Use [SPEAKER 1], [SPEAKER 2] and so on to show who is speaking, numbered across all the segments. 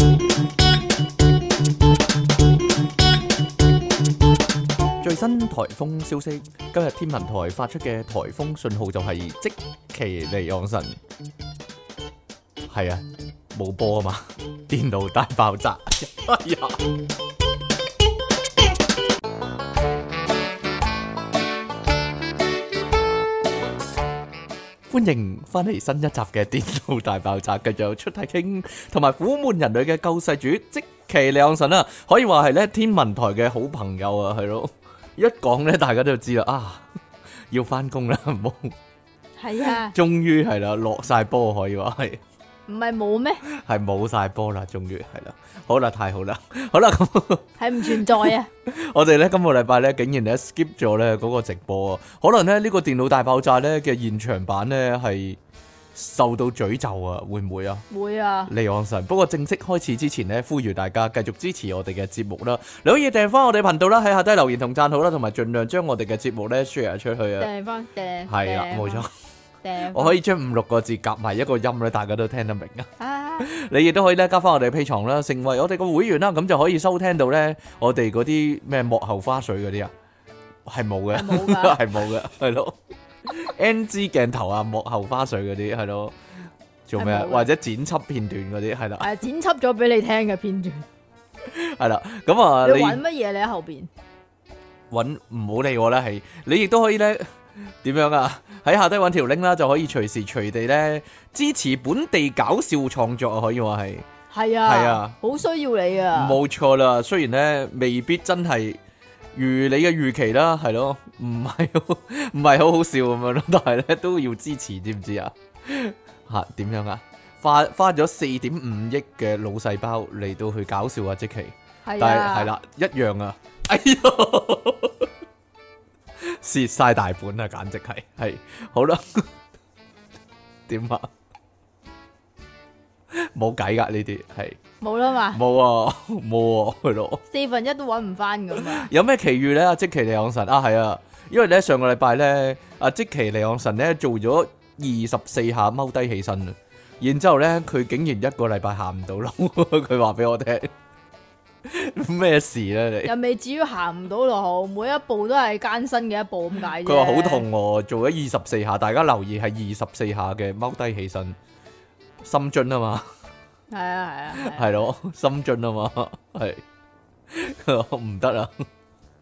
[SPEAKER 1] 新颱風消息，今日天文台發出嘅颱風信號就係即其離岸神，係啊，冇波啊嘛，電腦大爆炸，哎呀！歡迎翻嚟新一集嘅電腦大爆炸，繼續有出體傾，同埋苦悶人類嘅救世主即其兩神啦，可以話係咧天文台嘅好朋友啊，係咯，一講咧大家都知啦，啊， 要翻工啦， 冇，
[SPEAKER 2] 系啊，
[SPEAKER 1] 終於係啦，落晒波可以話係。
[SPEAKER 2] 唔係冇咩，
[SPEAKER 1] 係冇晒波啦，終於係啦，好啦，太好啦， 好啦，咁
[SPEAKER 2] 係唔存在啊，
[SPEAKER 1] 我哋咧今個禮拜咧竟然咧 skip 咗咧嗰個直播啊，可能咧呢個電腦大爆炸咧嘅現場版咧係受到詛咒啊，會唔會啊？
[SPEAKER 2] 會 啊，
[SPEAKER 1] 利昂神。不過正式開始之前呢，呼籲大家繼續支持我哋嘅節目啦。你可以訂翻我哋頻道啦，喺下低留言同讚好啦，同埋盡量將我哋嘅節目呢 share 出去啊。
[SPEAKER 2] 掟翻掟，
[SPEAKER 1] 係啦，冇錯，
[SPEAKER 2] 掟，
[SPEAKER 1] 我可以將五六個字夾埋一個音咧，大家都聽得明啊。
[SPEAKER 2] 啊，
[SPEAKER 1] 你亦都可以咧加翻我哋 P 床啦，成為我哋個會員啦，咁就可以收聽到呢我哋嗰啲咩幕後花絮嗰啲啊，係冇嘅
[SPEAKER 2] 係，冇 㗎
[SPEAKER 1] 係冇嘅，係咯。NG 鏡頭啊，幕後花絮嗰啲係咯，做咩啊
[SPEAKER 2] 係冇？嘅
[SPEAKER 1] 或者剪輯片段嗰啲係啦。
[SPEAKER 2] 係剪輯咗俾你聽嘅片段，
[SPEAKER 1] 系啦，咁 啊，
[SPEAKER 2] 你揾
[SPEAKER 1] 你
[SPEAKER 2] 乜嘢？你喺後邊
[SPEAKER 1] 揾唔好理我啦，係你亦都可以咧，點樣啊？ 喺下低揾條 link 啦，就可以隨時隨地咧支持本地搞笑創作啊，可以話係
[SPEAKER 2] 係啊，
[SPEAKER 1] 係啊，
[SPEAKER 2] 好需要你啊，
[SPEAKER 1] 冇錯啦。雖然咧未必真係如你嘅預期啦，係咯，唔係好 唔係好好笑咁樣咯， 但係咧都要支持，知唔知啊？ 吓點樣啊？花花咗四點五億嘅腦細胞嚟到去搞笑啊，即奇。
[SPEAKER 2] 係
[SPEAKER 1] 但
[SPEAKER 2] 啊，
[SPEAKER 1] 係係，啦，一樣啊！ 哎呦， 蝕晒大本啊，簡直係係好啦， 點啊？冇計噶呢啲係
[SPEAKER 2] 冇啦嘛，
[SPEAKER 1] 冇啊 冇啊係咯。
[SPEAKER 2] 四分一都揾唔翻咁 啊，
[SPEAKER 1] 有咩奇遇咧？阿即奇利昂神啊，係啊，因為咧上個禮拜咧，阿即奇利昂神咧做咗二十四下踎低起身啊，然之後咧佢竟然一個禮拜行唔到樓， 佢話俾我聽咩事咧你？
[SPEAKER 2] 又未至於行唔到落去，每一步都係艱辛嘅一步咁解啫
[SPEAKER 1] 佢話好，痛喎，做咗二十四下，大家留意係二十四下嘅踎低起身，深蹲啊嘛，
[SPEAKER 2] 係啊係啊係啊，
[SPEAKER 1] 係咯，深蹲啊嘛，係 佢話唔得啦，啊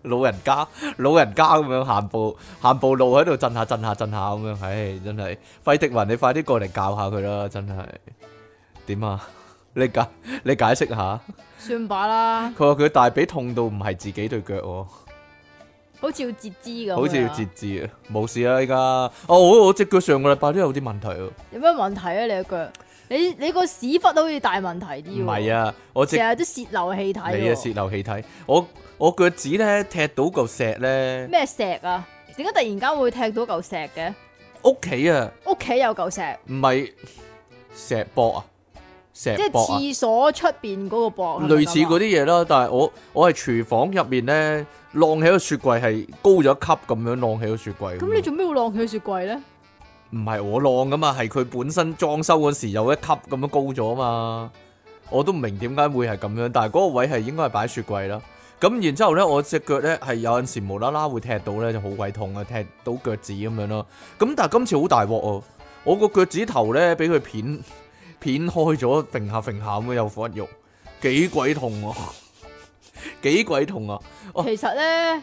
[SPEAKER 1] 老人家老人家咁樣行步行步路喺度震下震下震下咁樣，唉，真係費迪雲，你快啲過嚟教下佢啦，真係點啊？你解你解釋下，
[SPEAKER 2] 算吧啦，
[SPEAKER 1] 佢話佢大髀痛到唔係自己對腳喎。
[SPEAKER 2] 好似要截肢咁，
[SPEAKER 1] 好似要截，肢啊！冇事啦，依家哦，我我只腳上個禮拜都有啲問題啊。
[SPEAKER 2] 有咩問題啊？你個腳，你你個屎忽好似大問題啲喎，
[SPEAKER 1] 唔係啊，我只
[SPEAKER 2] 成日都泄漏氣體
[SPEAKER 1] 你啊
[SPEAKER 2] 喎。
[SPEAKER 1] 泄漏氣體，我我腳趾咧踢到嚿石咧，
[SPEAKER 2] 咩石啊？點解突然間會踢到嚿石嘅？
[SPEAKER 1] 屋企啊，
[SPEAKER 2] 屋企有嚿石，
[SPEAKER 1] 唔係石膊啊，石
[SPEAKER 2] 即係
[SPEAKER 1] 膊啊，
[SPEAKER 2] 廁所出邊嗰個膊，
[SPEAKER 1] 類似嗰啲
[SPEAKER 2] 啲。
[SPEAKER 1] 嘢啦。但係我我係廚房入面咧，晾起個雪櫃係高咗一級咁樣晾起個雪櫃樣。
[SPEAKER 2] 咁你做咩要晾佢雪櫃咧？
[SPEAKER 1] 唔係我晾噶嘛，係佢本身裝修嗰時有一級咁樣高咗嘛，我都唔明點解會係咁樣，但係嗰個位係應該係擺雪櫃啦。咁然之後咧，我只腳咧係有陣時無啦啦會踢到咧，就好鬼痛啊，踢到腳趾咁樣咯。咁但係今次好大鑊喎，我個腳趾頭咧俾佢片片開咗，揈下揈下咁樣有火肉，幾鬼痛喎、幾鬼痛啊！哦
[SPEAKER 2] 其實咧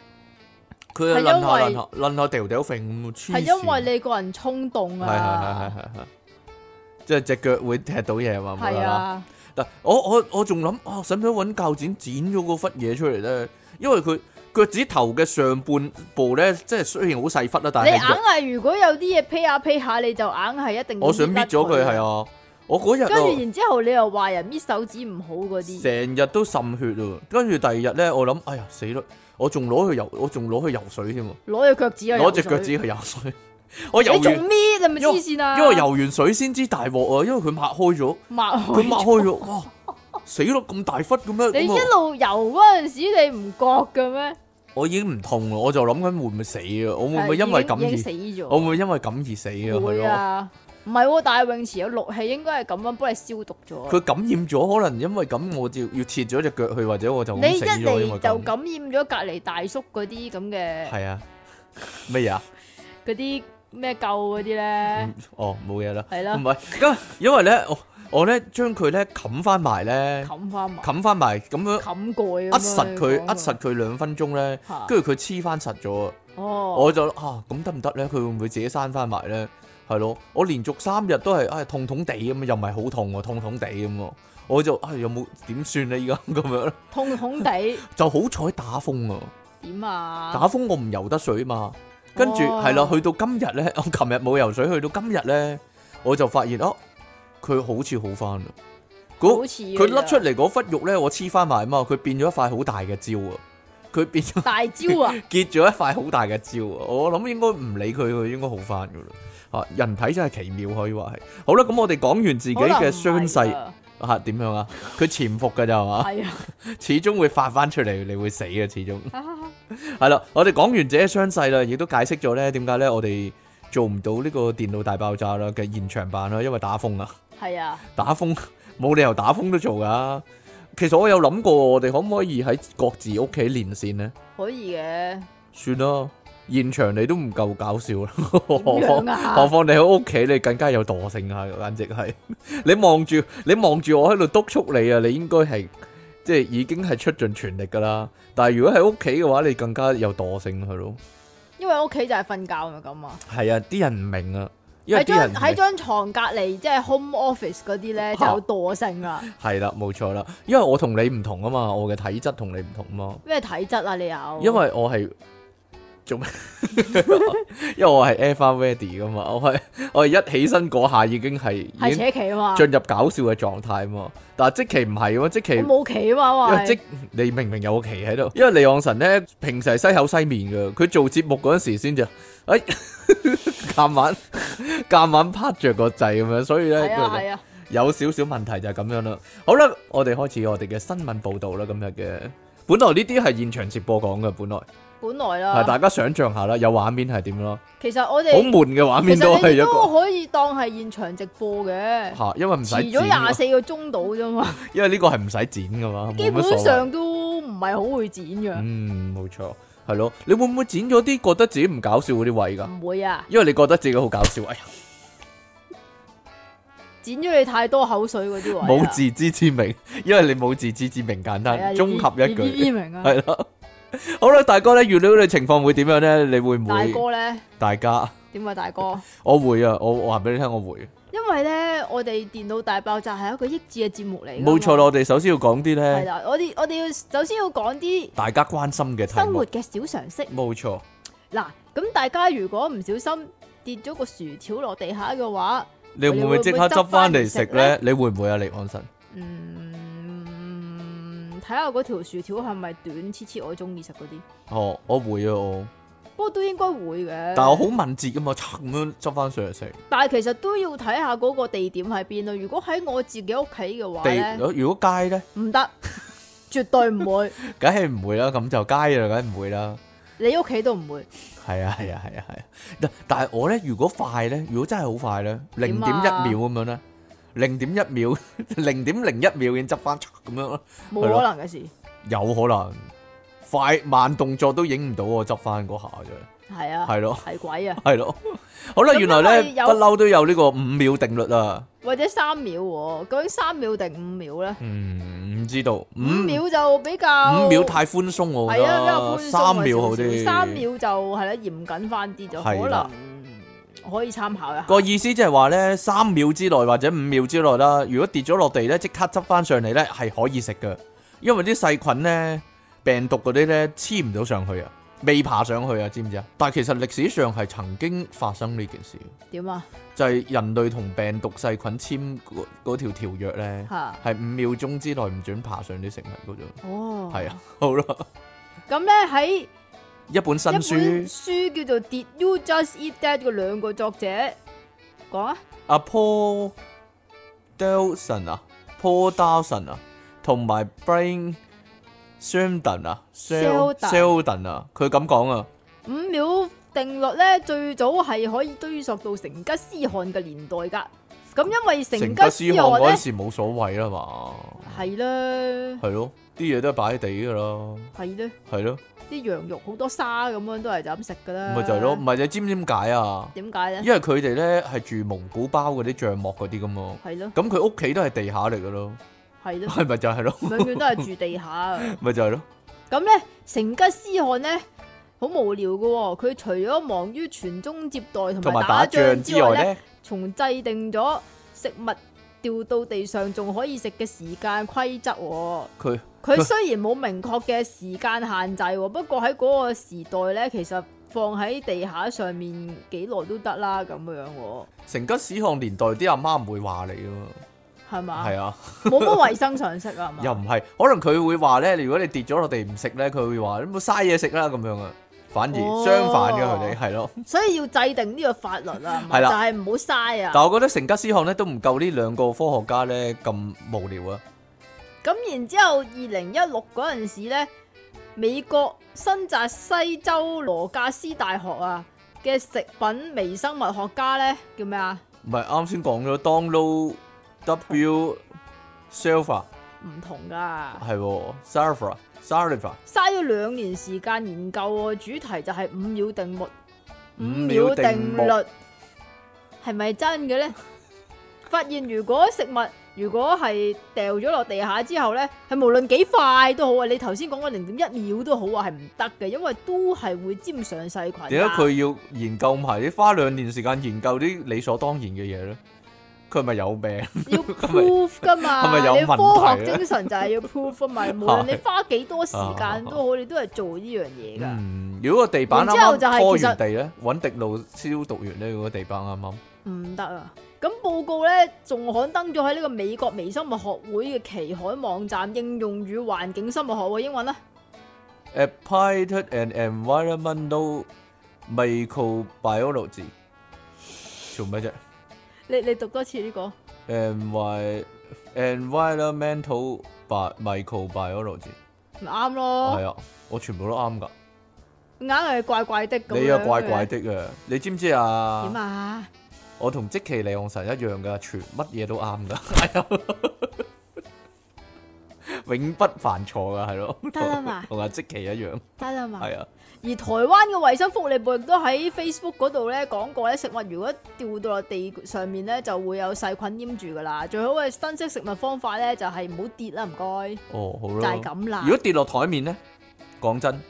[SPEAKER 1] 佢啊
[SPEAKER 2] 係因
[SPEAKER 1] 攆下攆
[SPEAKER 2] 為
[SPEAKER 1] 下攆下掉掉揈咁，黐
[SPEAKER 2] 係因
[SPEAKER 1] 線
[SPEAKER 2] 為你個人衝動
[SPEAKER 1] 係係係
[SPEAKER 2] 啊，
[SPEAKER 1] 係係係，即係只腳會踢到嘢嘛，冇
[SPEAKER 2] 係
[SPEAKER 1] 啦啦。
[SPEAKER 2] 啊，
[SPEAKER 1] 但我我我仲諗啊，使唔使揾铰剪剪咗嗰忽嘢出嚟咧？因為佢腳趾頭嘅上半部咧，即係雖然好細忽啦，但
[SPEAKER 2] 你硬
[SPEAKER 1] 係腳
[SPEAKER 2] 係如果有啲嘢披下披下，你就硬係一定要
[SPEAKER 1] 我想搣咗佢係
[SPEAKER 2] 啊。
[SPEAKER 1] 啊！我嗰日
[SPEAKER 2] 跟住
[SPEAKER 1] 啊
[SPEAKER 2] 然之後你又話人搣手指唔好嗰啲，
[SPEAKER 1] 成日都滲血啊，跟住第二日咧，我諗哎呀死啦！我仲攞去游，我仲攞去游水添喎，
[SPEAKER 2] 攞隻腳趾去
[SPEAKER 1] 攞隻腳趾
[SPEAKER 2] 游水
[SPEAKER 1] 去游水。 我游
[SPEAKER 2] 你仲
[SPEAKER 1] 完，
[SPEAKER 2] 搣你咪黐線啊！
[SPEAKER 1] 因為游完水先知大鑊啊，因為佢擘開咗。
[SPEAKER 2] 抹
[SPEAKER 1] 佢
[SPEAKER 2] 開
[SPEAKER 1] 擘開咗，哇！死咯，咁大忽咁樣，
[SPEAKER 2] 你一
[SPEAKER 1] 咁啊
[SPEAKER 2] 路游嗰陣時，你唔覺嘅咩？
[SPEAKER 1] 我已經唔痛啦，我就諗緊會唔會死啊？我會唔會因為咁
[SPEAKER 2] 已經
[SPEAKER 1] 而
[SPEAKER 2] 死咗？
[SPEAKER 1] 我會唔會因為咁而死啊？
[SPEAKER 2] 會
[SPEAKER 1] 係咯，
[SPEAKER 2] 啊，唔係喎，但係泳池有氯氣，應該係咁樣幫你消毒咗。
[SPEAKER 1] 佢感染咗，可能因為咁我就要切咗只腳去，或者我就
[SPEAKER 2] 你
[SPEAKER 1] 咁
[SPEAKER 2] 一
[SPEAKER 1] 死咗，因為
[SPEAKER 2] 嚟就
[SPEAKER 1] 咁。
[SPEAKER 2] 感染咗隔離大叔嗰啲咁嘅
[SPEAKER 1] 係啊，咩嘢啊？
[SPEAKER 2] 嗰啲咩救嗰啲咧，
[SPEAKER 1] 嗯哦，冇嘢啦。
[SPEAKER 2] 係
[SPEAKER 1] 唔
[SPEAKER 2] 啦，
[SPEAKER 1] 係，咁因為咧，我我咧將佢咧冚翻埋咧，
[SPEAKER 2] 冚翻埋，
[SPEAKER 1] 冚翻埋咁樣
[SPEAKER 2] 冚蓋咁樣
[SPEAKER 1] 扼實佢，
[SPEAKER 2] 講
[SPEAKER 1] 扼實佢兩分鐘咧，
[SPEAKER 2] 嚇
[SPEAKER 1] 跟住佢黐翻實咗啊！
[SPEAKER 2] 哦，
[SPEAKER 1] 我就啊，咁得唔得咧？佢會唔會自己生翻埋咧？係咯，我連續三日都係唉痛痛地咁，又唔係好痛喎，痛痛地咁喎。我就啊有冇點算咧？依家 咁樣
[SPEAKER 2] 痛痛地
[SPEAKER 1] 就好彩打風啊！
[SPEAKER 2] 點啊？
[SPEAKER 1] 打風我唔游得水嘛，跟住
[SPEAKER 2] 哦
[SPEAKER 1] 係啦，去到今日 咧，我琴日冇游水，去到今日咧，我就發現哦，佢好似好翻啦。嗰
[SPEAKER 2] 好似
[SPEAKER 1] 佢甩出
[SPEAKER 2] 嚟
[SPEAKER 1] 嚟嗰忽肉咧，我黐翻埋啊嘛，佢變咗一塊好大嘅蕉啊！佢變咗
[SPEAKER 2] 大招啊！
[SPEAKER 1] 結咗一塊好大嘅蕉啊！我諗應該唔理佢，佢應該好翻噶啦。啊，人體真係奇妙，可以話係。好啦，咁我哋講完 自己
[SPEAKER 2] 可能
[SPEAKER 1] 嘅
[SPEAKER 2] 唔
[SPEAKER 1] 傷
[SPEAKER 2] 係
[SPEAKER 1] 勢
[SPEAKER 2] 㗎
[SPEAKER 1] 啊，點樣啊？佢潛伏㗎咋係 嘛？
[SPEAKER 2] 係啊
[SPEAKER 1] 始終會發翻出嚟，你會死嘅始終。
[SPEAKER 2] 哈哈哈，
[SPEAKER 1] 系啦，我哋講完自己傷勢啦，亦都解釋咗咧點解咧我哋做唔到呢個電腦大爆炸啦嘅現場版啦，因為打風啊，
[SPEAKER 2] 係啊，
[SPEAKER 1] 打風 冇理由打風都做噶。其實我有諗過，我哋可唔可以喺各自屋企連線呢？
[SPEAKER 2] 可以嘅，
[SPEAKER 1] 算啦，現場你都唔夠搞笑啦，何
[SPEAKER 2] 點樣
[SPEAKER 1] 況何
[SPEAKER 2] 啊？
[SPEAKER 1] 況你喺屋企，你更加有惰性啊，簡直係 你望住你望住我喺度督促你啊，你應該係即係已經係出盡全力噶啦。但係如果喺屋企嘅話，你更加有惰性係咯。
[SPEAKER 2] 因為屋企就係瞓覺咪咁啊，
[SPEAKER 1] 系啊，啲人唔明啊，因為
[SPEAKER 2] 喺
[SPEAKER 1] 啲人唔
[SPEAKER 2] 張喺
[SPEAKER 1] 明
[SPEAKER 2] 張床隔離即係 home office 嗰啲咧就有惰性啦。
[SPEAKER 1] 係啦，冇錯啦，因為我同你唔同啊嘛，我嘅體質同你唔同啊嘛，
[SPEAKER 2] 咩體質啊？你有？
[SPEAKER 1] 因為我係做咩？ 因為我係 ever ready 噶嘛，我係我係一起身嗰下已經係已
[SPEAKER 2] 係
[SPEAKER 1] 經
[SPEAKER 2] 扯旗啊嘛，
[SPEAKER 1] 進入搞笑嘅狀態啊嘛，但係即期唔係喎，即期
[SPEAKER 2] 我冇旗啊
[SPEAKER 1] 因
[SPEAKER 2] 嘛，因為
[SPEAKER 1] 為即你明明有個旗喺度，因為李昂臣咧平時係西口西面嘅，佢做節目嗰陣時先就，哎， 夾晚夾晚拍着個掣咁樣，所以咧
[SPEAKER 2] 係啊
[SPEAKER 1] 佢
[SPEAKER 2] 係啊，
[SPEAKER 1] 有少少問題就係咁樣啦。好啦，我哋開始我哋嘅新聞報導啦，今日嘅。本來呢啲係現場直播講嘅，本來
[SPEAKER 2] 本來
[SPEAKER 1] 係、
[SPEAKER 2] 啦，
[SPEAKER 1] 大家想象下啦，有畫面係點咯，
[SPEAKER 2] 其實我
[SPEAKER 1] 好
[SPEAKER 2] 哋
[SPEAKER 1] 悶嘅畫
[SPEAKER 2] 其
[SPEAKER 1] 面都
[SPEAKER 2] 實
[SPEAKER 1] 係
[SPEAKER 2] 你
[SPEAKER 1] 一個
[SPEAKER 2] 都可以當係現場直播嘅，
[SPEAKER 1] 嚇，因為唔使
[SPEAKER 2] 遲
[SPEAKER 1] 剪
[SPEAKER 2] 咗
[SPEAKER 1] 啊嘛
[SPEAKER 2] 廿，四個鐘到啫嘛，
[SPEAKER 1] 因為呢個係唔使剪噶嘛，
[SPEAKER 2] 基
[SPEAKER 1] 冇乜所
[SPEAKER 2] 本
[SPEAKER 1] 謂。
[SPEAKER 2] 上都唔係好會剪嘅，
[SPEAKER 1] 嗯，冇錯，係咯，你會唔會剪咗啲覺得自己唔搞笑嗰啲位㗎？
[SPEAKER 2] 唔會啊，
[SPEAKER 1] 因為你覺得自己好搞笑，哎呀，
[SPEAKER 2] 剪咗你太多口水嗰啲位啊，
[SPEAKER 1] 冇自知之明， 因為你冇自知之明，簡
[SPEAKER 2] 係啊
[SPEAKER 1] 單，綜合一
[SPEAKER 2] 你知你知
[SPEAKER 1] 句，
[SPEAKER 2] 知明啊，
[SPEAKER 1] 係啦。好啦，大哥咧，預料你情況會點樣咧？你會唔
[SPEAKER 2] 大
[SPEAKER 1] 會？
[SPEAKER 2] 哥咧
[SPEAKER 1] 大家，
[SPEAKER 2] 點啊大哥？
[SPEAKER 1] 我會啊，我我話俾你聽，我會。
[SPEAKER 2] 因為咧我哋電腦大爆炸係一個益智嘅節目嚟㗎嘛，
[SPEAKER 1] 冇錯啦，我哋首先要講啲
[SPEAKER 2] 係
[SPEAKER 1] 咧，
[SPEAKER 2] 啦，我哋我哋要首先要講啲
[SPEAKER 1] 大家關心嘅題
[SPEAKER 2] 生活
[SPEAKER 1] 目。
[SPEAKER 2] 嘅小常識。
[SPEAKER 1] 冇錯，
[SPEAKER 2] 嗱，咁大家如果唔小心跌咗個薯條落地下嘅話，
[SPEAKER 1] 你會唔會即刻執翻嚟食咧？你會唔會啊，李安神？
[SPEAKER 2] 嗯，睇下嗰條薯條係咪短，次次我中意食嗰啲，
[SPEAKER 1] 哦，我會啊，我，
[SPEAKER 2] 不過都應該會嘅。
[SPEAKER 1] 但我好敏捷噶嘛，嚓咁樣執翻上嚟食。
[SPEAKER 2] 但係其實都要睇下嗰個地點喺邊咯。如果喺我自己屋企嘅話
[SPEAKER 1] 地
[SPEAKER 2] 咧，
[SPEAKER 1] 如果街咧，
[SPEAKER 2] 唔得，絕對唔 會。
[SPEAKER 1] 梗係唔會啦，咁就街啦，梗係唔會啦。
[SPEAKER 2] 你屋企都唔會，
[SPEAKER 1] 係啊，係啊，係啊，係啊。但但係我咧，如果快咧，如果真係好快咧，零
[SPEAKER 2] 點
[SPEAKER 1] 點一
[SPEAKER 2] 啊
[SPEAKER 1] 秒咁樣咧，零點一秒， 零點零一秒已經執翻咁樣咯。
[SPEAKER 2] 冇
[SPEAKER 1] 係咯
[SPEAKER 2] 可能嘅事。
[SPEAKER 1] 有可能快慢動作都影唔到我執翻嗰下啫，
[SPEAKER 2] 係啊，
[SPEAKER 1] 係咯
[SPEAKER 2] 係鬼啊，
[SPEAKER 1] 係咯。好啦，
[SPEAKER 2] 咁
[SPEAKER 1] 原來咧
[SPEAKER 2] 因為有
[SPEAKER 1] 不嬲都有呢個五秒定律啊。
[SPEAKER 2] 或者三秒喎，究竟三秒定五秒咧？
[SPEAKER 1] 嗯，唔知道五
[SPEAKER 2] 五秒就比較
[SPEAKER 1] 五秒太寬鬆我覺
[SPEAKER 2] 係啊，比較
[SPEAKER 1] 得，
[SPEAKER 2] 寬鬆
[SPEAKER 1] 三秒好
[SPEAKER 2] 少
[SPEAKER 1] 啲。
[SPEAKER 2] 少三秒就係啦，嚴謹翻啲就
[SPEAKER 1] 係
[SPEAKER 2] 可
[SPEAKER 1] 啦
[SPEAKER 2] 能可以參考一下。
[SPEAKER 1] 個意思即係話咧，三秒之內或者五秒之內啦，如果跌咗落地咧，即刻執翻上嚟咧係可以食嘅，因為啲細菌咧、病毒嗰啲咧黐唔到上去啊，未爬上去啊，知唔知啊？但係其實歷史上係曾經發生呢件事。
[SPEAKER 2] 點啊？
[SPEAKER 1] 就係人類同病毒細菌簽嗰嗰條條約咧，
[SPEAKER 2] 嚇
[SPEAKER 1] 係五秒鐘之內唔准爬上啲食物嗰度。
[SPEAKER 2] 哦，
[SPEAKER 1] 係啊，好啦，
[SPEAKER 2] 咁咧喺一
[SPEAKER 1] 一本新
[SPEAKER 2] 本
[SPEAKER 1] 書，
[SPEAKER 2] 書叫做《Did You Just Eat That》嘅兩個作者講啊，
[SPEAKER 1] 阿 Paul Dawson 啊，Paul Dawson 啊，同埋 Brain Sheldon 啊
[SPEAKER 2] Sheldon
[SPEAKER 1] ，Sheldon 啊，佢咁講啊，
[SPEAKER 2] 五秒定律咧，最早係可以追溯到成吉思汗嘅年代㗎。咁因為成
[SPEAKER 1] 成吉
[SPEAKER 2] 吉
[SPEAKER 1] 思
[SPEAKER 2] 思
[SPEAKER 1] 汗
[SPEAKER 2] 汗
[SPEAKER 1] 嗰
[SPEAKER 2] 咧
[SPEAKER 1] 陣時冇所謂啦嘛，
[SPEAKER 2] 係啦，
[SPEAKER 1] 係咯，啲嘢都係擺喺地噶啦，
[SPEAKER 2] 係啦，
[SPEAKER 1] 係咯，
[SPEAKER 2] 啲羊肉好多沙咁樣都係就咁食㗎啦。
[SPEAKER 1] 咪就係咯，唔係你知唔知點解啊？
[SPEAKER 2] 點解咧？
[SPEAKER 1] 因為佢哋咧係住蒙古包嗰啲帳幕嗰啲噶嘛，
[SPEAKER 2] 係咯，
[SPEAKER 1] 咁佢屋企都係地下嚟噶咯，
[SPEAKER 2] 係咯，
[SPEAKER 1] 係咪就係咯？
[SPEAKER 2] 永遠都係住地下啊。
[SPEAKER 1] 咪就係咯，
[SPEAKER 2] 咁咧，成吉思汗咧好無聊嘅喎、佢除咗忙於傳宗接代同
[SPEAKER 1] 同埋
[SPEAKER 2] 埋
[SPEAKER 1] 打
[SPEAKER 2] 打仗
[SPEAKER 1] 仗
[SPEAKER 2] 之
[SPEAKER 1] 之
[SPEAKER 2] 外
[SPEAKER 1] 外
[SPEAKER 2] 咧，
[SPEAKER 1] 咧，
[SPEAKER 2] 從制定咗食物掉到地上仲可以食嘅時間規則喎。
[SPEAKER 1] 佢
[SPEAKER 2] 佢
[SPEAKER 1] 佢
[SPEAKER 2] 雖然冇明確嘅時間限制喎，不過喺嗰個時代咧，其實放喺地下上面幾耐都得啦，咁樣喎，
[SPEAKER 1] 成吉思汗年代啲阿媽唔會話你噶嘛，
[SPEAKER 2] 係嘛？
[SPEAKER 1] 係啊，
[SPEAKER 2] 冇乜衞生常識啊係
[SPEAKER 1] 又唔
[SPEAKER 2] 嘛？
[SPEAKER 1] 係，可能佢會話咧，如果你跌咗落地唔食咧，佢會話你冇嘥嘢食啦咁樣啊，反而
[SPEAKER 2] 哦
[SPEAKER 1] 相反嘅佢哋係咯。
[SPEAKER 2] 所以要制定呢個法律啊，係嘛
[SPEAKER 1] 係
[SPEAKER 2] 就
[SPEAKER 1] 啦
[SPEAKER 2] 係唔好嘥啊。
[SPEAKER 1] 但我覺得成吉思汗咧都唔夠呢兩個科學家咧咁無聊啊！
[SPEAKER 2] 咁然之後，二零一六嗰陣時咧，美國新澤西州羅格斯大學啊嘅食品微生物學家咧叫咩啊？
[SPEAKER 1] 唔係啱先講咗 Donald W. Silver
[SPEAKER 2] 唔同噶，
[SPEAKER 1] 係喎 Silver Silver
[SPEAKER 2] 嘥咗兩年時間研究喎，主題就係五秒定律。
[SPEAKER 1] 五秒定律啊
[SPEAKER 2] 律係咪真嘅咧？ 發現如果食物如果係掉咗落地下之後咧，係無論幾快都好啊，你頭先講嘅零點一秒都好啊，係唔得嘅，因為都係會沾上細菌㗎。
[SPEAKER 1] 點解佢要研究埋啲花兩年時間研究啲理所當然嘅嘢咧？佢係咪有病？
[SPEAKER 2] 要 proof 噶嘛？
[SPEAKER 1] 係咪有
[SPEAKER 2] 你
[SPEAKER 1] 問題啊
[SPEAKER 2] 科學
[SPEAKER 1] 咧
[SPEAKER 2] 精神就係要 proof 啊嘛，無論 你花幾多時間
[SPEAKER 1] 啊
[SPEAKER 2] 都好，你都係做呢樣嘢噶。
[SPEAKER 1] 嗯，如果個地板
[SPEAKER 2] 然之後
[SPEAKER 1] 啱
[SPEAKER 2] 就係
[SPEAKER 1] 啱拖
[SPEAKER 2] 其實
[SPEAKER 1] 完地咧，揾滴露消毒完咧，如果地板啱啱
[SPEAKER 2] 唔得啊！咁報告咧仲刊登咗喺呢個美國微生物學會嘅期刊網站《應用與環境生物學》喎，英文啦，
[SPEAKER 1] applied？Uh, and environmental microbiology 做咩啫？
[SPEAKER 2] 你你讀多次呢、個
[SPEAKER 1] envi environmental bi microbiology
[SPEAKER 2] 咪啱咯
[SPEAKER 1] 係，啊，我全部都啱噶，
[SPEAKER 2] 硬係怪怪的咁樣。
[SPEAKER 1] 你又怪怪的啊！你知唔知啊
[SPEAKER 2] 點？啊？
[SPEAKER 1] 我同即其利昂神一樣噶，全乜嘢都啱噶，係啊， 永不犯錯噶，係咯，
[SPEAKER 2] 得啦嘛
[SPEAKER 1] 同阿即其一樣，
[SPEAKER 2] 得啦嘛。
[SPEAKER 1] 係啊，
[SPEAKER 2] 而台灣嘅衞生福利部亦都喺 Facebook 嗰度咧講過咧，食物如果掉到落地上面咧，就會有細菌淹住噶啦。最好嘅分析食物方法咧，就係唔好跌啦，唔該，
[SPEAKER 1] 哦，好
[SPEAKER 2] 就係
[SPEAKER 1] 啦。
[SPEAKER 2] 咁啦。
[SPEAKER 1] 如果跌落台面咧，講真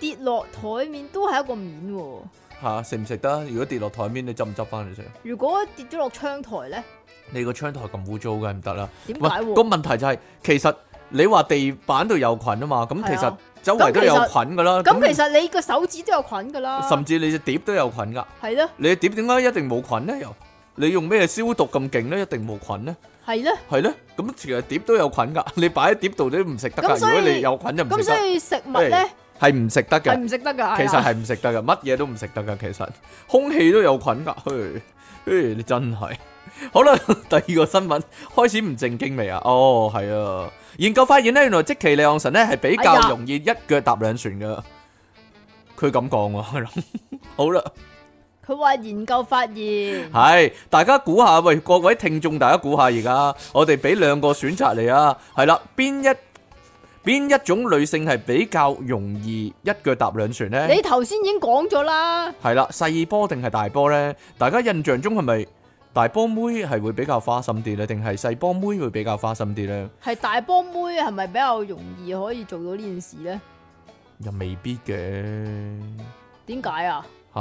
[SPEAKER 2] 跌落台面都係一個面喎。
[SPEAKER 1] 吓食唔食得？如果跌落台面，你執唔執翻嚟食？啊
[SPEAKER 2] 如果跌咗落窗台咧，
[SPEAKER 1] 你個窗台咁污糟梗係唔得啦。
[SPEAKER 2] 點解
[SPEAKER 1] 喂，個
[SPEAKER 2] 喎？
[SPEAKER 1] 問題就係、其實你話地板度有菌啊嘛，咁其
[SPEAKER 2] 係啊
[SPEAKER 1] 實周圍都有菌噶啦，
[SPEAKER 2] 咁其實你個手指都有菌噶啦，
[SPEAKER 1] 甚至你隻碟都有菌噶，
[SPEAKER 2] 係咧，
[SPEAKER 1] 你隻碟點解一定冇菌呢？又你用咩消毒咁勁呢？一定冇菌呢？
[SPEAKER 2] 係咧。
[SPEAKER 1] 係呢？咁其實碟都有菌噶， 你擺喺碟度都唔食得噶。
[SPEAKER 2] 咁
[SPEAKER 1] 如
[SPEAKER 2] 所以
[SPEAKER 1] 果你有菌就唔
[SPEAKER 2] 咁
[SPEAKER 1] 食
[SPEAKER 2] 所
[SPEAKER 1] 得，
[SPEAKER 2] 以食物咧
[SPEAKER 1] 係唔食得
[SPEAKER 2] 係
[SPEAKER 1] 嘅。
[SPEAKER 2] 唔食得㗎。
[SPEAKER 1] 其實
[SPEAKER 2] 係啊
[SPEAKER 1] 係唔食得嘅，乜嘢都唔食得嘅。其實空氣都有菌噶，嘿，嘿，你真係。好啦， 第二個新聞開始唔正經未啊？哦，係啊，研究發現咧，原來即其利昂神咧係比
[SPEAKER 2] 哎
[SPEAKER 1] 較
[SPEAKER 2] 呀
[SPEAKER 1] 容易一腳踏兩船噶。佢咁講喎，係咯。 好啦，
[SPEAKER 2] 佢話研究發現，
[SPEAKER 1] 係大家估下，喂，各位聽眾，大家估下而家，我哋俾兩個選擇你啊，係啦，邊一邊一種女性係比較容易一腳踏兩船咧？
[SPEAKER 2] 你頭先已經講咗啦，
[SPEAKER 1] 係啦，細波定係大波呢？大家印象中係咪大波妹係會比較花心啲呢？定係細波妹會比較花心啲呢？
[SPEAKER 2] 係大波妹係咪比較容易可以做到呢件事咧？
[SPEAKER 1] 又未必嘅
[SPEAKER 2] 點解啊？
[SPEAKER 1] 吓，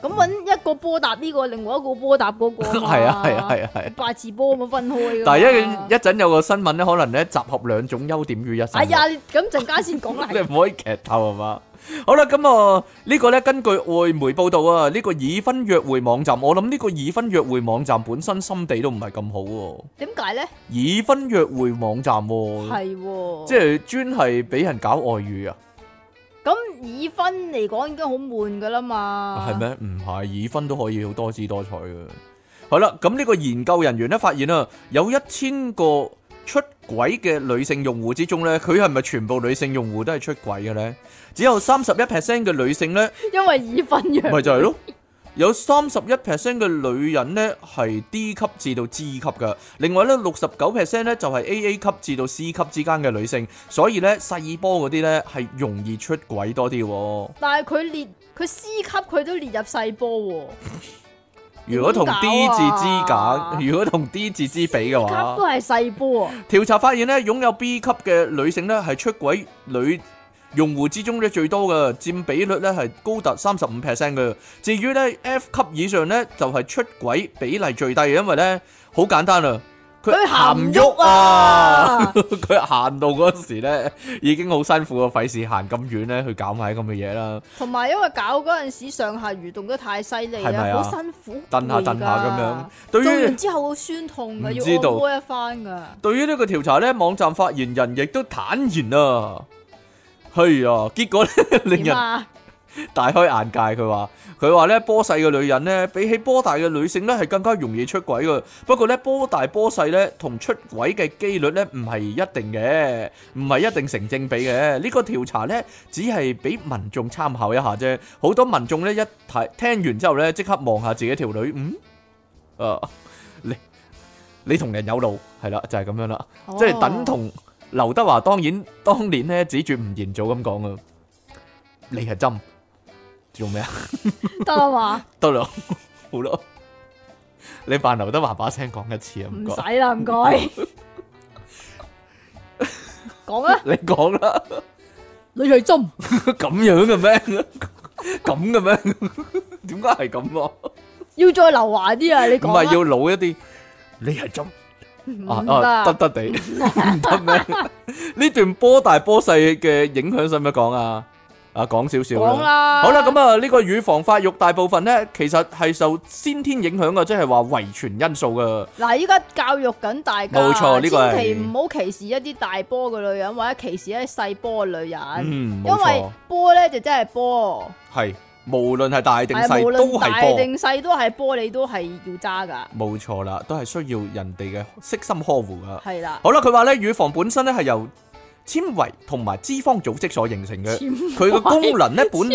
[SPEAKER 2] 咁揾一個波搭呢個，另外一個波搭嗰個嘛。
[SPEAKER 1] 係啊係啊係啊係啊。
[SPEAKER 2] 八字波咁樣分開㗎嘛
[SPEAKER 1] 但係一一陣有個新聞呢，可能呢集合兩種優點於一啊身。。
[SPEAKER 2] 哎呀，你咁陣間先講啦
[SPEAKER 1] 你唔可以劇透係嘛？好啦，咁啊呢個呢，根據外媒報道啊，呢個已婚約會網站，我諗呢個已婚約會網站本身心地都唔係咁好喎。
[SPEAKER 2] 點解咧？
[SPEAKER 1] 已婚約會網站喎。
[SPEAKER 2] 係喎。
[SPEAKER 1] 即係專係俾人搞外遇啊？
[SPEAKER 2] 咁已婚嚟講已經好悶噶啦嘛。
[SPEAKER 1] 係？咩？唔係，已婚都可以好多姿多彩嘅。係啦，咁呢個研究人員咧發現啊，有一千個出軌嘅女性用戶之中咧，佢係咪全部女性用戶都係出軌嘅咧？只有三十一 percent 嘅女性咧，
[SPEAKER 2] 因為已婚
[SPEAKER 1] 咪
[SPEAKER 2] 陽
[SPEAKER 1] 就係咯。有三十一 percent 嘅女人咧係 D 級至到 G 級嘅，另外咧六十九 percent 咧就係 AA 級至到 C 級之間嘅女性，所以咧細波嗰啲咧係容易出軌多啲喎。
[SPEAKER 2] 但係佢列佢 C 級佢都列入細波喎，
[SPEAKER 1] 如果同
[SPEAKER 2] 點搞
[SPEAKER 1] D 字之
[SPEAKER 2] 啊
[SPEAKER 1] 揀，如果同 D 字之比嘅
[SPEAKER 2] D 級
[SPEAKER 1] 話
[SPEAKER 2] 都。係細波啊，
[SPEAKER 1] 調查發現咧，擁有 B 級嘅女性咧係出軌女用戶之中咧最多嘅，佔比率咧係高達三十五 percent 嘅。至於咧 F 級以上咧，就係、出軌比例最低嘅，因為咧好簡單啊，
[SPEAKER 2] 佢
[SPEAKER 1] 行
[SPEAKER 2] 行
[SPEAKER 1] 唔
[SPEAKER 2] 唔
[SPEAKER 1] 喐
[SPEAKER 2] 喐
[SPEAKER 1] 啊
[SPEAKER 2] 啊，
[SPEAKER 1] 佢行路嗰時咧已經好辛苦啊，費事行咁遠咧去搞埋啲咁嘅嘢啦，
[SPEAKER 2] 同埋因為搞嗰陣時上下蠕動得太犀利
[SPEAKER 1] 係咪
[SPEAKER 2] 啦，
[SPEAKER 1] 啊
[SPEAKER 2] 好辛苦，
[SPEAKER 1] 蹬下蹬下咁樣
[SPEAKER 2] 攰㗎。。
[SPEAKER 1] 對
[SPEAKER 2] 做
[SPEAKER 1] 於
[SPEAKER 2] 完之後會酸痛噶，
[SPEAKER 1] 唔
[SPEAKER 2] 要
[SPEAKER 1] 知道
[SPEAKER 2] 按摩一番噶。
[SPEAKER 1] 對於呢個調查呢，網站發言人亦都坦言啊，係啊，結果咧令
[SPEAKER 2] 點
[SPEAKER 1] 人。
[SPEAKER 2] 啊？
[SPEAKER 1] 大開眼界，佢話佢話咧波細嘅女人咧，比起波大嘅女性咧係更加容易出軌嘅。不過咧波大波細咧同出軌嘅機率咧唔係一定嘅，唔係一定成正比嘅。呢個調查咧只係俾民眾參考一下啫。好多民眾咧一睇聽完之後咧即刻望下自己條女，嗯，啊，你你同人有路係啦，就係、咁樣啦。 即係等同劉德華當然當年咧指住吳彥祖咁講啊，你係針做咩啊？
[SPEAKER 2] 哦得啦嘛，
[SPEAKER 1] 得啦，好啦，你扮劉德華把聲講一次 啊，唔
[SPEAKER 2] 唔
[SPEAKER 1] 該，
[SPEAKER 2] 使啦，唔該。講啊，
[SPEAKER 1] 你講啦，
[SPEAKER 2] 你去針
[SPEAKER 1] 咁樣嘅咩？咁嘅咩？點解係咁啊？
[SPEAKER 2] 要再流華啲啊！你
[SPEAKER 1] 唔
[SPEAKER 2] 講
[SPEAKER 1] 係
[SPEAKER 2] 啊
[SPEAKER 1] 要老一啲，你係針。啊
[SPEAKER 2] 唔
[SPEAKER 1] 啊，得
[SPEAKER 2] 得，
[SPEAKER 1] 得地，唔得 咩？呢段波大波細嘅影響使唔使講啊？啊，講少少
[SPEAKER 2] 講
[SPEAKER 1] 啦。
[SPEAKER 2] 啦。
[SPEAKER 1] 好啦，咁啊，呢個乳房發育大部分呢，其實係受先天影響嘅，即係話遺傳因素噶。
[SPEAKER 2] 嗱，依家教育緊大家，
[SPEAKER 1] 冇錯呢個係
[SPEAKER 2] 千祈唔好歧視一啲大波嘅女人，或者歧視一啲細波嘅女人，
[SPEAKER 1] 嗯，
[SPEAKER 2] 因
[SPEAKER 1] 冇
[SPEAKER 2] 為
[SPEAKER 1] 錯，
[SPEAKER 2] 波咧就真係波，
[SPEAKER 1] 係無論係大定
[SPEAKER 2] 係啊
[SPEAKER 1] 細
[SPEAKER 2] 哎無
[SPEAKER 1] 都
[SPEAKER 2] 論大
[SPEAKER 1] 係
[SPEAKER 2] 定細都係波，你都係要揸噶，
[SPEAKER 1] 波，冇錯啦，都係需要人哋嘅悉心呵護噶。
[SPEAKER 2] 係啦。
[SPEAKER 1] 好啦，佢話呢，乳房本身呢係由纖維同埋脂肪組織所形成嘅，
[SPEAKER 2] 纖
[SPEAKER 1] 佢嘅功能呢本。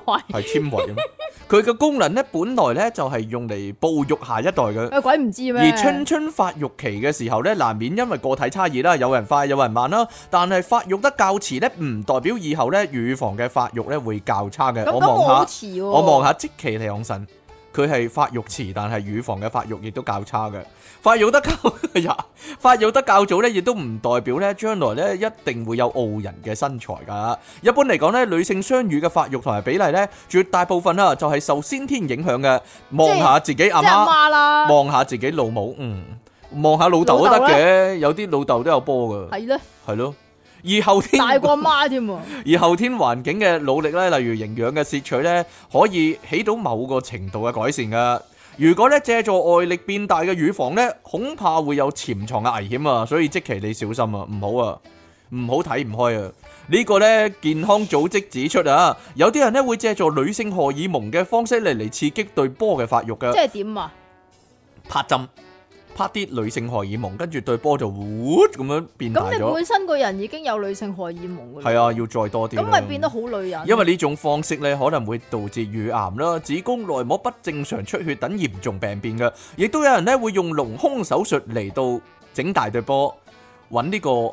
[SPEAKER 2] 維
[SPEAKER 1] 係纖維啊嘛。佢嘅功能咧，本來咧就係用嚟哺育下一代嘅。
[SPEAKER 2] 有鬼唔知咩？
[SPEAKER 1] 而青春發育期嘅時候咧，難免因為個體差異啦，有人快有人慢啦。但係發育得較遲咧，唔代表以後咧乳房嘅發育咧會較差嘅。
[SPEAKER 2] 咁
[SPEAKER 1] 我
[SPEAKER 2] 咁我好
[SPEAKER 1] 望下，
[SPEAKER 2] 遲喎，
[SPEAKER 1] 我望下即其利昂神，佢係發育遲，但係乳房嘅發育亦都較差嘅。發育得較 哎呀，發育得較早咧，亦都唔代表咧將來咧一定會有傲人嘅身材㗎。一般嚟講咧，女性雙乳嘅發育同埋比例咧，絕大部分啊就係受先天影響嘅。望下自己阿
[SPEAKER 2] 即係
[SPEAKER 1] 媽，
[SPEAKER 2] 阿媽啦，
[SPEAKER 1] 望下自己老母，嗯，望下老豆都得
[SPEAKER 2] 啊老豆
[SPEAKER 1] 嘅，有啲老豆都有波㗎，
[SPEAKER 2] 係咧，
[SPEAKER 1] 係咯。而後天
[SPEAKER 2] 大 過阿媽添喎，
[SPEAKER 1] 而後天環境嘅努力咧，例如營養嘅攝取咧，可以起到某個程度嘅改善噶。如果咧借助外力變大嘅乳房咧，恐怕會有潛藏嘅危險啊！所以即期你小心啊，唔好啊，唔好睇唔開啊！呢個咧健康組織指出啊，有啲人咧會借助女性荷爾蒙嘅方式嚟嚟刺激對波嘅發育噶
[SPEAKER 2] 即，係點啊？
[SPEAKER 1] 拍針拍啲女性荷爾蒙，跟住對波就呼咁樣變大
[SPEAKER 2] 咁你
[SPEAKER 1] 咗，
[SPEAKER 2] 本身個人已經有女性荷爾蒙㗎啦，
[SPEAKER 1] 係啊，要再多啲啦，
[SPEAKER 2] 咁咪變得好女人，
[SPEAKER 1] 因為呢種方式咧，可能會導致乳癌啦、子宮內膜不正常出血等嚴重病變嘅，亦都有人咧會用隆胸手術嚟到整大對波，揾呢個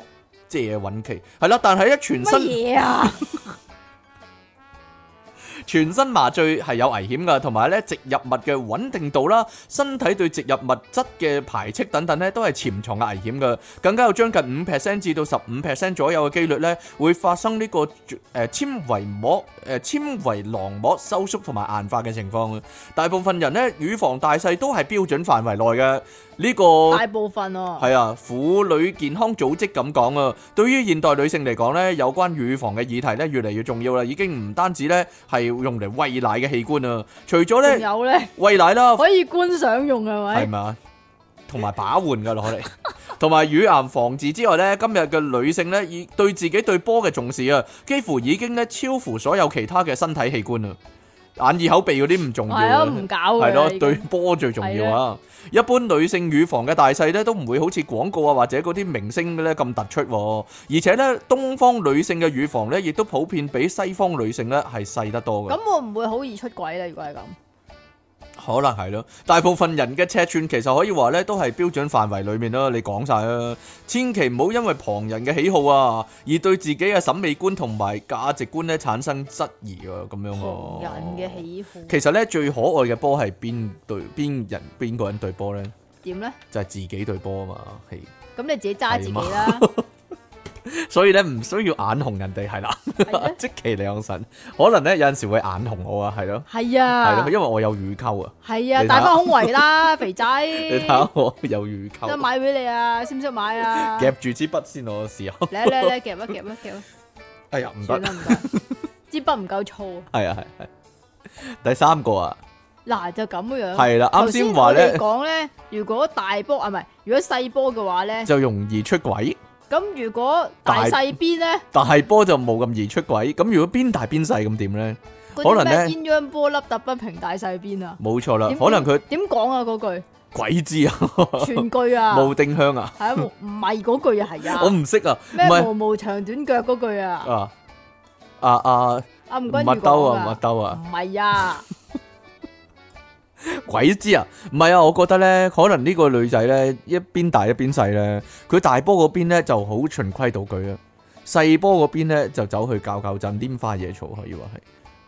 [SPEAKER 1] 借揾期係啦。但係咧，全
[SPEAKER 2] 乜
[SPEAKER 1] 身
[SPEAKER 2] 嘢啊？
[SPEAKER 1] 全身麻醉係有危險噶，同埋咧植入物嘅穩定度啦、身體對植入物質嘅排斥等等咧，都係潛藏嘅危險噶。更加有將近五 percent 至到十五 percent 左右嘅機率咧，會發生呢、個誒、呃、纖維膜誒、呃、纖維囊膜收縮同埋硬化嘅情況。大部分人咧乳房大細都係標準範圍內嘅呢個。
[SPEAKER 2] 大部分啊，
[SPEAKER 1] 係啊，婦女健康組織咁講啊，對於現代女性嚟講呢，有關乳房嘅議題呢，越嚟越重要啦，已經唔單止呢係用嚟餵奶嘅器官啊，除咗
[SPEAKER 2] 仲
[SPEAKER 1] 呢
[SPEAKER 2] 有咧
[SPEAKER 1] 餵奶啦，
[SPEAKER 2] 可以觀賞用係
[SPEAKER 1] 係
[SPEAKER 2] 咪？
[SPEAKER 1] 嘛，同埋把玩噶攞嚟， 同埋乳癌防治之外呢，今日嘅女性呢，以對自己對波嘅重視啊，幾乎已經呢超乎所有其他嘅身體器官啊。眼耳口鼻嗰啲唔重要
[SPEAKER 2] 係啊，
[SPEAKER 1] 嘅。
[SPEAKER 2] 唔搞
[SPEAKER 1] 系
[SPEAKER 2] 嘅啦
[SPEAKER 1] 咯，
[SPEAKER 2] 已經
[SPEAKER 1] 對波最重要啊！一般女性乳房嘅大細咧，都唔會好似廣告啊或者嗰啲明星嘅咧咁突出喎，而且咧東方女性嘅乳房咧，亦都普遍比西方女性咧係細得多嘅，
[SPEAKER 2] 咁我唔會好易出軌啦。如果係咁，
[SPEAKER 1] 可能係咯。大部分人嘅尺寸其實可以話咧都係標準範圍裡面啦，你講晒啦，千祈唔好因為旁人嘅喜好啊，而對自己嘅審美觀同埋價值觀咧產生質疑啊，咁樣啊。
[SPEAKER 2] 逢人嘅喜好
[SPEAKER 1] 其實咧最可愛嘅波係邊對邊人邊個人對波咧？
[SPEAKER 2] 點咧？
[SPEAKER 1] 就係自己對波啊嘛，係，
[SPEAKER 2] 咁你自己揸自己啦，
[SPEAKER 1] 所以咧唔需要眼紅人哋係啦，
[SPEAKER 2] 係咩
[SPEAKER 1] 即其兩神，可能咧有陣時會眼紅我啊，係咯，
[SPEAKER 2] 係
[SPEAKER 1] 係
[SPEAKER 2] 啊
[SPEAKER 1] 咯，，因為我有乳溝啊，
[SPEAKER 2] 係啊，
[SPEAKER 1] 你睇下
[SPEAKER 2] 大翻胸圍啦，肥仔，
[SPEAKER 1] 你睇下我有乳
[SPEAKER 2] 得
[SPEAKER 1] 溝，
[SPEAKER 2] 買俾你啊，識唔識買啊？
[SPEAKER 1] 夾住支筆先我試下，
[SPEAKER 2] 嚟嚟嚟，夾一夾一夾一，
[SPEAKER 1] 哎呀唔
[SPEAKER 2] 算
[SPEAKER 1] 得，
[SPEAKER 2] 啦唔得，支筆唔夠粗啊，
[SPEAKER 1] 係啊係係，第三個啊，
[SPEAKER 2] 嗱就咁樣。
[SPEAKER 1] 係啦，啱先話
[SPEAKER 2] 頭我哋
[SPEAKER 1] 咧
[SPEAKER 2] 講咧，如果大波啊唔係，如果細波嘅話咧，
[SPEAKER 1] 就容易出軌，
[SPEAKER 2] 咁如果大
[SPEAKER 1] 大
[SPEAKER 2] 細邊咧，
[SPEAKER 1] 大波就冇咁易出軌，咁如果邊大邊細咁點咧？
[SPEAKER 2] 嗰
[SPEAKER 1] 可
[SPEAKER 2] 啲
[SPEAKER 1] 能呢
[SPEAKER 2] 咩鴛鴦波粒凸不平大細邊啊？
[SPEAKER 1] 冇錯啦，
[SPEAKER 2] 點
[SPEAKER 1] 可能佢
[SPEAKER 2] 點講啊嗰句
[SPEAKER 1] 鬼知啊，
[SPEAKER 2] 全句 啊，
[SPEAKER 1] 冇定向啊，
[SPEAKER 2] 係啊冇唔係嗰句啊係
[SPEAKER 1] 我
[SPEAKER 2] 啊，
[SPEAKER 1] 唔識啊，唔
[SPEAKER 2] 咩毛
[SPEAKER 1] 係
[SPEAKER 2] 毛長短腳嗰句啊，
[SPEAKER 1] 啊啊啊
[SPEAKER 2] 阿吳君如
[SPEAKER 1] 麥兜
[SPEAKER 2] 講
[SPEAKER 1] 啊麥
[SPEAKER 2] 啊，
[SPEAKER 1] 兜啊。
[SPEAKER 2] 唔係啊，
[SPEAKER 1] 鬼知啊！唔係啊，我覺得咧，可能呢個女仔咧一邊大一邊細咧，佢大波嗰邊咧就好循規蹈矩啊，細波嗰邊咧就走去教教震拈花惹草，可以話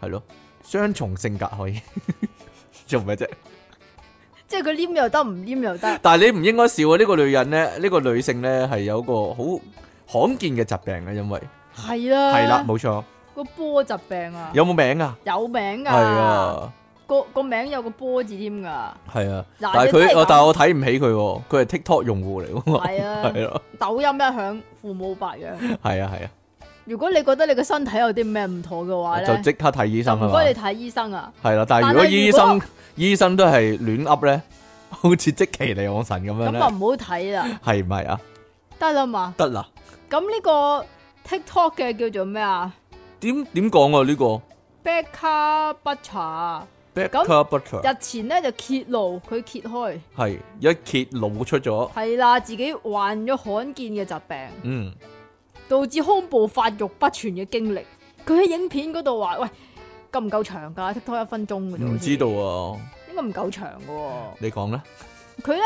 [SPEAKER 1] 係係咯，雙重性格可以 做咩啫？
[SPEAKER 2] 即係佢黏又得，唔黏又得，
[SPEAKER 1] 但係你唔應該笑啊！呢、個女人咧，呢、個女性咧係有個好罕見嘅疾病啊，因為
[SPEAKER 2] 係啊，
[SPEAKER 1] 係啦，冇錯，
[SPEAKER 2] 個波疾病啊，
[SPEAKER 1] 有冇名啊？
[SPEAKER 2] 有
[SPEAKER 1] 係
[SPEAKER 2] 名㗎，
[SPEAKER 1] 啊，
[SPEAKER 2] 個個名有個波字添㗎，
[SPEAKER 1] 係啊，但
[SPEAKER 2] 嗱
[SPEAKER 1] 係
[SPEAKER 2] 你真係
[SPEAKER 1] 佢我
[SPEAKER 2] 咁
[SPEAKER 1] 但係我睇唔起佢喎，佢係 TikTok 用戶嚟喎，
[SPEAKER 2] 係 啊。
[SPEAKER 1] 係咯，
[SPEAKER 2] 抖音一響，父母白養。
[SPEAKER 1] 係啊，係啊。
[SPEAKER 2] 如果你覺得你個身體有啲咩唔妥嘅話
[SPEAKER 1] 就
[SPEAKER 2] 咧，
[SPEAKER 1] 即刻睇醫
[SPEAKER 2] 就
[SPEAKER 1] 生啊
[SPEAKER 2] 唔
[SPEAKER 1] 嘛
[SPEAKER 2] 該，你睇醫生啊。
[SPEAKER 1] 係啦。但係
[SPEAKER 2] 但係
[SPEAKER 1] 如果醫生
[SPEAKER 2] 如
[SPEAKER 1] 醫生都係亂噏咧， 好似即其嚟往神咁樣
[SPEAKER 2] 咁啊
[SPEAKER 1] 咧，
[SPEAKER 2] 唔好睇啦，
[SPEAKER 1] 係咪啊？
[SPEAKER 2] 得啦嘛。
[SPEAKER 1] 得啦，
[SPEAKER 2] 咁呢個 TikTok 嘅叫做咩啊
[SPEAKER 1] 點點講啊？呢個
[SPEAKER 2] ？Becca Butcher
[SPEAKER 1] Becca Butcher
[SPEAKER 2] 日前咧就揭露佢揭開，
[SPEAKER 1] 係一揭露出咗，
[SPEAKER 2] 係啦，自己患咗罕見嘅疾病，
[SPEAKER 1] 嗯，
[SPEAKER 2] 導致胸部發育不全嘅經歷。佢喺影片嗰度話：喂，夠唔夠長㗎？TikTok 一分鐘嘅啫，好
[SPEAKER 1] 唔
[SPEAKER 2] 似
[SPEAKER 1] 知道，啊，
[SPEAKER 2] 應該唔夠長嘅喎。
[SPEAKER 1] 你講啦。
[SPEAKER 2] 佢咧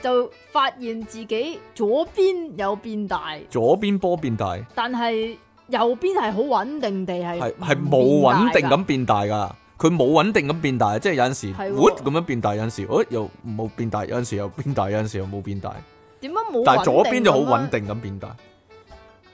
[SPEAKER 2] 就發現自己左邊有變大，
[SPEAKER 1] 左邊波變大，係
[SPEAKER 2] 但係右邊係好穩定地係
[SPEAKER 1] 係冇穩定
[SPEAKER 2] 唔
[SPEAKER 1] 咁變大㗎。佢冇穩定咁變大，即係有陣時
[SPEAKER 2] 係喎
[SPEAKER 1] 活咁樣變大，有陣時，誒又冇變大，有陣時又變大，有陣時又冇變大。
[SPEAKER 2] 變大㗎。點解冇？
[SPEAKER 1] 但係左邊就好穩。定咁變大，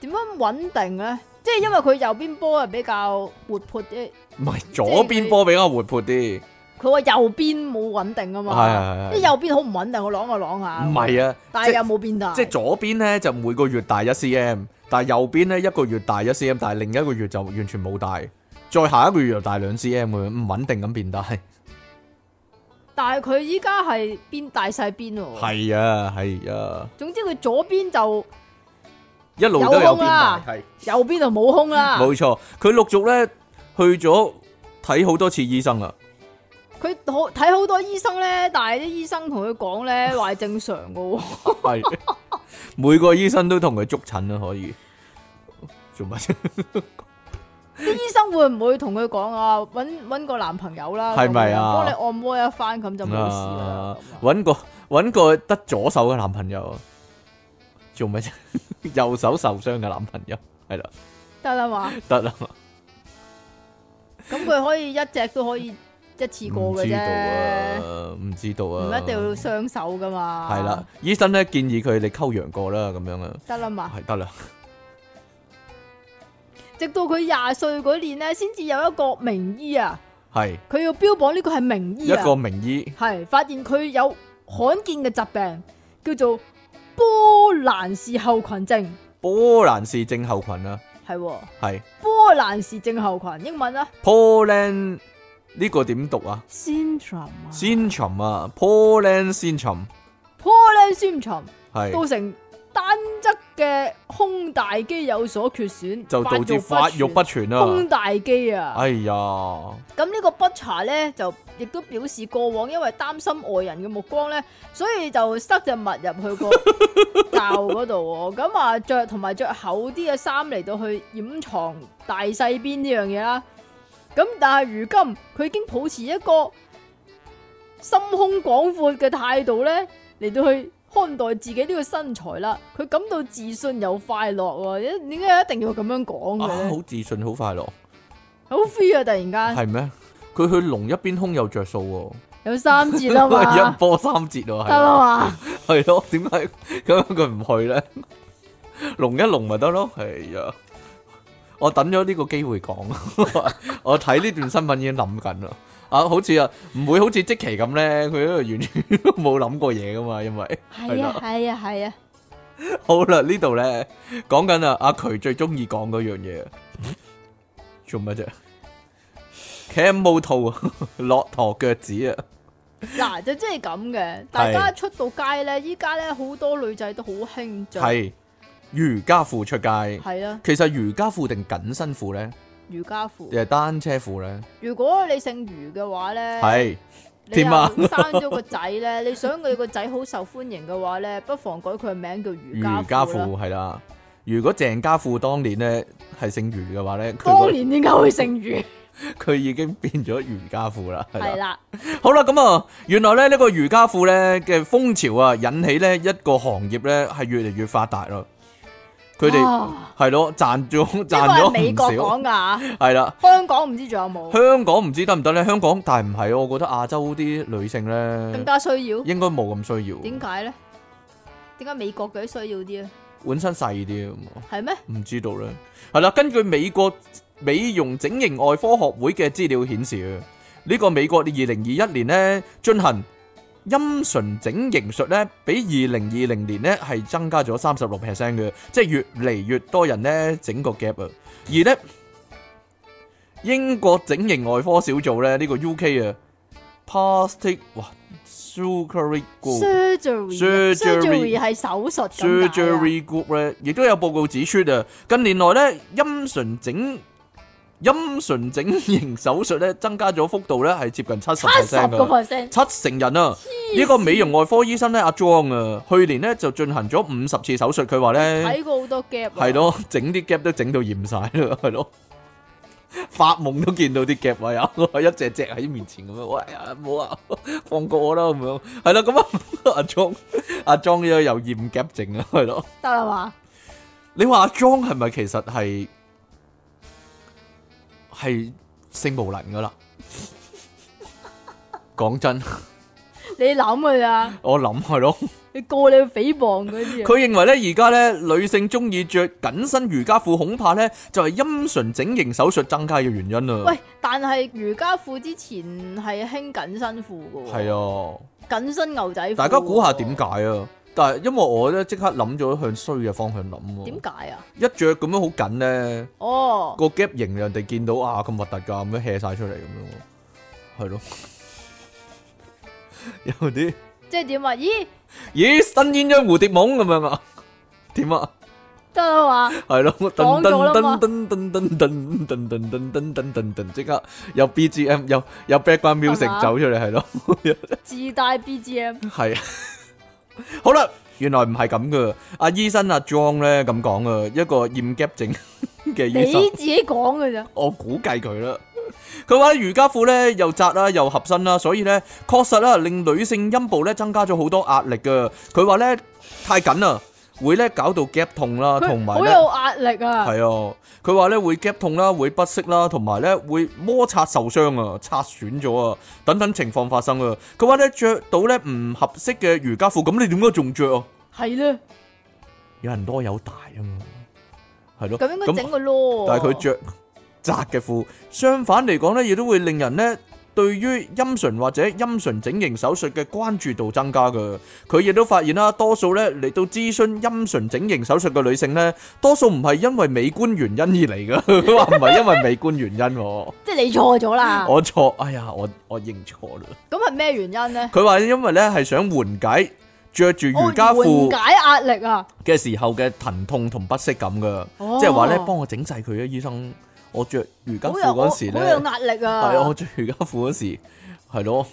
[SPEAKER 2] 點樣穩定咧？即係因為佢右邊波係比較活潑啲，
[SPEAKER 1] 唔係左邊波比較活潑啲。
[SPEAKER 2] 佢話右邊冇穩定啊嘛。
[SPEAKER 1] 係係係係
[SPEAKER 2] 即係右邊好唔穩定，我啷我啷下。
[SPEAKER 1] 唔係啊，
[SPEAKER 2] 但
[SPEAKER 1] 即
[SPEAKER 2] 係又冇變大。
[SPEAKER 1] 即係左邊咧就每個月大一 cm，但係右邊咧一個月大一 cm，但係另一個月就完全冇大，再下一個月又大兩 cm 咁樣，唔穩定咁變大。
[SPEAKER 2] 但係佢依家係邊大細邊喎。
[SPEAKER 1] 係啊，係啊，
[SPEAKER 2] 總之佢左邊就
[SPEAKER 1] 一路都有變
[SPEAKER 2] 有空
[SPEAKER 1] 大
[SPEAKER 2] 啦，
[SPEAKER 1] 係
[SPEAKER 2] 右邊就冇胸啦。
[SPEAKER 1] 冇錯。佢陸續咧去咗睇好多次醫 生啦，
[SPEAKER 2] 佢好睇好多醫生咧，但係啲醫生同佢 講咧話係正常嘅喎，
[SPEAKER 1] 係每個醫生都同佢捉診啦，可以做乜啫？
[SPEAKER 2] 啲醫生會唔會同佢講啊？揾揾個男朋友啦，
[SPEAKER 1] 係咪啊
[SPEAKER 2] 咁樣幫你按摩一番咁就冇事啦
[SPEAKER 1] 啊。揾個揾個得左手嘅男朋友做乜啫？ 右手受傷嘅男朋友係啦，
[SPEAKER 2] 得啦嘛，
[SPEAKER 1] 得啦。
[SPEAKER 2] 咁佢可以一隻都可以一次過
[SPEAKER 1] 唔
[SPEAKER 2] 嘅
[SPEAKER 1] 知道
[SPEAKER 2] 啫，
[SPEAKER 1] 啊，唔知道
[SPEAKER 2] 唔
[SPEAKER 1] 啊，
[SPEAKER 2] 一定要雙手噶嘛。
[SPEAKER 1] 係啦，。醫生咧建議佢哋溝楊過啦，咁樣啊，
[SPEAKER 2] 得啦嘛，
[SPEAKER 1] 係得啦，
[SPEAKER 2] 直到佢廿歲嗰年咧，先至有一個名醫啊，
[SPEAKER 1] 係
[SPEAKER 2] 佢要標榜呢個係名醫
[SPEAKER 1] 一
[SPEAKER 2] 啊，
[SPEAKER 1] 個名醫
[SPEAKER 2] 係發現佢有罕見嘅疾病，叫做波蘭氏後群症。
[SPEAKER 1] 波蘭氏症候群啊，
[SPEAKER 2] 系
[SPEAKER 1] 係
[SPEAKER 2] 波蘭氏症候群，英文啦
[SPEAKER 1] Poland 呢個點讀啊
[SPEAKER 2] syndrome 啊
[SPEAKER 1] Syndrome 啊，Poland Syndrome
[SPEAKER 2] p o l a n syndrome
[SPEAKER 1] 係
[SPEAKER 2] 造成單一嘅胸大肌有所缺損，
[SPEAKER 1] 就導致發育不啊全
[SPEAKER 2] 全胸
[SPEAKER 1] 啦。
[SPEAKER 2] 大肌啊。
[SPEAKER 1] 哎呀，
[SPEAKER 2] 咁呢個 Butcher 咧就亦都表示過往因為擔心外人嘅目光咧，所以就塞隻襪 入去個罩嗰度喎。咁啊，着同埋着厚啲嘅衫嚟到去掩藏大細邊呢樣嘢啦。咁但係如今佢已經抱持一個心胸廣闊嘅態度咧，嚟到去看待自己呢個身材啦。佢感到自信又快樂喎。點解一定要咁樣講
[SPEAKER 1] 啊
[SPEAKER 2] 嘅咧？
[SPEAKER 1] 好自信，好快樂，
[SPEAKER 2] 好 free 啊！突 然間
[SPEAKER 1] 係咩？佢去龍一邊胸有着數
[SPEAKER 2] 有三節
[SPEAKER 1] 喎，
[SPEAKER 2] 啦嘛
[SPEAKER 1] 一。波三折喎，係
[SPEAKER 2] 得啦
[SPEAKER 1] 啊
[SPEAKER 2] 嘛，
[SPEAKER 1] 係咯？點解 咁樣佢唔去咧？龍一龍咪得咯，係啊！我等咗呢個機會講， 我睇呢段新聞已經諗緊啦。啊，好似啊，唔會好似即期咁咧，佢喺度完全都冇諗過嘢噶嘛，因為。
[SPEAKER 2] 係啊係啊係啊，
[SPEAKER 1] 好啦，呢度咧講緊啊，阿渠最中意講嗰樣嘢，做乜啫？camo 套啊， 骆驼腳趾啊，
[SPEAKER 2] 嗱就即係咁嘅，大家出到街咧，依家咧好多女仔都好興着，
[SPEAKER 1] 係瑜伽褲出街。
[SPEAKER 2] 係啦，
[SPEAKER 1] 其實瑜伽褲定緊身褲咧，
[SPEAKER 2] 瑜伽褲。
[SPEAKER 1] 定係單車褲咧？
[SPEAKER 2] 如果你姓余嘅話咧，
[SPEAKER 1] 係
[SPEAKER 2] 你又
[SPEAKER 1] 點啊
[SPEAKER 2] 生咗個仔咧， 你想佢個仔好受歡迎嘅話咧，不妨改佢嘅名叫瑜
[SPEAKER 1] 瑜
[SPEAKER 2] 伽
[SPEAKER 1] 伽
[SPEAKER 2] 褲啦。
[SPEAKER 1] 褲係啦。如果鄭家富當年咧係姓余嘅話咧，
[SPEAKER 2] 當
[SPEAKER 1] 佢
[SPEAKER 2] 年點解會姓余？
[SPEAKER 1] 個 佢已經變咗瑜伽褲啦，係啦
[SPEAKER 2] 係。啦，
[SPEAKER 1] 好啦，咁啊，原來咧呢個瑜伽褲咧嘅風潮啊，引起咧一個行業咧係越嚟越發達咯。佢哋
[SPEAKER 2] 啊
[SPEAKER 1] 係咯賺咗
[SPEAKER 2] 呢
[SPEAKER 1] 賺
[SPEAKER 2] 個係
[SPEAKER 1] 咗
[SPEAKER 2] 美
[SPEAKER 1] 唔
[SPEAKER 2] 國
[SPEAKER 1] 少，
[SPEAKER 2] 講㗎，
[SPEAKER 1] 係啦。
[SPEAKER 2] 香港唔知仲 有冇，
[SPEAKER 1] 香港唔知得唔得咧？香港但係唔係，我覺得亞洲啲女性
[SPEAKER 2] 更
[SPEAKER 1] 咧
[SPEAKER 2] 加需要。
[SPEAKER 1] 應該冇咁需要，
[SPEAKER 2] 點解咧？點解美國嗰啲需要啲啊？
[SPEAKER 1] 本身細啲咁啊
[SPEAKER 2] 係咩？
[SPEAKER 1] 唔知道咧。係啦，根據美國美容整形外科學會嘅資料顯示，呢個美國二零二一年呢進行陰唇整形術呢，比二零二零年呢係增加咗三十六 percent 嘅，即係越嚟越多人呢整個 gap 啊。而呢英國整形外科小組呢，呢個 UK 啊，plastic 哇 surgery group。
[SPEAKER 2] surgery 啊
[SPEAKER 1] surgery
[SPEAKER 2] surgery 係手術咁解啊
[SPEAKER 1] Surgery Group 咧，亦都有報告指出啊，近年來咧陰唇整陰唇整形手術咧增加咗幅度咧係接近七十
[SPEAKER 2] 七十
[SPEAKER 1] percent
[SPEAKER 2] 個
[SPEAKER 1] 噶，
[SPEAKER 2] percent，
[SPEAKER 1] 七成人啊！呢個美容外科醫生咧阿莊啊，去年咧就進行咗五十次手術，佢話咧
[SPEAKER 2] 睇過好多 gap，啊
[SPEAKER 1] 嗯係，咯，整啲 gap 都整到厭晒啦，係咯。 發夢都見到啲夾位啊，有 一隻隻喺面前咁樣，喂啊冇啊，放過我啦咁樣，係啦咁啊， 阿莊阿莊呢有厭夾症啊，係咯。
[SPEAKER 2] 得啦嘛，
[SPEAKER 1] 你話阿莊係咪其實係係性無能噶啦？ 講真，
[SPEAKER 2] 你諗佢啊，
[SPEAKER 1] 我諗係咯。
[SPEAKER 2] 你告你誹謗嗰啲啊，
[SPEAKER 1] 佢認為咧，而家咧女性中意着緊身瑜伽褲，恐怕咧就係陰唇整形手術增加嘅原因啊啦。
[SPEAKER 2] 喂，但係瑜伽褲之前係興緊身褲噶，
[SPEAKER 1] 係，啊，
[SPEAKER 2] 緊身牛仔褲，
[SPEAKER 1] 大家估下點？解啊？但係因為我咧即刻諗咗向衰嘅方向諗
[SPEAKER 2] 點
[SPEAKER 1] 喎，
[SPEAKER 2] 解啊？
[SPEAKER 1] 一着咁樣好緊咧，
[SPEAKER 2] 哦，
[SPEAKER 1] 個 gap 型人哋見到啊咁核突㗎，咁樣 hea 晒出嚟咁樣喎，係咯， 有啲。
[SPEAKER 2] 即係點啊？咦，
[SPEAKER 1] 咦，新鴛鴦蝴蝶夢咁樣啊？點啊？
[SPEAKER 2] 得啦嘛，
[SPEAKER 1] 係咯，噔
[SPEAKER 2] 講咗啦嘛
[SPEAKER 1] 噔噔噔噔噔噔噔噔噔噔噔噔噔，即刻有 BGM，有有 background
[SPEAKER 2] 係
[SPEAKER 1] music
[SPEAKER 2] 嘛
[SPEAKER 1] 走出嚟，係咯，
[SPEAKER 2] 自帶 BGM，
[SPEAKER 1] 係。好啦，原來唔係咁噶。阿醫生阿 John 咧咁講啊，一個厭 gap 症嘅醫
[SPEAKER 2] 你
[SPEAKER 1] 生。
[SPEAKER 2] 自己講噶咋？
[SPEAKER 1] 我估計佢啦。佢話瑜伽褲咧又窄啦，又合身啦，所以咧確實啦，令女性陰部咧增加咗好多壓力噶。佢話咧太緊啦，會咧搞到 gap 痛啦，同
[SPEAKER 2] 佢
[SPEAKER 1] 埋
[SPEAKER 2] 好
[SPEAKER 1] 咧
[SPEAKER 2] 有壓力啊，
[SPEAKER 1] 係啊，佢話咧會 gap 痛啦，會不適啦，同埋咧會摩擦受傷啊、擦損咗啊等等情況發生啊。佢話咧着到咧唔合適嘅瑜伽褲，咁你點解仲着啊？
[SPEAKER 2] 係咧，
[SPEAKER 1] 有人多有大啊嘛，係咯。
[SPEAKER 2] 咁應該整個囉。
[SPEAKER 1] 但係佢着窄嘅褲，相反嚟講咧，亦都會令人咧對於陰唇或者陰唇整形手術嘅關注度增加嘅。佢亦都發現啦，多數咧嚟到諮詢陰唇整形手術嘅女性咧，多數唔係因為美觀原因而嚟嘅。佢 話唔係因為美觀原因喎，我
[SPEAKER 2] 即係你錯咗啦，
[SPEAKER 1] 錯，哎呀，我我認錯啦。
[SPEAKER 2] 咁係咩原因咧？
[SPEAKER 1] 佢話因為咧係想緩解着住瑜伽褲
[SPEAKER 2] 緩解壓力啊！
[SPEAKER 1] 嘅時候嘅疼痛同不適感噶，
[SPEAKER 2] 哦
[SPEAKER 1] 即係話咧幫我整晒佢啊，醫生，我着瑜伽褲
[SPEAKER 2] 好有
[SPEAKER 1] 嗰時
[SPEAKER 2] 好
[SPEAKER 1] 咧，
[SPEAKER 2] 有壓力啊！
[SPEAKER 1] 係我着瑜伽褲嗰時係咯，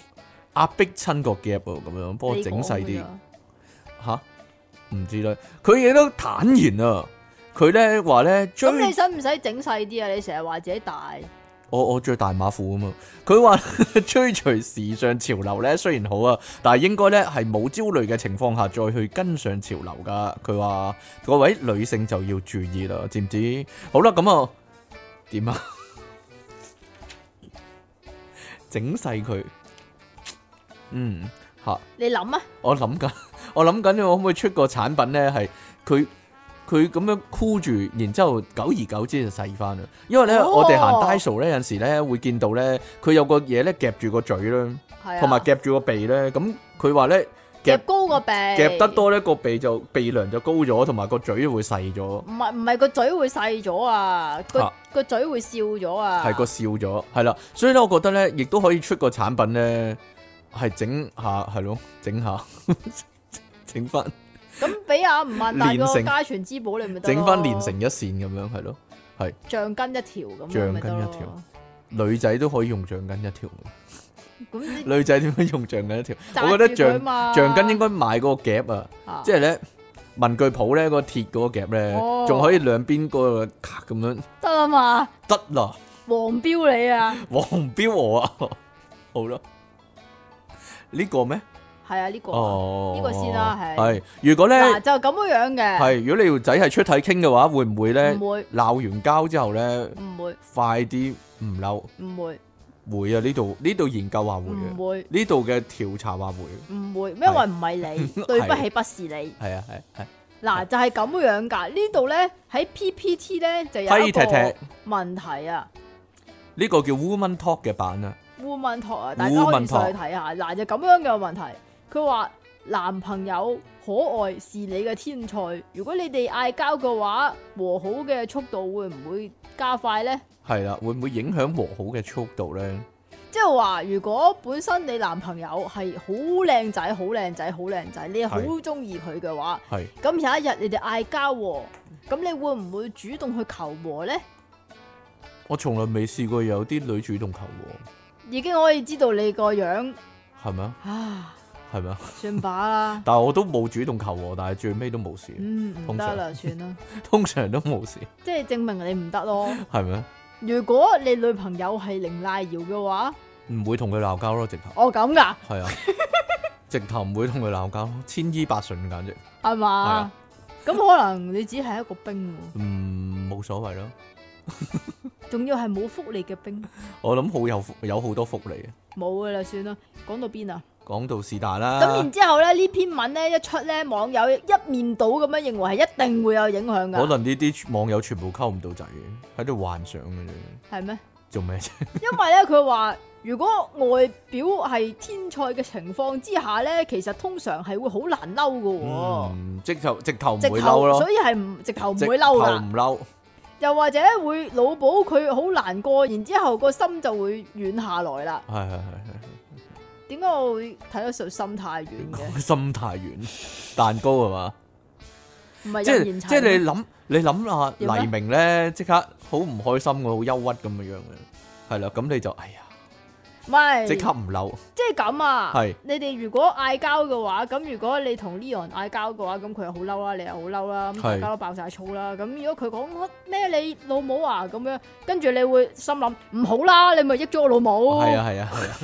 [SPEAKER 1] 壓迫親個 gap 啊，咁樣幫我整細
[SPEAKER 2] 啊
[SPEAKER 1] 啲。吓，唔知啦。佢亦都坦言啊，佢咧話咧追
[SPEAKER 2] 咁你使唔使整細啲啊？你成日話自己大，
[SPEAKER 1] 我我着大馬褲啊嘛。佢話 追隨時尚潮流咧，雖然好啊，但係應該咧係冇焦慮嘅情況下再去跟上潮流噶。佢話各位女性就要注意啦，知唔知？好啦，咁啊點啊？ 整細佢，嗯吓。
[SPEAKER 2] 你諗啊？
[SPEAKER 1] 我諗緊， 我諗緊，我可唔可以出個產品咧？係佢佢咁樣箍住，然之後久而久之就細翻啦。因為咧，
[SPEAKER 2] 哦
[SPEAKER 1] 我哋行 d i s o 咧，有陣時咧會見到咧，佢有個嘢咧夾住個嘴啦，
[SPEAKER 2] 係啊，
[SPEAKER 1] 同埋夾住個鼻咧。咁佢話咧夾
[SPEAKER 2] 夾高個鼻，
[SPEAKER 1] 夾得，多咧，個鼻就鼻梁就高咗，同埋個嘴會細咗，
[SPEAKER 2] 唔係唔係個嘴會細咗啊，個
[SPEAKER 1] 啊
[SPEAKER 2] 個嘴會笑咗啊，
[SPEAKER 1] 係個笑咗，係啦。所以咧，我覺得咧，亦都可以出個產品咧，係整下係咯，整下 整翻。
[SPEAKER 2] 咁俾阿吳孟達
[SPEAKER 1] 連
[SPEAKER 2] 個
[SPEAKER 1] 成
[SPEAKER 2] 家傳之寶你咪得咯
[SPEAKER 1] 整翻連成一線咁樣係咯，
[SPEAKER 2] 橡筋一條咁，
[SPEAKER 1] 橡
[SPEAKER 2] 咪
[SPEAKER 1] 筋
[SPEAKER 2] 得
[SPEAKER 1] 一
[SPEAKER 2] 咯
[SPEAKER 1] 條。女仔都可以用橡筋一條，
[SPEAKER 2] 咁
[SPEAKER 1] 女仔點樣用橡筋一條？
[SPEAKER 2] 紮
[SPEAKER 1] 我覺得
[SPEAKER 2] 住佢
[SPEAKER 1] 橡
[SPEAKER 2] 嘛
[SPEAKER 1] 橡筋應該買嗰個夾啊，
[SPEAKER 2] 啊
[SPEAKER 1] 即係咧文具鋪咧個鐵嗰個夾咧
[SPEAKER 2] 哦，
[SPEAKER 1] 仲可以兩邊個卡咁樣
[SPEAKER 2] 得啦嘛，
[SPEAKER 1] 得啦，
[SPEAKER 2] 黃標你啊，
[SPEAKER 1] 黃標我啊， 好啦，呢個咩？
[SPEAKER 2] 係啊呢個啊，
[SPEAKER 1] 哦，
[SPEAKER 2] 呢個先啦係
[SPEAKER 1] 係如果咧
[SPEAKER 2] 嗱就咁樣樣嘅，
[SPEAKER 1] 係如果你條仔係出體傾嘅話，會唔會咧
[SPEAKER 2] 唔會
[SPEAKER 1] 鬧完交之後咧
[SPEAKER 2] 唔會
[SPEAKER 1] 快啲唔嬲？
[SPEAKER 2] 唔會
[SPEAKER 1] 會啊！呢度呢度研究話會啊
[SPEAKER 2] 唔。會
[SPEAKER 1] 呢度嘅調查話會，啊
[SPEAKER 2] 唔會，因為唔係你，對不起不是你。
[SPEAKER 1] 係啊係係，
[SPEAKER 2] 嗱就係咁樣㗎，呢度咧喺 PPT 咧就有
[SPEAKER 1] 批
[SPEAKER 2] 一
[SPEAKER 1] 踢
[SPEAKER 2] 個
[SPEAKER 1] 踢
[SPEAKER 2] 問題啊。
[SPEAKER 1] 呢個叫 Woman Talk 嘅版啊，
[SPEAKER 2] 烏問托啊，大家可以上去睇下。嗱就咁樣嘅問題，佢話男朋友可愛是你嘅天才，如果你哋嗌交嘅話，和好嘅速度會唔會加快呢？
[SPEAKER 1] 係啦，會唔會影響和好嘅速度咧？
[SPEAKER 2] 即係話，如果本身你男朋友係好靚仔、好靚仔、好靚仔，你好中意佢嘅話，
[SPEAKER 1] 係
[SPEAKER 2] 咁有一日你哋嗌交喎，咁你會唔會主動去求和呢？
[SPEAKER 1] 我從來未試過有啲女主動求和，
[SPEAKER 2] 已經可以知道你個樣
[SPEAKER 1] 係咪啊？
[SPEAKER 2] 啊，
[SPEAKER 1] 係 咪啊？，
[SPEAKER 2] 算把啦
[SPEAKER 1] 但係我都冇主動求和，但係最尾都冇事，
[SPEAKER 2] 嗯，唔
[SPEAKER 1] 通
[SPEAKER 2] 得
[SPEAKER 1] 常
[SPEAKER 2] 啦，算啦。
[SPEAKER 1] 通常都冇事，
[SPEAKER 2] 即係證明你唔得咯。
[SPEAKER 1] 係咪啊？
[SPEAKER 2] 如果你女朋友係凌賴瑤嘅話，
[SPEAKER 1] 唔會同佢鬧交咯，直頭
[SPEAKER 2] 我咁噶
[SPEAKER 1] 係 啊，直頭唔會同佢鬧交，千依百順簡直，
[SPEAKER 2] 係
[SPEAKER 1] 係
[SPEAKER 2] 嘛
[SPEAKER 1] 啊？
[SPEAKER 2] 咁可能你只係一個兵喎，
[SPEAKER 1] 嗯，冇所謂咯。
[SPEAKER 2] 仲要係冇福利嘅兵，
[SPEAKER 1] 我諗好有福有好多福利啊，
[SPEAKER 2] 冇噶啦，算啦。講到邊啊？
[SPEAKER 1] 講到是但啦。
[SPEAKER 2] 咁然之後咧，呢篇文咧一出咧，網友一面倒咁樣認為係一定會有影響
[SPEAKER 1] 可
[SPEAKER 2] 噶，
[SPEAKER 1] 能呢啲網友全部溝唔到仔嘅，喺度幻想嘅啫，
[SPEAKER 2] 係咩？
[SPEAKER 1] 做咩啫？
[SPEAKER 2] 因為咧佢話，如果外表係天才嘅情況之下咧，其實通常係會好難嬲噶喎，
[SPEAKER 1] 嗯，直頭直頭唔
[SPEAKER 2] 直
[SPEAKER 1] 會嬲
[SPEAKER 2] 頭所
[SPEAKER 1] 咯，
[SPEAKER 2] 以係唔直頭唔
[SPEAKER 1] 直
[SPEAKER 2] 會嬲噶
[SPEAKER 1] 頭。唔嬲，
[SPEAKER 2] 又或者會老保佢好難過，然之後個心就會軟下來啦。
[SPEAKER 1] 係係係
[SPEAKER 2] 點解我會睇得上心太軟嘅？
[SPEAKER 1] 係，心太軟，蛋糕係嘛？
[SPEAKER 2] 唔係
[SPEAKER 1] 即
[SPEAKER 2] 有
[SPEAKER 1] 係
[SPEAKER 2] 言
[SPEAKER 1] 即係你諗你諗
[SPEAKER 2] 點
[SPEAKER 1] 下
[SPEAKER 2] 咧
[SPEAKER 1] 黎明咧，即刻好唔開心嘅，好憂鬱咁嘅樣嘅，係啦，咁你就哎呀，
[SPEAKER 2] 唔係
[SPEAKER 1] 即刻唔嬲，
[SPEAKER 2] 即係咁啊
[SPEAKER 1] 係！
[SPEAKER 2] 你哋如果嗌交嘅話，咁如果你同 Leon 嗌交嘅話，咁佢又好嬲啦，你又好嬲啦，咁
[SPEAKER 1] 係
[SPEAKER 2] 大家都爆晒粗啦。咁如果佢講我咩你老母啊咁樣，跟住你會心諗唔好啦，你咪益咗我老母。
[SPEAKER 1] 係啊係 啊係啊，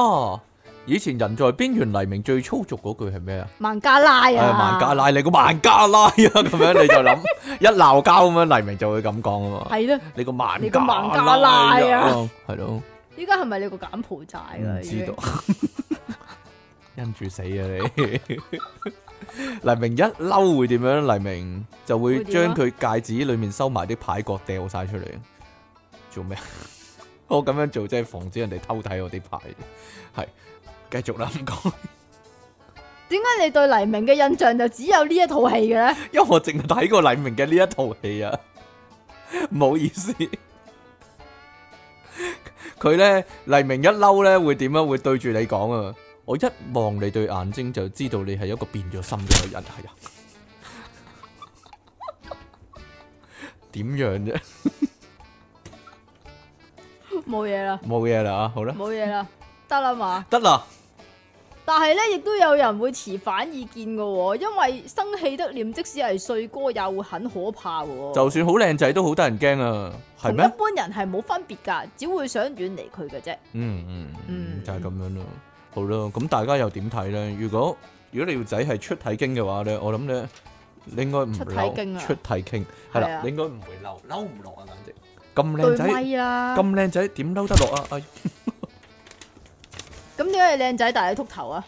[SPEAKER 1] 啊！以前人在邊緣，黎明最粗俗嗰句係咩啊？
[SPEAKER 2] 孟加拉
[SPEAKER 1] 係
[SPEAKER 2] 啊，
[SPEAKER 1] 孟加拉，你個孟加拉啊，咁樣你就諗一鬧交咁樣，黎明就會咁講啊嘛。
[SPEAKER 2] 係啦。
[SPEAKER 1] 你個孟
[SPEAKER 2] 你個
[SPEAKER 1] 加
[SPEAKER 2] 孟加拉啊
[SPEAKER 1] 啊，係咯，
[SPEAKER 2] 依家係咪你個柬埔寨啊？
[SPEAKER 1] 唔
[SPEAKER 2] 已
[SPEAKER 1] 知
[SPEAKER 2] 經
[SPEAKER 1] 道， 因住死啊你！黎明一嬲會點樣？黎明就會
[SPEAKER 2] 會點
[SPEAKER 1] 將
[SPEAKER 2] 啊
[SPEAKER 1] 佢戒指裡面收埋啲牌角掉晒出嚟，做咩？啊 我咁樣做即係防止人哋偷睇我啲牌，係繼續啦，唔講，
[SPEAKER 2] 點解你對黎明嘅印象就只有呢一套戲嘅咧？
[SPEAKER 1] 因為我淨係睇過黎明嘅呢一套戲啊，唔好意思。佢咧黎明一嬲咧會點啊？會對住你講啊！我一望你對眼睛就知道你係一個變咗心嘅人，係啊。點樣啫？
[SPEAKER 2] 冇嘢啦，
[SPEAKER 1] 冇嘢啦，好啦，
[SPEAKER 2] 冇嘢啦，得啦嘛。
[SPEAKER 1] 得啦，
[SPEAKER 2] 但係咧，亦都有人會持反意見嘅喎，因為生氣得念，即使係帥哥又很可怕嘅喎。
[SPEAKER 1] 就算好靚仔都好得人驚啊，係
[SPEAKER 2] 同
[SPEAKER 1] 咩
[SPEAKER 2] 一？般人係冇分別㗎，只會想遠離佢嘅啫。
[SPEAKER 1] 嗯嗯嗯，
[SPEAKER 2] 嗯
[SPEAKER 1] 就係咁樣咯。好啦，咁大家又點睇咧？如果如果你個仔係出體傾嘅話咧，我諗咧你應該唔
[SPEAKER 2] 出體
[SPEAKER 1] 嬲，
[SPEAKER 2] 經啊
[SPEAKER 1] 出體傾係
[SPEAKER 2] 係
[SPEAKER 1] 啦
[SPEAKER 2] 啊，
[SPEAKER 1] 你應該唔會嬲，嬲唔落啊，簡直咁靚
[SPEAKER 2] 對
[SPEAKER 1] 仔，
[SPEAKER 2] 咪啊啦，
[SPEAKER 1] 咁靚仔點嬲得落啊？哎
[SPEAKER 2] 咁點解你靚仔但係你禿頭啊？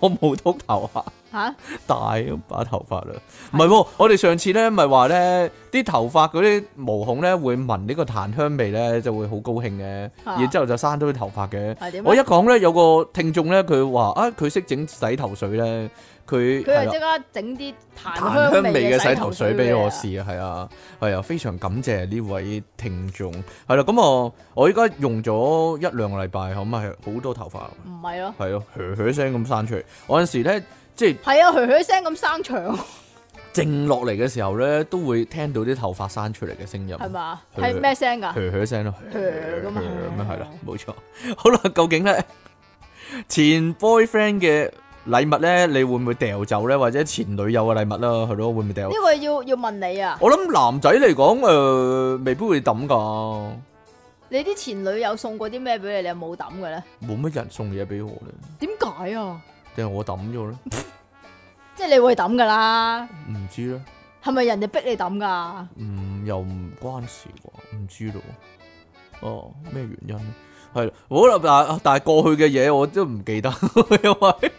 [SPEAKER 1] 我冇秃頭啊，
[SPEAKER 2] 吓？
[SPEAKER 1] 大咁把頭髮啦。唔係喎，我哋上次咧咪話咧啲頭髮嗰啲毛孔咧會聞呢個檀香味咧就會好高興嘅，
[SPEAKER 2] 啊
[SPEAKER 1] 然之後就生到啲頭髮嘅。
[SPEAKER 2] 係點啊
[SPEAKER 1] 我一
[SPEAKER 2] 咧？
[SPEAKER 1] 講咧有個聽眾咧佢話啊佢識整洗頭水咧，佢
[SPEAKER 2] 佢
[SPEAKER 1] 係
[SPEAKER 2] 就
[SPEAKER 1] 啦
[SPEAKER 2] 即刻整啲檀
[SPEAKER 1] 檀
[SPEAKER 2] 香
[SPEAKER 1] 香
[SPEAKER 2] 味
[SPEAKER 1] 味嘅
[SPEAKER 2] 嘅
[SPEAKER 1] 洗
[SPEAKER 2] 頭
[SPEAKER 1] 頭
[SPEAKER 2] 水
[SPEAKER 1] 水俾我
[SPEAKER 2] 你啊。
[SPEAKER 1] 試啊，係啊，係啊，非常感謝呢位聽眾。係啦，咁我我依家用咗一兩個禮拜，咁咪好多頭髮啦，
[SPEAKER 2] 唔係咯，
[SPEAKER 1] 係咯，嘘嘘聲咁生出嚟。我有陣時咧即係。
[SPEAKER 2] 係啊，嘘嘘聲咁生長，
[SPEAKER 1] 靜落嚟嘅時候咧，都會聽到啲頭髮生出嚟嘅聲音，
[SPEAKER 2] 係嘛？
[SPEAKER 1] 嘘
[SPEAKER 2] 係咩聲㗎？
[SPEAKER 1] 嘘嘘聲咯，
[SPEAKER 2] 啊嘘咁啊
[SPEAKER 1] 咁啊係啦，冇錯。好啦，究竟咧前 boyfriend 嘅禮物咧，你會唔會掉走咧？或者前女友嘅禮物啦，係咯，會唔會掉
[SPEAKER 2] 呢？個要要問你啊！
[SPEAKER 1] 我諗男仔嚟講，誒、未必會抌噶，
[SPEAKER 2] 你啲前女友送過啲咩俾你？你有冇抌嘅咧？
[SPEAKER 1] 冇乜人送嘢俾我咧，
[SPEAKER 2] 點解啊？
[SPEAKER 1] 定係我抌咗咧？
[SPEAKER 2] 即係你會抌噶啦，
[SPEAKER 1] 唔知咧，
[SPEAKER 2] 係咪人哋逼你抌噶？
[SPEAKER 1] 嗯，又唔關事啩，唔知咯。哦，咩原因咧？係好啦，但但係過去嘅嘢我都唔記得，因為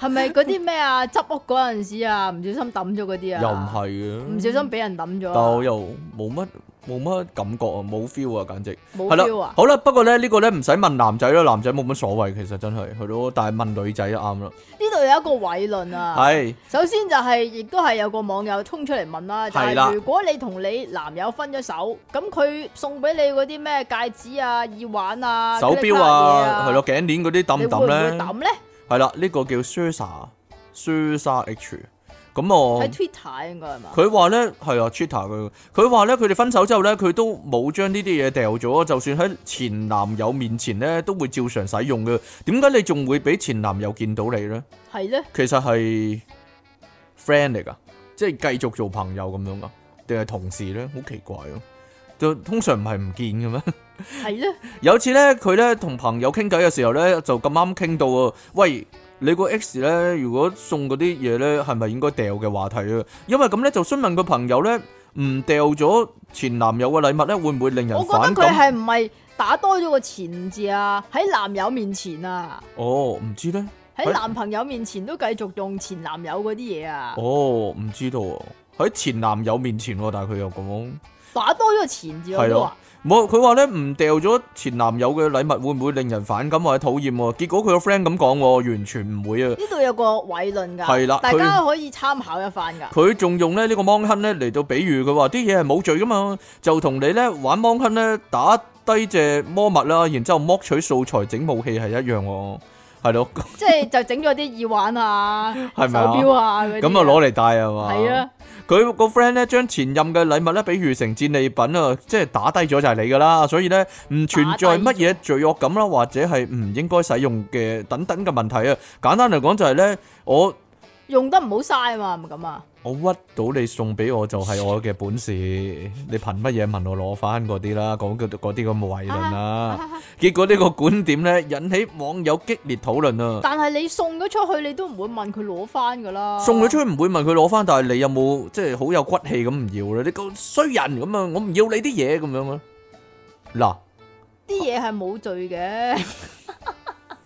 [SPEAKER 2] 係咪嗰啲咩 啊？執屋嗰陣時啊，唔小心抌咗嗰啲啊？
[SPEAKER 1] 又唔係嘅，
[SPEAKER 2] 唔小心俾人抌咗
[SPEAKER 1] 但我
[SPEAKER 2] 啊，
[SPEAKER 1] 又冇乜冇乜感覺啊，冇 feel 啊，簡直
[SPEAKER 2] 冇
[SPEAKER 1] 係
[SPEAKER 2] feel
[SPEAKER 1] 啦
[SPEAKER 2] 啊。！
[SPEAKER 1] 好啦，不過咧呢個咧唔使問男仔啦，男仔冇乜所謂，其實真係係咯，但係問女仔就啱啦，
[SPEAKER 2] 呢度有一個偉論啊。
[SPEAKER 1] 係
[SPEAKER 2] 首先就係、亦都係有個網友衝出嚟問啦，就
[SPEAKER 1] 係
[SPEAKER 2] 係、
[SPEAKER 1] 啦
[SPEAKER 2] 如果你同你男友分咗手，咁佢送俾你嗰啲咩戒指啊、耳環啊、
[SPEAKER 1] 手錶啊，係咯，頸鏈嗰啲
[SPEAKER 2] 嗰
[SPEAKER 1] 抌
[SPEAKER 2] 啲
[SPEAKER 1] 唔抌
[SPEAKER 2] 卡嘢啊，你會唔會
[SPEAKER 1] 咧？
[SPEAKER 2] 抌咧？
[SPEAKER 1] 係啦，呢個叫 Susa Susa H，咁我
[SPEAKER 2] 喺 Twitter 應該係嘛？
[SPEAKER 1] 哦佢話咧係啊，Twitter 佢佢話咧佢哋分手之後咧，佢都冇將呢啲嘢掉咗，就算喺前男友面前咧，都會照常使用嘅。點解你仲會俾前男友見到你咧？
[SPEAKER 2] 係咧，
[SPEAKER 1] 其實係 friend 嚟噶，即係繼續做朋友咁樣噶，定係同事咧？好奇怪咯，就通常唔係唔見嘅咩？
[SPEAKER 2] 係咧，
[SPEAKER 1] 有次咧，佢咧同朋友傾偈嘅時候咧，就咁啱傾到啊，喂，你個 X 咧，如果送嗰啲嘢咧，係咪應該掉嘅話題啊？因為咁咧，就詢問個朋友咧，唔掉咗前男友嘅禮物咧，會唔會令
[SPEAKER 2] 我
[SPEAKER 1] 人
[SPEAKER 2] 覺得
[SPEAKER 1] 反
[SPEAKER 2] 佢
[SPEAKER 1] 感？
[SPEAKER 2] 係唔係打多咗個前字啊？喺男友面前啊，
[SPEAKER 1] 哦，唔知咧，喺
[SPEAKER 2] 喺男朋友面前都繼續用前男友嗰啲嘢啊，
[SPEAKER 1] 哦，唔知道喎，喺前男友面前喎，但係佢又講。
[SPEAKER 2] 打多咗個前字我
[SPEAKER 1] 係
[SPEAKER 2] 都
[SPEAKER 1] 咯
[SPEAKER 2] 話
[SPEAKER 1] 冇，佢話咧唔掉咗前男友嘅禮物會唔會令人反感或者討厭喎？結果佢個 friend 咁講喎，完全唔會啊！
[SPEAKER 2] 呢度有個偉論㗎，
[SPEAKER 1] 係啦
[SPEAKER 2] 大
[SPEAKER 1] 佢
[SPEAKER 2] 家可以參考一番㗎。
[SPEAKER 1] 佢仲用咧呢個芒亨咧嚟到比喻，佢話啲嘢係冇罪噶嘛，就同你咧玩芒亨咧打低隻魔物啦，然之後剝取素材整武器係一樣喎，係咯，啊
[SPEAKER 2] 即係就整咗啲耳環 啊、
[SPEAKER 1] 係
[SPEAKER 2] 手
[SPEAKER 1] 咪啊？
[SPEAKER 2] 錶啊嗰啲。
[SPEAKER 1] 咁啊攞嚟戴係嘛？
[SPEAKER 2] 係啊，
[SPEAKER 1] 佢個 friend 咧將前任嘅禮物咧比喻成戰利品啊，即係打低咗就係你噶啦，所以咧唔存在乜嘢罪惡感啦，或者係唔應該使用嘅等等嘅問題啊。簡單嚟講就係咧，我
[SPEAKER 2] 用得唔好嘥嘛，係咪咁啊？
[SPEAKER 1] 我屈到你送俾我就係我嘅本事，你憑乜嘢問我攞翻嗰啲啦？講嗰嗰啲咁嘅偉論
[SPEAKER 2] 啊
[SPEAKER 1] 啦，結果呢個觀點咧引起網友激烈討論啊。
[SPEAKER 2] 但係你送咗出去，你都唔會問佢攞翻㗎啦。
[SPEAKER 1] 送佢出去唔會問佢攞翻，但係你有冇即係好有骨氣咁唔要咧？你個衰人咁啊，我唔要你啲嘢咁樣啊！嗱，
[SPEAKER 2] 啲嘢係冇罪嘅，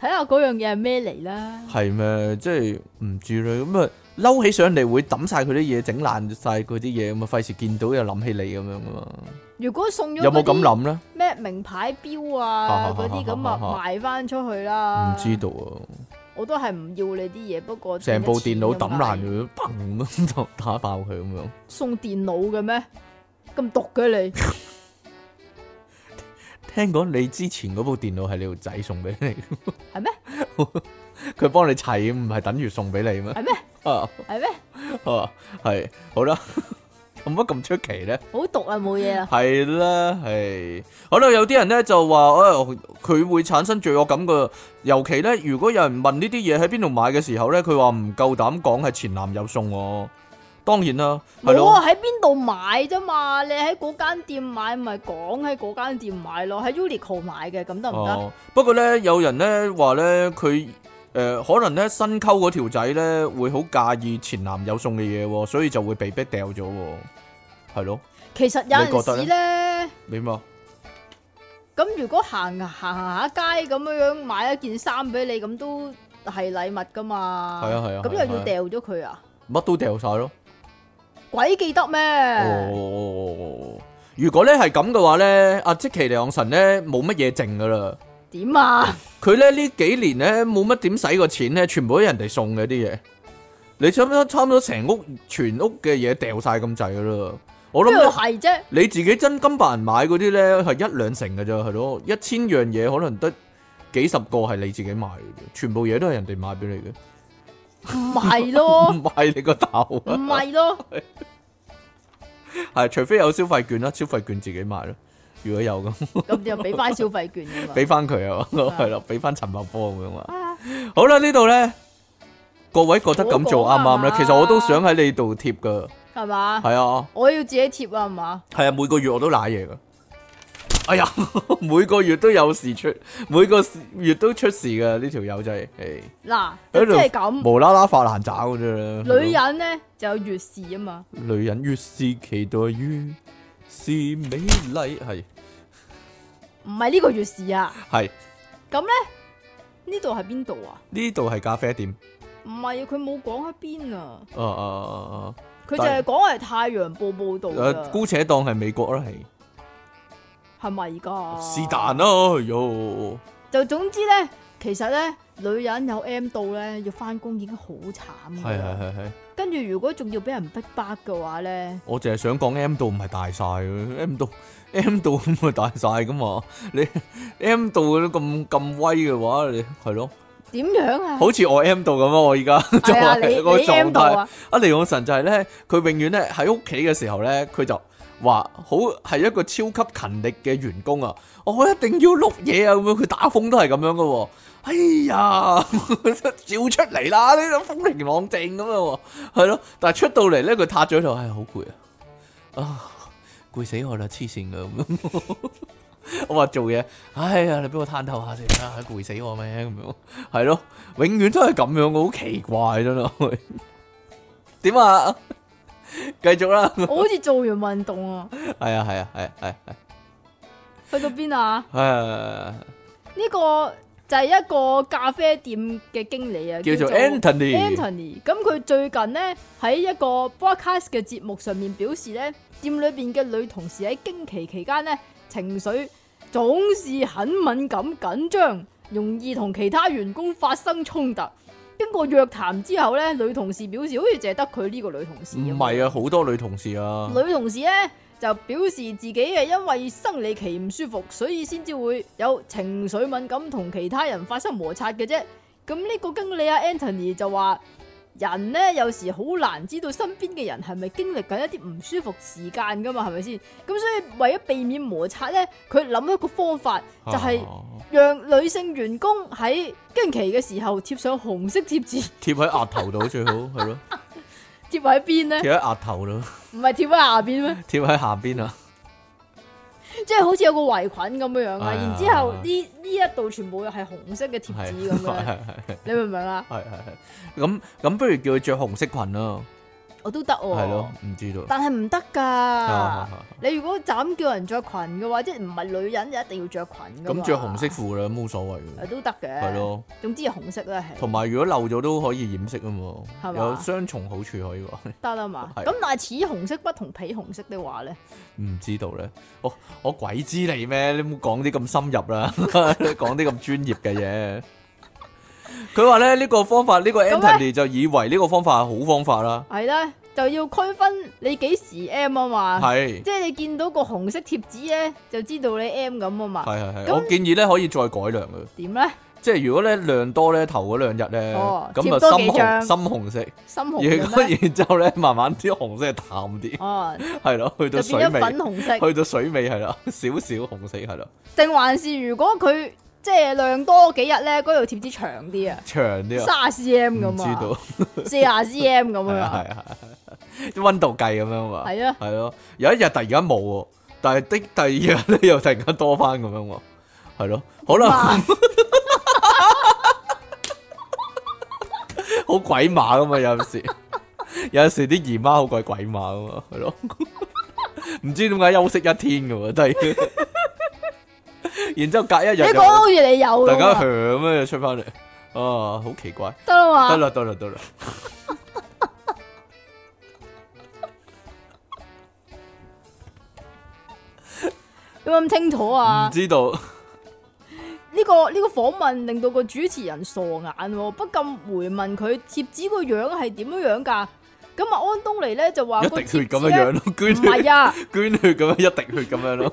[SPEAKER 2] 睇下嗰樣嘢係咩嚟啦。
[SPEAKER 1] 係咩？即係唔知咧，咁啊嬲起上嚟會抌晒佢啲嘢，整爛晒佢啲嘢，咁啊費事見到又諗起你咁樣啊嘛？
[SPEAKER 2] 如果送咗
[SPEAKER 1] 有冇咁
[SPEAKER 2] 嗰啲
[SPEAKER 1] 諗咧？唔
[SPEAKER 2] 咩名牌錶啊嗰啲咁啊賣翻出去啦。
[SPEAKER 1] 知，道啊！
[SPEAKER 2] 我都係唔要你啲嘢，不過
[SPEAKER 1] 成部電腦抌爛
[SPEAKER 2] 佢，
[SPEAKER 1] 佢，砰咁就打爆佢咁樣。
[SPEAKER 2] 送電腦嘅咩？咁毒嘅你，
[SPEAKER 1] 聽講你之前嗰部電腦係你個仔送俾你，
[SPEAKER 2] 係咩？
[SPEAKER 1] 佢幫你砌，唔係等於送俾你咩？
[SPEAKER 2] 係咩？
[SPEAKER 1] 啊
[SPEAKER 2] 係咩？
[SPEAKER 1] 啊，係好啦， 有乜咁出奇咧？
[SPEAKER 2] 好毒啊，冇嘢啦。
[SPEAKER 1] 系啦，系好啦，有啲人咧就話誒，佢、會產生罪惡感噶。尤其咧，如果有人問呢啲嘢喺邊度買嘅時候咧，佢話唔夠膽講係前男友送我。當然啦，係
[SPEAKER 2] 冇
[SPEAKER 1] 咯，
[SPEAKER 2] 啊，喺邊度買啫嘛？你喺嗰間店買，咪講喺嗰間店買咯，喺 Uniqlo 買嘅，咁得唔得？
[SPEAKER 1] 哦。不過咧，有人咧話咧，佢誒、呃可能咧新溝嗰條仔咧會好介意前男友送嘅嘢喎，所以就會被逼掉咗喎。係咯，
[SPEAKER 2] 其實
[SPEAKER 1] 你
[SPEAKER 2] 有
[SPEAKER 1] 覺得
[SPEAKER 2] 陣時咧，
[SPEAKER 1] 你嘛？
[SPEAKER 2] 咁如果行行行下街咁樣樣買一件衫俾你，咁都係禮物噶嘛？
[SPEAKER 1] 係啊係啊
[SPEAKER 2] 咁
[SPEAKER 1] 係啊
[SPEAKER 2] 又要掉咗佢啊？
[SPEAKER 1] 乜都掉晒咯。
[SPEAKER 2] 鬼記得咩？
[SPEAKER 1] 哦，如果咧係咁嘅話咧，阿即其兩神咧冇乜嘢剩噶啦。
[SPEAKER 2] 點啊？
[SPEAKER 1] 佢咧呢幾年咧冇乜點使過錢咧，全部都人哋送嘅啲嘢。你差唔多差唔多成屋全屋嘅嘢掉晒咁滯噶啦。我
[SPEAKER 2] 邊
[SPEAKER 1] 諗
[SPEAKER 2] 度係啫？
[SPEAKER 1] 你自己真金白銀買嗰啲咧係一兩成嘅啫，係咯，一千樣嘢可能得幾十個係你自己買嘅啫，全部嘢都係人哋買俾你嘅，
[SPEAKER 2] 唔係咯，
[SPEAKER 1] 唔係你個頭
[SPEAKER 2] 唔
[SPEAKER 1] 啊！
[SPEAKER 2] 係咯，
[SPEAKER 1] 係除非有消費券啦，消費券自己買咯。如果有咁。
[SPEAKER 2] 咁就俾翻消費券㗎嘛。
[SPEAKER 1] 俾翻佢啊，
[SPEAKER 2] 啊
[SPEAKER 1] 系咯，俾翻陳茂波咁樣啊。
[SPEAKER 2] 啊
[SPEAKER 1] 好啦，呢度咧，各位覺得咁做啱唔啱
[SPEAKER 2] 好講啊
[SPEAKER 1] 咧？其實我都想喺你度貼噶，
[SPEAKER 2] 係嘛？
[SPEAKER 1] 係啊，
[SPEAKER 2] 我要自己貼啊，係嘛？
[SPEAKER 1] 係啊，每個月我都揦嘢噶。哎呀， 每個月都有事出，每個月都出事噶呢條友仔，係
[SPEAKER 2] 嗱，
[SPEAKER 1] 喺
[SPEAKER 2] 即
[SPEAKER 1] 度
[SPEAKER 2] 係咁，
[SPEAKER 1] 無啦啦發爛渣嗰啫。
[SPEAKER 2] 女人咧就有月事啊嘛。
[SPEAKER 1] 女人越是期待越是美麗，係
[SPEAKER 2] 唔係呢個月事啊。
[SPEAKER 1] 係
[SPEAKER 2] 咁咧呢度係邊度啊？
[SPEAKER 1] 呢度係咖啡店，
[SPEAKER 2] 唔係佢冇講喺邊啊，
[SPEAKER 1] 啊啊啊
[SPEAKER 2] 佢就係講係太陽報報道
[SPEAKER 1] 啊，誒
[SPEAKER 2] 㗎，
[SPEAKER 1] 姑且當係美國啦，係。
[SPEAKER 2] 係咪㗎？
[SPEAKER 1] 是但。哎咯，哟，
[SPEAKER 2] 就總之咧，其實咧女人有 M 到咧，要翻工已經好
[SPEAKER 1] 系
[SPEAKER 2] 慘㗎
[SPEAKER 1] 系
[SPEAKER 2] 啦。
[SPEAKER 1] 系系，
[SPEAKER 2] 跟住如果仲要俾人逼巴嘅話咧，
[SPEAKER 1] 我淨係想講 M 度唔係大晒嘅，M 度 M 度唔係大晒噶嘛，你 M 度咁咁威嘅話，你係咯，
[SPEAKER 2] 點樣啊？
[SPEAKER 1] 好似我 M 度咁啊！我而家 就
[SPEAKER 2] 係啊，你
[SPEAKER 1] 係個
[SPEAKER 2] 你 M
[SPEAKER 1] 狀
[SPEAKER 2] 到
[SPEAKER 1] 態。
[SPEAKER 2] 啊？
[SPEAKER 1] 阿離岸神就係咧，佢永遠咧喺屋企嘅時候咧，佢就話好係一個超級勤力嘅員工啊！我一定要碌嘢啊咁樣，佢打風都係咁樣噶喎。哎呀， 照出嚟啦！呢種風平浪靜咁樣喎，係咯。但係出到嚟咧，佢塌咗喺度，唉，好攰啊！啊，攰死我啦，黐線噶咁樣。 我話做嘢，哎呀，你俾我攤透下先啦，攰死我咩咁樣？係咯，永遠都係咁樣嘅，好奇怪真係。點啊？ 繼續啦，
[SPEAKER 2] 我好似做完運動啊，
[SPEAKER 1] 係啊，係啊，係啊係啊
[SPEAKER 2] 去到邊啊？
[SPEAKER 1] 係啊，
[SPEAKER 2] 呢個就係一個咖啡店嘅經理啊，
[SPEAKER 1] 叫做 Anthony，
[SPEAKER 2] Anthony。咁佢最近呢，喺一個 broadcast 嘅節目上面表示呢，店裏邊嘅女同事喺經期期間呢，情緒總是很敏感緊張，容易同其他員工發生衝突。經過約談之後呢，女同事表示好似淨係得佢呢個女同事咁
[SPEAKER 1] 唔係啊，好多女同事啊，
[SPEAKER 2] 女同事咧就表示自己係因為生理期唔舒服，所以先至會有情緒敏感同其他人發生摩擦嘅啫。咁呢個經理啊 Anthony 就話：人呢，有時好難知道身邊嘅人係咪經歷緊一啲唔舒服時間噶嘛，係咪先？咁所以為咗避免摩擦呢，佢諗一個方法，就係
[SPEAKER 1] 啊
[SPEAKER 2] 讓女性員工喺經期嘅時候貼上紅色貼紙，
[SPEAKER 1] 貼喺額頭度 最好，係咯，
[SPEAKER 2] 貼喺邊呢？
[SPEAKER 1] 貼喺額頭度，
[SPEAKER 2] 唔係貼喺下邊咩？
[SPEAKER 1] 貼喺下邊啊，
[SPEAKER 2] 即係好似有個圍裙咁樣樣啊，
[SPEAKER 1] 係啊
[SPEAKER 2] 然之後呢呢一度全部係紅色嘅貼
[SPEAKER 1] 係
[SPEAKER 2] 紙咁 樣，
[SPEAKER 1] 係係
[SPEAKER 2] 你明唔明啊？
[SPEAKER 1] 係係係咁咁，不如叫佢着紅色裙啦，
[SPEAKER 2] 我都得喎，
[SPEAKER 1] 係咯，唔知道
[SPEAKER 2] 但係唔哦得
[SPEAKER 1] 啊
[SPEAKER 2] 㗎。你如果就咁叫人着裙嘅話，即係唔係女人就一定要着裙㗎嘛
[SPEAKER 1] 咁着紅色褲啦，冇所謂
[SPEAKER 2] 誒
[SPEAKER 1] 嘅，
[SPEAKER 2] 都得嘅，
[SPEAKER 1] 係，咯。
[SPEAKER 2] 總之係紅色啦，
[SPEAKER 1] 同
[SPEAKER 2] 係
[SPEAKER 1] 埋如果漏咗都可以掩飾啊嘛，
[SPEAKER 2] 係嘛
[SPEAKER 1] 有雙重好處可以話。
[SPEAKER 2] 得啦嘛。
[SPEAKER 1] 係
[SPEAKER 2] 咁但係此紅色不同彼紅色的話咧，
[SPEAKER 1] 唔知道咧，我我鬼知你咩？你唔好講啲咁深入啦， 講啲咁專業嘅嘢。佢話咧呢個方法，呢、個
[SPEAKER 2] 咧
[SPEAKER 1] Anthony 就以為呢個方法係好方法啦，
[SPEAKER 2] 係啦，就要區分你幾時 M 啊嘛，
[SPEAKER 1] 係
[SPEAKER 2] 即係你見到個紅色貼紙咧，就知道你 M 咁啊嘛。
[SPEAKER 1] 係係係，
[SPEAKER 2] 咁
[SPEAKER 1] 我建議咧可以再改良嘅，
[SPEAKER 2] 點咧？
[SPEAKER 1] 即係如果咧量多咧頭嗰兩日咧，
[SPEAKER 2] 哦
[SPEAKER 1] 咁啊
[SPEAKER 2] 貼多
[SPEAKER 1] 深
[SPEAKER 2] 幾
[SPEAKER 1] 紅
[SPEAKER 2] 張
[SPEAKER 1] 深紅色，
[SPEAKER 2] 深紅
[SPEAKER 1] 如
[SPEAKER 2] 嘅
[SPEAKER 1] 果
[SPEAKER 2] 咩？
[SPEAKER 1] 然之後咧慢慢啲紅色係淡啲，
[SPEAKER 2] 哦，
[SPEAKER 1] 係咯，去
[SPEAKER 2] 就
[SPEAKER 1] 到水
[SPEAKER 2] 變咗
[SPEAKER 1] 尾
[SPEAKER 2] 粉。紅色。
[SPEAKER 1] 去到水尾係啦，少少紅色係啦，
[SPEAKER 2] 定還是如果佢即係量多幾日咧，嗰條貼紙長啲啊，
[SPEAKER 1] 長啲啊，
[SPEAKER 2] 卅 cm
[SPEAKER 1] 唔知
[SPEAKER 2] 咁啊，
[SPEAKER 1] 道
[SPEAKER 2] 四廿 cm 咁
[SPEAKER 1] 係
[SPEAKER 2] 樣
[SPEAKER 1] 啊
[SPEAKER 2] 啊，
[SPEAKER 1] 係啊，啲温度計咁樣嘛，
[SPEAKER 2] 係啊，
[SPEAKER 1] 係咯，有一日突然間冇喎，但係的第二 日咧又突然間多翻咁樣喎，係咯，好啦，
[SPEAKER 2] 哇
[SPEAKER 1] 好鬼馬噶嘛，有陣時，有陣時啲姨媽好鬼鬼馬噶嘛，係咯， 唔知點解休息一天噶喎， 突然間，然之後隔一
[SPEAKER 2] 你
[SPEAKER 1] 日
[SPEAKER 2] 講
[SPEAKER 1] 又
[SPEAKER 2] 得好似你有
[SPEAKER 1] 大家
[SPEAKER 2] 咁啊，
[SPEAKER 1] 響咩出翻嚟，啊，好奇怪。
[SPEAKER 2] 得啦
[SPEAKER 1] 得
[SPEAKER 2] 嘛，
[SPEAKER 1] 啦得啦得啦。
[SPEAKER 2] 有冇咁清楚啊
[SPEAKER 1] 唔？知道
[SPEAKER 2] 呢個呢個訪問令到個主持人傻眼喎，不禁回問佢貼紙個樣係點樣樣㗎？咁啊，安東尼咧就話
[SPEAKER 1] 一
[SPEAKER 2] 個
[SPEAKER 1] 滴血
[SPEAKER 2] 貼
[SPEAKER 1] 咁
[SPEAKER 2] 紙
[SPEAKER 1] 樣樣
[SPEAKER 2] 咧
[SPEAKER 1] 咯，
[SPEAKER 2] 唔
[SPEAKER 1] 捐 血
[SPEAKER 2] 係啊，
[SPEAKER 1] 捐血咁樣一滴血咁樣咯，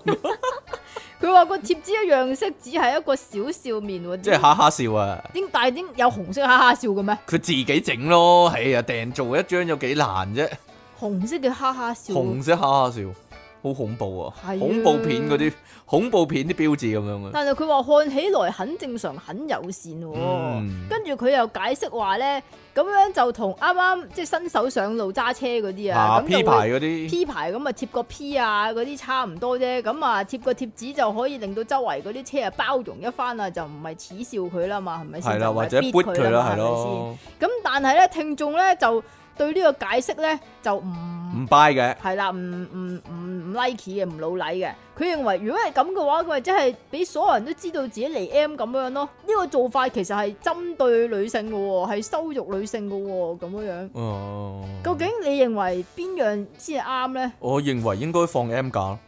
[SPEAKER 2] 佢話個貼紙嘅樣式只係一個小笑面喎，
[SPEAKER 1] 即係哈哈笑啊！
[SPEAKER 2] 點但係點有紅色哈哈笑嘅咩？
[SPEAKER 1] 佢自己整咯，哎呀，訂做一張有幾難啫？
[SPEAKER 2] 紅色嘅哈哈笑，
[SPEAKER 1] 紅色哈哈笑，好恐怖啊！
[SPEAKER 2] 係啊
[SPEAKER 1] 恐怖片嗰啲恐怖片啲標誌咁樣啊，
[SPEAKER 2] 但係佢話看起來很正常，很友善喎、
[SPEAKER 1] 嗯
[SPEAKER 2] 跟住佢又解釋話咧，咁樣就同啱啱即係新手上路揸車嗰啲
[SPEAKER 1] 啊
[SPEAKER 2] 啊，
[SPEAKER 1] P
[SPEAKER 2] 咁就
[SPEAKER 1] 牌
[SPEAKER 2] 會
[SPEAKER 1] 嗰啲
[SPEAKER 2] P 牌咁啊貼個 P 啊嗰啲差唔多啫，咁啊貼個貼紙就可以令到周圍嗰啲車啊包容一番啊，就唔係恥笑佢啦嘛，係咪先？
[SPEAKER 1] 係
[SPEAKER 2] 就
[SPEAKER 1] 啦，
[SPEAKER 2] 唔係
[SPEAKER 1] 或者
[SPEAKER 2] beat
[SPEAKER 1] boot 佢啦，
[SPEAKER 2] 嘛
[SPEAKER 1] 係。
[SPEAKER 2] 係咪
[SPEAKER 1] 咯，
[SPEAKER 2] 先咁但係咧，聽眾咧就對呢個解釋咧就唔
[SPEAKER 1] 唔 buy 嘅，
[SPEAKER 2] 係啦，唔唔唔唔 like 嘅，唔老禮嘅。佢認為如果係咁嘅話，佢咪真係俾所有人都知道自己嚟 M 咁樣咯。呢、個做法其實係針對女性嘅喎，係羞辱女性嘅喎，咁樣樣。
[SPEAKER 1] 哦，
[SPEAKER 2] 究竟你認為邊樣先係啱咧？
[SPEAKER 1] 我認為應該放 M 價咯，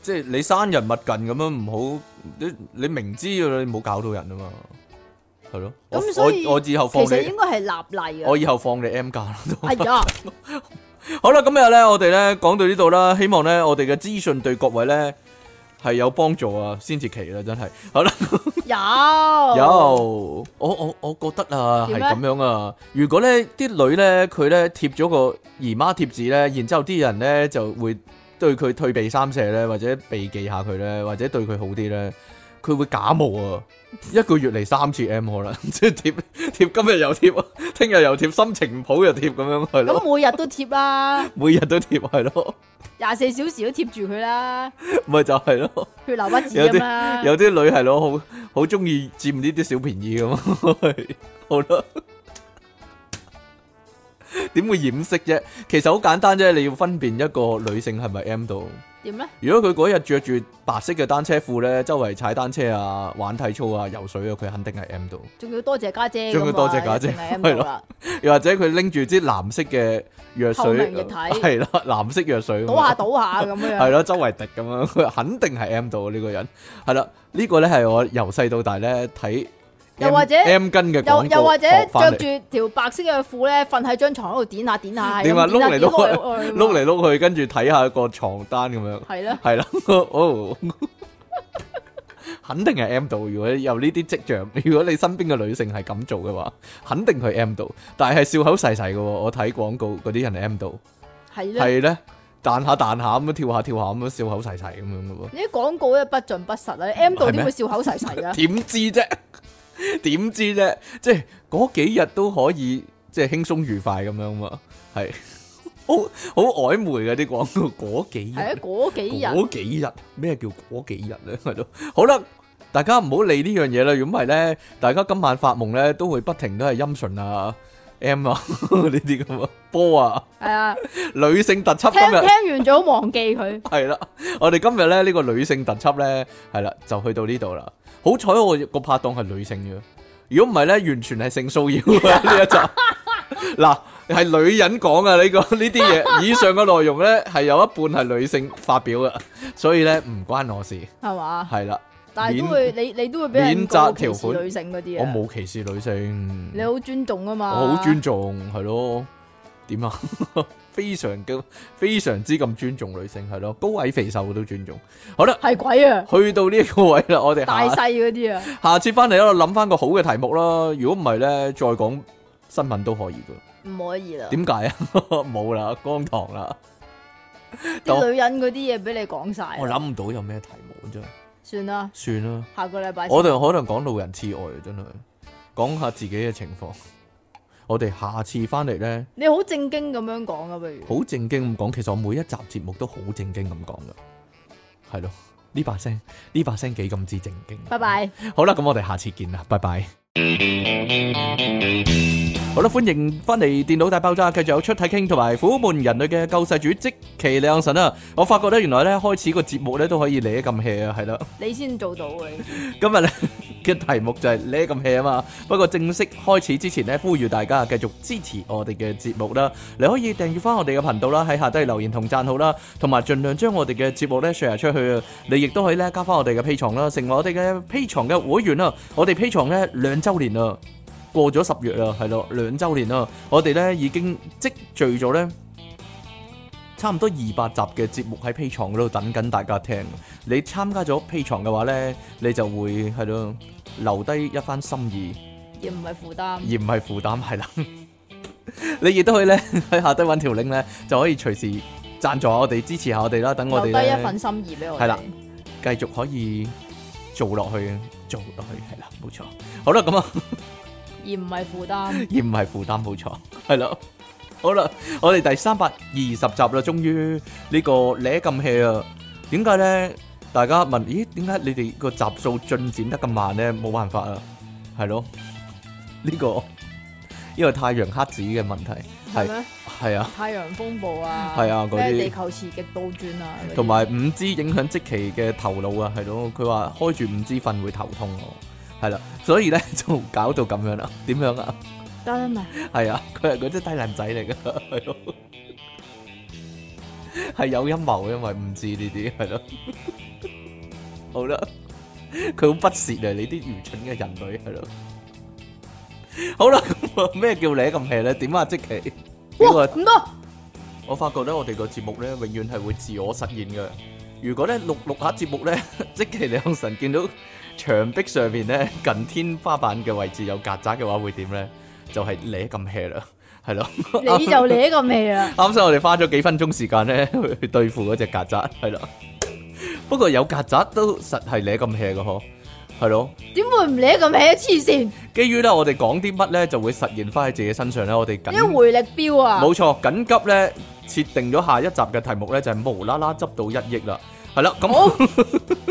[SPEAKER 1] 即係你生人勿近咁樣唔好，你你明知㗎你唔好搞到人啊嘛，係咯。我
[SPEAKER 2] 咁所以
[SPEAKER 1] 我我以後
[SPEAKER 2] 其
[SPEAKER 1] 放
[SPEAKER 2] 實
[SPEAKER 1] 你
[SPEAKER 2] 應，該係立例
[SPEAKER 1] 我
[SPEAKER 2] 嘅。
[SPEAKER 1] 以後放你 M 價啦。都
[SPEAKER 2] 哎呀，
[SPEAKER 1] 好啦，今日咧我哋咧講到呢度啦，希望咧我哋嘅資訊對各位咧係有幫助啊，先至奇啦，真係。好啦，
[SPEAKER 2] 有
[SPEAKER 1] 有我我我覺得啊係
[SPEAKER 2] 哦點咧
[SPEAKER 1] 咁樣啊，如果咧啲女咧佢咧貼咗個姨媽貼紙咧，然之後啲人咧就會。對佢退避三舍咧，或者避忌下佢咧，或者對佢好啲咧，佢會假冒啊！ 一個月嚟三次 M 可能， 即係貼貼今日又貼，聽日又貼，心情唔好又貼咁樣係咯，
[SPEAKER 2] 咁每日都貼啦，
[SPEAKER 1] 每日都貼係咯，
[SPEAKER 2] 廿四小時都貼住佢啦，
[SPEAKER 1] 咪就係咯。
[SPEAKER 2] 血流不止
[SPEAKER 1] 有啲
[SPEAKER 2] 咁啦。
[SPEAKER 1] 有啲女係咯，好好中意佔呢啲小便宜咁， 好啦。點會掩飾啫？其實好簡單啫，你要分辨一個女性係咪 M 到。
[SPEAKER 2] 點咧？
[SPEAKER 1] 如果佢嗰日着住白色嘅單車褲咧，周圍踩單車啊、玩體操啊、游水啊，佢肯定係 M 到。
[SPEAKER 2] 仲要多謝家姐㗎
[SPEAKER 1] 仲
[SPEAKER 2] 嘛，
[SPEAKER 1] 要多謝家姐
[SPEAKER 2] 一定係 M
[SPEAKER 1] 係咯
[SPEAKER 2] 到啦，
[SPEAKER 1] 又或者佢拎住支藍色嘅藥
[SPEAKER 2] 透
[SPEAKER 1] 水，
[SPEAKER 2] 明液體
[SPEAKER 1] 係啦，藍色藥水咁啊樣，
[SPEAKER 2] 倒下倒下咁樣。
[SPEAKER 1] 係咯，周圍滴咁樣， 佢肯定係 M 到呢個人。係啦，呢個咧係我由細到大咧睇 M，
[SPEAKER 2] 又或者
[SPEAKER 1] M 巾嘅廣告
[SPEAKER 2] 又又或者
[SPEAKER 1] 學
[SPEAKER 2] 着
[SPEAKER 1] 返嚟
[SPEAKER 2] 住條白色嘅褲咧，瞓喺張床嗰度點下點下，係
[SPEAKER 1] 點啊
[SPEAKER 2] 咁點下
[SPEAKER 1] 碌嚟
[SPEAKER 2] 點
[SPEAKER 1] 碌去
[SPEAKER 2] 落去
[SPEAKER 1] 碌嚟碌去，跟住睇下個床單咁樣，
[SPEAKER 2] 係啊啦，
[SPEAKER 1] 係啦，哦， 肯定係 M 到。如果有呢啲跡象，如果你身邊嘅女性係咁做嘅話，肯定佢 M 到。但係笑口細細嘅喎，我睇廣告嗰啲人係 M 到，
[SPEAKER 2] 係啦。
[SPEAKER 1] 係咧彈下彈下咁樣，跳下跳下咁樣，笑口細細咁樣嘅喎。
[SPEAKER 2] 你啲廣告咧不盡不實啊你！M 度
[SPEAKER 1] 嗯係咩
[SPEAKER 2] 點會笑口噬噬 啊？
[SPEAKER 1] 點知啫？點知啫？即係嗰幾日都可以即係輕鬆愉快咁樣嘛，係 好好曖昧嘅啲廣告嗰 幾
[SPEAKER 2] 係啊，
[SPEAKER 1] 日，
[SPEAKER 2] 嗰幾日
[SPEAKER 1] 嗰幾日咩叫嗰幾日咧？ 係咯，好啦。大家唔好理呢樣嘢啦，如果唔係咧，大家今晚發夢咧都會不停都係陰唇啊、M 啊 呢啲咁啊、波啊、
[SPEAKER 2] 係啊，
[SPEAKER 1] 女性特輯
[SPEAKER 2] 聽
[SPEAKER 1] 今日。
[SPEAKER 2] 聽完咗忘記佢，
[SPEAKER 1] 系啦，我哋今日咧呢個女性特輯咧，係啦，就去到呢度啦。好彩我個拍檔係女性嘅，如果唔係咧，完全係性騷擾啊呢一集。嗱，係女人講啊呢個呢啲嘢，以上嘅內容咧係有一半係女性發表嘅，所以咧唔關我事，
[SPEAKER 2] 係嘛？
[SPEAKER 1] 係啦，
[SPEAKER 2] 但係都
[SPEAKER 1] 免
[SPEAKER 2] 會你你都會俾人
[SPEAKER 1] 免責
[SPEAKER 2] 告
[SPEAKER 1] 條
[SPEAKER 2] 歧
[SPEAKER 1] 款
[SPEAKER 2] 視女性嗰啲
[SPEAKER 1] 我
[SPEAKER 2] 啊。
[SPEAKER 1] 冇歧視女性
[SPEAKER 2] 你，好尊重啊
[SPEAKER 1] 我
[SPEAKER 2] 嘛，
[SPEAKER 1] 好尊重，係咯，點啊？ 非常嘅，非常之咁尊重女性，係咯，高矮肥瘦我都尊重。好啦，
[SPEAKER 2] 系鬼啊，
[SPEAKER 1] 去到呢個位啦，我哋
[SPEAKER 2] 大
[SPEAKER 1] 下
[SPEAKER 2] 细嗰啲啊，
[SPEAKER 1] 下次翻嚟喺度諗翻個好嘅題目啦。如果唔係咧，再講新聞都可以噶。
[SPEAKER 2] 唔可以啦。
[SPEAKER 1] 點解啊？ 冇啦，光堂啦，
[SPEAKER 2] 啲女人嗰啲嘢俾你講晒
[SPEAKER 1] 我
[SPEAKER 2] 啦，
[SPEAKER 1] 諗唔到有咩題目真係，
[SPEAKER 2] 算啦，
[SPEAKER 1] 算啦。
[SPEAKER 2] 下個禮拜
[SPEAKER 1] 我哋可能講路人痴呆啊，真係講下自己嘅情況。我哋下次翻嚟咧，
[SPEAKER 2] 你好正經咁樣講啊，不如
[SPEAKER 1] 好正經咁講。其實我每一集節目都好正經咁講噶，係咯。呢把聲，呢把聲幾咁之正經。啊
[SPEAKER 2] 拜。拜。
[SPEAKER 1] 好啦，咁我哋下次見啦，拜拜。好啦，歡迎翻嚟《電腦大爆炸》，繼續有出體傾同埋苦悶人類嘅救世主即其兩神啊！我發覺咧，原來咧開始個節目咧都可以嚟得咁 hea 啊，係啦。
[SPEAKER 2] 你先做到嘅，
[SPEAKER 1] 今日咧嘅題目就係呢咁 hea 啊嘛。不過正式開始之前咧，呼籲大家繼續支持我哋嘅節目啦。你可以訂閱翻我哋嘅頻道啦，喺下低留言同讚好啦，同埋盡量將我哋嘅節目咧 share 出去啊。你亦都可以咧加翻我哋嘅 P 床啦，成為我哋嘅 P 床嘅會員啦。我哋 P 床咧兩週年啦，過咗十月啦，係咯，兩週年啦。我哋咧已經積聚咗咧。差唔多二百集嘅節目喺 P 床嗰度等緊大家聽。你參加咗 P 床嘅話呢，你就會係咯留低一番心意，
[SPEAKER 2] 而唔係負擔。
[SPEAKER 1] 而唔係負擔係啦。 你亦都可以呢， 喺下低揾條 link 呢，就可以隨時贊助下我哋，支持下我哋啦。等我
[SPEAKER 2] 留
[SPEAKER 1] 哋
[SPEAKER 2] 低
[SPEAKER 1] 呢
[SPEAKER 2] 一份心意俾我哋。
[SPEAKER 1] 係啦繼續可以做落去，做落去係啦，冇錯。好啦，咁啊。
[SPEAKER 2] 而唔係負擔。
[SPEAKER 1] 而唔係負擔，冇錯，係咯。好啦，我哋第三百二十集啦，終於呢個舐咁 hea 啊！點解咧？大家問，咦？點解你哋個集數進展得咁慢咧？冇辦法啊，係咯，呢個因為太陽黑子嘅問題，
[SPEAKER 2] 係
[SPEAKER 1] 係
[SPEAKER 2] 咩？
[SPEAKER 1] 係啊，
[SPEAKER 2] 太陽風暴啊，
[SPEAKER 1] 係啊嗰啲
[SPEAKER 2] 咩地球磁極倒轉啊，嗰啲
[SPEAKER 1] 同埋五 G 影響即期嘅頭腦啊，係咯，佢話開住五 G 瞓會頭痛喎，係啦，所以咧就搞到咁樣啦，點樣啊？
[SPEAKER 2] 得啦，
[SPEAKER 1] 系啊，佢係嗰只低能仔嚟噶，係咯，係有陰謀，因為唔知呢啲係咯。好啦，佢好不屑啊！你啲愚蠢嘅人類係咯。好啦，咁啊咩叫你咁 hea 咧？點啊，即奇？
[SPEAKER 2] 哇
[SPEAKER 1] 我
[SPEAKER 2] 唔得，
[SPEAKER 1] 我發覺咧，我哋個節目咧，永遠係會自我實現嘅。如果咧錄錄下節目咧， 即奇兩神見到牆壁上面咧 近天花板嘅位置有曱甴嘅話，會點咧？就係你咁 hea 啦，係咯。
[SPEAKER 2] 你就你個味啦，
[SPEAKER 1] 啱先我哋花咗幾分鐘時間咧去去對付嗰只曱甴，係啦。不過有曱甴都實係你咁 hea 嘅嗬，係咯。
[SPEAKER 2] 點會唔你咁氣黐線？
[SPEAKER 1] 基於咧我哋講啲乜咧就會實現翻喺自己身上咧，我哋緊
[SPEAKER 2] 啲回力標啊，
[SPEAKER 1] 冇錯緊急咧設定咗下一集嘅題目咧就係無啦啦執到一億啦，係啦咁。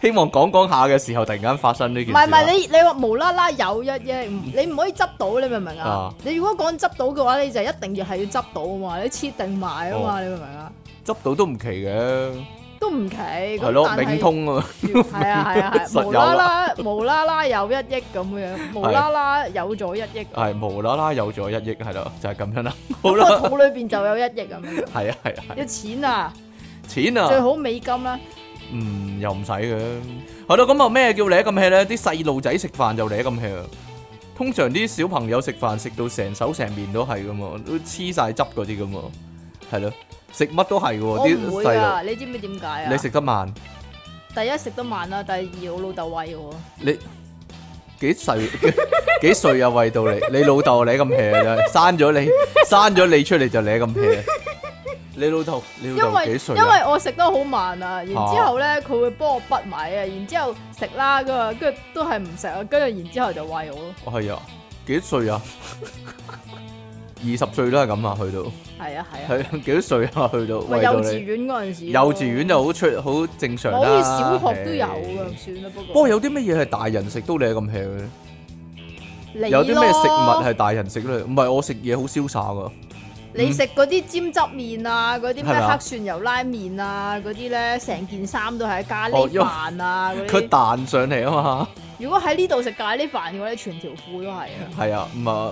[SPEAKER 1] 希望講講下嘅時候突然間發生呢
[SPEAKER 2] 唔
[SPEAKER 1] 件
[SPEAKER 2] 係
[SPEAKER 1] 事
[SPEAKER 2] 唔係
[SPEAKER 1] 啦。
[SPEAKER 2] 你你話無啦啦有一嘢，唔你唔可以執到，你明唔明啊
[SPEAKER 1] 啊？
[SPEAKER 2] 你如果講執到嘅話，你就一定要係要執到啊嘛，你設定埋啊嘛，你明唔明啊？
[SPEAKER 1] 執到都唔奇嘅，
[SPEAKER 2] 都唔奇，係
[SPEAKER 1] 係咯，冥通啊嘛。
[SPEAKER 2] 係啊係啊
[SPEAKER 1] 實
[SPEAKER 2] 係，
[SPEAKER 1] 有
[SPEAKER 2] 無
[SPEAKER 1] 啊
[SPEAKER 2] 啦啦無啦啦有一億咁樣，無啦啦有咗一億，
[SPEAKER 1] 係無啦啦有咗一億，係咯，就係咁樣 啦。好
[SPEAKER 2] 個
[SPEAKER 1] 啦，
[SPEAKER 2] 肚裏邊就有一億咁樣，
[SPEAKER 1] 係啊 係啊係啊，
[SPEAKER 2] 要錢啊，
[SPEAKER 1] 錢啊！
[SPEAKER 2] 最好美金啦，
[SPEAKER 1] 嗯，又唔使嘅。係咯，咁啊咩叫舐咁 hea 咧？啲細路仔食飯就舐咁 hea 啊。通常啲小朋友食飯食到成手成面都係噶嘛，都黐晒汁嗰啲噶嘛，係咯，食乜都係
[SPEAKER 2] 我
[SPEAKER 1] 喎
[SPEAKER 2] 唔
[SPEAKER 1] 啲
[SPEAKER 2] 會
[SPEAKER 1] 細
[SPEAKER 2] 啊，你知唔知點解
[SPEAKER 1] 路。
[SPEAKER 2] 啊
[SPEAKER 1] 你？食得慢，
[SPEAKER 2] 第一食得慢啊啦，第二我老豆喂我，
[SPEAKER 1] 你幾歲 幾歲啊？喂到你，你老豆舐咁 hea 真係生咗 你，生咗你出嚟就舐咁 hea。你老豆，你
[SPEAKER 2] 因
[SPEAKER 1] 老豆
[SPEAKER 2] 為
[SPEAKER 1] 幾歲
[SPEAKER 2] 因
[SPEAKER 1] 啊？
[SPEAKER 2] 為我食得好慢啊，然之後咧佢會幫我筆埋啊，然之後食啦，跟住跟住都係唔食啊，跟住然之後就喂我咯，
[SPEAKER 1] 係啊，幾歲啊？ 二十歲都係咁啊，去到。
[SPEAKER 2] 係啊係啊，
[SPEAKER 1] 係 幾多歲啊？去到
[SPEAKER 2] 咪
[SPEAKER 1] 喂到
[SPEAKER 2] 幼稚
[SPEAKER 1] 你
[SPEAKER 2] 園嗰陣時咯，
[SPEAKER 1] 幼稚園就好出好正常
[SPEAKER 2] 我好
[SPEAKER 1] 啦。
[SPEAKER 2] 似小學都有
[SPEAKER 1] 唉
[SPEAKER 2] 噶，。算啦不過。
[SPEAKER 1] 不過有啲乜嘢係大人食都你咁 hea 嘅咧？
[SPEAKER 2] 你
[SPEAKER 1] 有啲咩食
[SPEAKER 2] 咯
[SPEAKER 1] 物係大人食咧？唔係我食嘢好瀟灑噶，
[SPEAKER 2] 你食嗰啲尖汁麵啊，嗰啲
[SPEAKER 1] 係咪
[SPEAKER 2] 咩
[SPEAKER 1] 啊
[SPEAKER 2] 黑蒜油拉麵啊，嗰啲咧成件衫都係咖
[SPEAKER 1] 哦
[SPEAKER 2] 喱
[SPEAKER 1] 因為
[SPEAKER 2] 飯啊嗰
[SPEAKER 1] 佢
[SPEAKER 2] 啲。
[SPEAKER 1] 彈上嚟啊嘛，
[SPEAKER 2] 如果喺呢度食咖喱飯嘅話，你全條褲都係啊。
[SPEAKER 1] 係啊，咁啊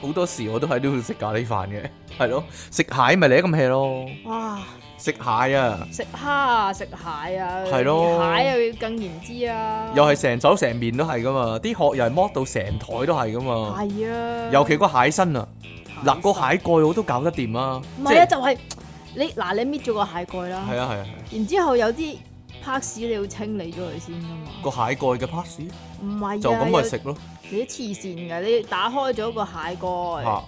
[SPEAKER 1] 好多時我都喺呢度食咖喱飯嘅，係咯，食蟹咪你咁 hea 咯，
[SPEAKER 2] 哇！
[SPEAKER 1] 食蟹啊，
[SPEAKER 2] 食蝦啊，食蟹啊，
[SPEAKER 1] 係咯
[SPEAKER 2] 魚蟹又要更言之啊。
[SPEAKER 1] 又係成手成面都係噶嘛，啲殼又係剝到成台都係噶嘛，
[SPEAKER 2] 係啊。
[SPEAKER 1] 尤其個蟹身啊，嗱個蟹蓋我都搞得掂啊！
[SPEAKER 2] 唔
[SPEAKER 1] 即
[SPEAKER 2] 係啊，就係你嗱，你搣咗個蟹蓋啦，
[SPEAKER 1] 係啊係啊係啊，
[SPEAKER 2] 然之後有啲 parts 你要清理咗佢先噶嘛。
[SPEAKER 1] 個蟹蓋嘅 pass
[SPEAKER 2] 唔係啊，
[SPEAKER 1] 就咁咪
[SPEAKER 2] 有
[SPEAKER 1] 食咯
[SPEAKER 2] 你啲黐線㗎，你打開咗個蟹蓋，
[SPEAKER 1] 嚇，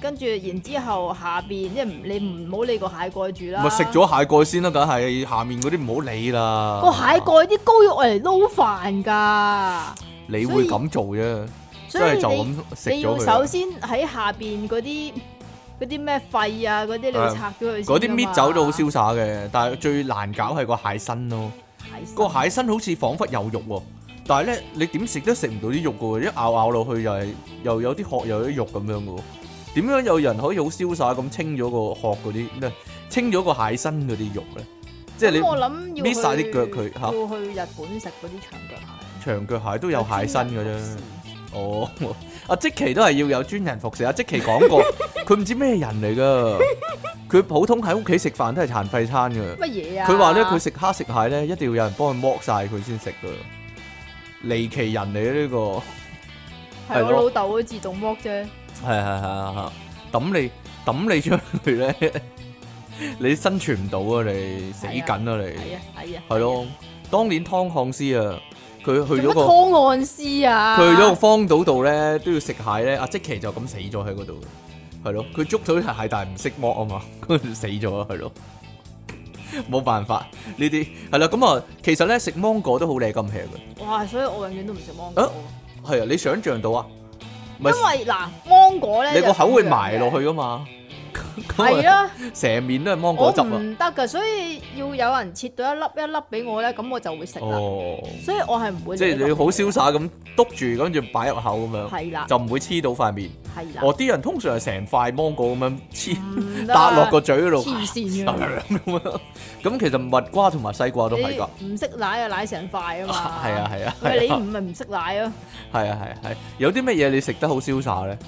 [SPEAKER 2] 跟住然之後下邊即係唔你唔好理個蟹蓋住啦。
[SPEAKER 1] 咪食咗蟹蓋先啦，梗係下面嗰啲唔好理啦。
[SPEAKER 2] 個蟹，蓋啲膏肉嚟撈飯㗎，
[SPEAKER 1] 你會咁做啫，即
[SPEAKER 2] 所以
[SPEAKER 1] 係就
[SPEAKER 2] 你
[SPEAKER 1] 咁食
[SPEAKER 2] 你要
[SPEAKER 1] 咗
[SPEAKER 2] 首
[SPEAKER 1] 佢。啊
[SPEAKER 2] 先喺下邊嗰啲嗰啲咩肺啊嗰啲你要
[SPEAKER 1] 係
[SPEAKER 2] 拆咗佢先㗎嘛。
[SPEAKER 1] 嗰啲搣走都好瀟灑嘅，但係最難搞係個蟹身咯。
[SPEAKER 2] 啊蟹
[SPEAKER 1] 個蟹身好似彷彿有肉喎，但係咧你點食都食唔到啲肉嘅喎，一咬咬落去又係又有啲殼又有啲肉咁樣嘅喎。點樣有人可以好瀟灑咁清咗個殼嗰啲咧，清咗個蟹身嗰啲肉咧？即係
[SPEAKER 2] 咁我
[SPEAKER 1] 你
[SPEAKER 2] 諗要
[SPEAKER 1] 搣晒啲
[SPEAKER 2] 去
[SPEAKER 1] 腳佢嚇
[SPEAKER 2] 要去日本食嗰啲長腳蟹，
[SPEAKER 1] 長腳蟹都有蟹身嘅
[SPEAKER 2] 專
[SPEAKER 1] 啫
[SPEAKER 2] 人。
[SPEAKER 1] 哦， 阿即奇都係要有專人服侍。阿即奇講 過，佢唔知咩人嚟噶，佢普通喺屋企食飯都係殘廢餐噶。
[SPEAKER 2] 乜嘢啊？
[SPEAKER 1] 佢話咧，佢食蝦食蟹咧，一定要有人幫佢剝晒佢先食噶。離奇人嚟嘅呢個。
[SPEAKER 2] 係
[SPEAKER 1] 係
[SPEAKER 2] 我
[SPEAKER 1] 咯
[SPEAKER 2] 老豆嗰自動剝啫，
[SPEAKER 1] 係係係係，抌你抌你出去咧， 你生存唔到啊！你死緊啊你，
[SPEAKER 2] 係啊係啊，
[SPEAKER 1] 係咯。當年湯漢斯啊，佢去咗
[SPEAKER 2] 做乜
[SPEAKER 1] 個
[SPEAKER 2] 湯岸斯啊？
[SPEAKER 1] 佢去咗個荒島度咧，都要食蟹咧。阿即奇就咁死咗喺嗰度，係咯。佢捉到啲蟹，但係唔識剝啊嘛， 佢就死咗啊，係咯。冇辦法呢啲係啦。咁啊，其實咧食芒果都好靚咁 hea 嘅。
[SPEAKER 2] 哇！所以我永遠都唔食芒果
[SPEAKER 1] 啊，係啊，你想象到啊？
[SPEAKER 2] 因
[SPEAKER 1] 咪
[SPEAKER 2] 為嗱芒果咧，
[SPEAKER 1] 你個口會埋落
[SPEAKER 2] 去，
[SPEAKER 1] 去噶嘛？ 咁啊
[SPEAKER 2] 係啊，
[SPEAKER 1] 成面都係芒
[SPEAKER 2] 我
[SPEAKER 1] 果汁啊！
[SPEAKER 2] 唔得噶，所以要有人切到一粒一粒俾我咧，咁我就會食啦。
[SPEAKER 1] 哦，
[SPEAKER 2] 所以我係唔會
[SPEAKER 1] 即
[SPEAKER 2] 理
[SPEAKER 1] 係
[SPEAKER 2] 佢嘅，
[SPEAKER 1] 你好瀟灑咁篤住，跟住擺入口咁樣，
[SPEAKER 2] 係啦
[SPEAKER 1] 就唔會黐到塊面。
[SPEAKER 2] 係啦，
[SPEAKER 1] 哦，啲人通常係成塊芒果咁樣黐
[SPEAKER 2] 唔得啊
[SPEAKER 1] 搭落個嘴嗰度，
[SPEAKER 2] 黐線嘅。
[SPEAKER 1] 咁樣。咁其實蜜瓜同埋西瓜 都係㗎，
[SPEAKER 2] 你唔識奶啊，奶成塊啊嘛。
[SPEAKER 1] 係啊係啊
[SPEAKER 2] 喂，
[SPEAKER 1] 係
[SPEAKER 2] 你唔
[SPEAKER 1] 啊
[SPEAKER 2] 咪唔識奶啊？
[SPEAKER 1] 係啊係啊係。有啲乜嘢你食得好瀟灑咧？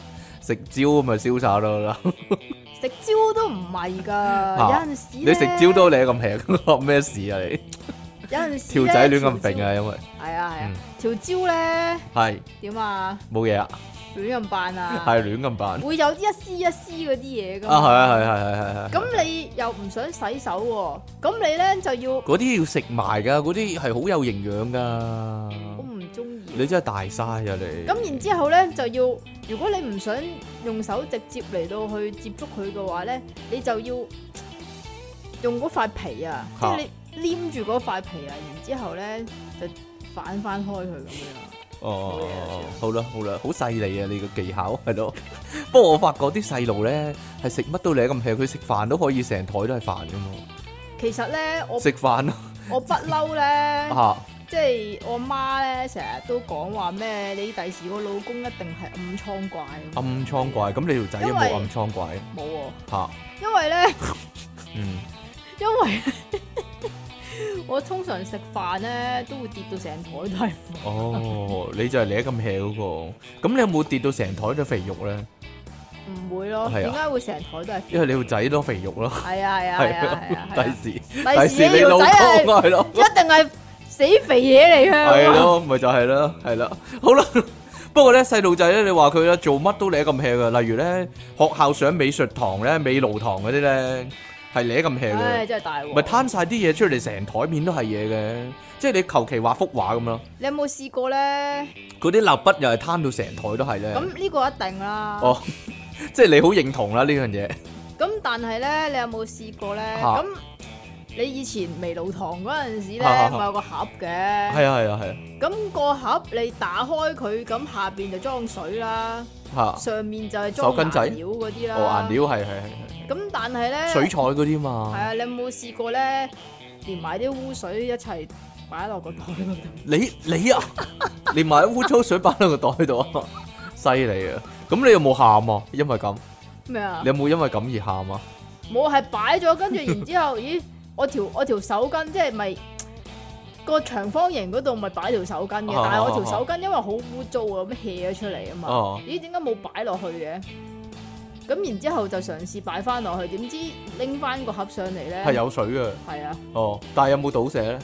[SPEAKER 1] 食蕉咪瀟灑咯啦，啊
[SPEAKER 2] 食蕉都唔係 㗎，哦有陣時
[SPEAKER 1] 你食蕉都你咁平， 咩事啊你？
[SPEAKER 2] 有陣時
[SPEAKER 1] 條
[SPEAKER 2] 咧
[SPEAKER 1] 仔亂咁
[SPEAKER 2] 條
[SPEAKER 1] 揈
[SPEAKER 2] 蕉
[SPEAKER 1] 啊，因為
[SPEAKER 2] 係啊係啊
[SPEAKER 1] 嗯，
[SPEAKER 2] 條蕉咧
[SPEAKER 1] 係
[SPEAKER 2] 點啊，
[SPEAKER 1] 冇嘢啊，
[SPEAKER 2] 亂咁扮啊，
[SPEAKER 1] 係亂咁扮啊，
[SPEAKER 2] 會有啲一絲一絲嗰啲嘢噶
[SPEAKER 1] 係
[SPEAKER 2] 嘛。
[SPEAKER 1] 啊係係係係係。
[SPEAKER 2] 咁你又唔想洗手喎，咁你咧就要
[SPEAKER 1] 嗰啲要食埋噶，嗰啲係好有營養噶。
[SPEAKER 2] 我唔中意。
[SPEAKER 1] 你真係大嘥啊你！
[SPEAKER 2] 咁然之後咧就要，如果你唔想用手直接嚟到去接觸佢嘅話咧，你就要用嗰塊皮啊，即
[SPEAKER 1] 嚇
[SPEAKER 2] 係你黏住嗰塊皮啊，然之後咧就反翻開佢咁樣。
[SPEAKER 1] 哦，好啦好啦，好細膩啊你個技巧係咯。 不過我發覺啲細路咧係食乜都你咁 hea，佢食飯都可以成台都係飯噶嘛。
[SPEAKER 2] 其實咧，我
[SPEAKER 1] 食飯
[SPEAKER 2] 我不嬲咧。
[SPEAKER 1] 啊
[SPEAKER 2] 即係我媽咧，成日都講話咩？你第時個老公一定係暗瘡怪咁，
[SPEAKER 1] 暗瘡怪，咁你條仔有冇
[SPEAKER 2] 因為
[SPEAKER 1] 暗瘡怪
[SPEAKER 2] 冇喎，
[SPEAKER 1] 嚇？
[SPEAKER 2] 因為咧，
[SPEAKER 1] 嗯，
[SPEAKER 2] 因為 我通常食飯咧都會跌到成台都係飯，
[SPEAKER 1] 哦，你就係你咁 hea 嗰個。咁你有冇跌到成台都肥肉咧？
[SPEAKER 2] 唔會咯？
[SPEAKER 1] 係啊
[SPEAKER 2] 點解會成台都係飯？
[SPEAKER 1] 因為你條仔多肥肉咯，
[SPEAKER 2] 係啊係啊
[SPEAKER 1] 係
[SPEAKER 2] 係啊係啊係
[SPEAKER 1] 啊
[SPEAKER 2] 啊！
[SPEAKER 1] 第時
[SPEAKER 2] 第
[SPEAKER 1] 第
[SPEAKER 2] 時
[SPEAKER 1] 時
[SPEAKER 2] 你
[SPEAKER 1] 你
[SPEAKER 2] 條
[SPEAKER 1] 老
[SPEAKER 2] 仔
[SPEAKER 1] 公
[SPEAKER 2] 係
[SPEAKER 1] 係咯。
[SPEAKER 2] 一定係死肥嘢嚟
[SPEAKER 1] 係
[SPEAKER 2] 㗎，
[SPEAKER 1] 咯，咪就係咯，係啦，好啦。不過咧，細路仔咧，你話佢咧做乜都你咁 hea 噶，例如咧學校上美術堂咧、美勞堂嗰啲咧，係你咁 hea
[SPEAKER 2] 唉
[SPEAKER 1] 嘅，
[SPEAKER 2] 真係大鑊！
[SPEAKER 1] 咪攤晒啲嘢出嚟，成台面都係嘢嘅，即係你求其畫幅畫咁咯，
[SPEAKER 2] 你有冇試過咧？
[SPEAKER 1] 嗰啲蠟筆又係攤到成台都係咧，
[SPEAKER 2] 咁呢個一定啦。
[SPEAKER 1] 哦， 即係你好認同啦呢樣嘢，
[SPEAKER 2] 咁但係咧，你有冇試過咧？
[SPEAKER 1] 嚇
[SPEAKER 2] 咁你以前微露堂嗰陣
[SPEAKER 1] 嚇
[SPEAKER 2] 時咧，
[SPEAKER 1] 嚇嚇
[SPEAKER 2] 咪有個盒嘅。
[SPEAKER 1] 係啊係啊係啊，
[SPEAKER 2] 咁個盒你打開佢，咁下邊就裝水啦，
[SPEAKER 1] 嚇，
[SPEAKER 2] 上面就係裝
[SPEAKER 1] 手巾仔
[SPEAKER 2] 顏料嗰啲啦。
[SPEAKER 1] 哦顏。料係係係
[SPEAKER 2] 咁但係咧，
[SPEAKER 1] 係水彩嗰啲
[SPEAKER 2] 係
[SPEAKER 1] 嘛，
[SPEAKER 2] 啊，你有冇試過咧？連埋啲污水一齊擺落個袋嗰 度。
[SPEAKER 1] 你你啊，連埋污糟水擺喺個袋度啊， 犀利啊！咁你有冇喊啊？因為咁。
[SPEAKER 2] 咩啊
[SPEAKER 1] 你？有冇因為咁而喊啊？
[SPEAKER 2] 冇係擺咗，跟住然之後， 咦？我條我條手巾即係咪個長方形嗰度咪擺條手巾嘅？
[SPEAKER 1] 啊
[SPEAKER 2] 但係我條手巾因為好污糟啊，咁 hea 咗出嚟啊嘛。
[SPEAKER 1] 哦
[SPEAKER 2] 咦？點解冇擺落去嘅？咁然之後就嘗試擺翻落去，點知拎翻個盒上嚟咧？
[SPEAKER 1] 係有水嘅，
[SPEAKER 2] 係啊，
[SPEAKER 1] 哦，但係有冇倒瀉咧？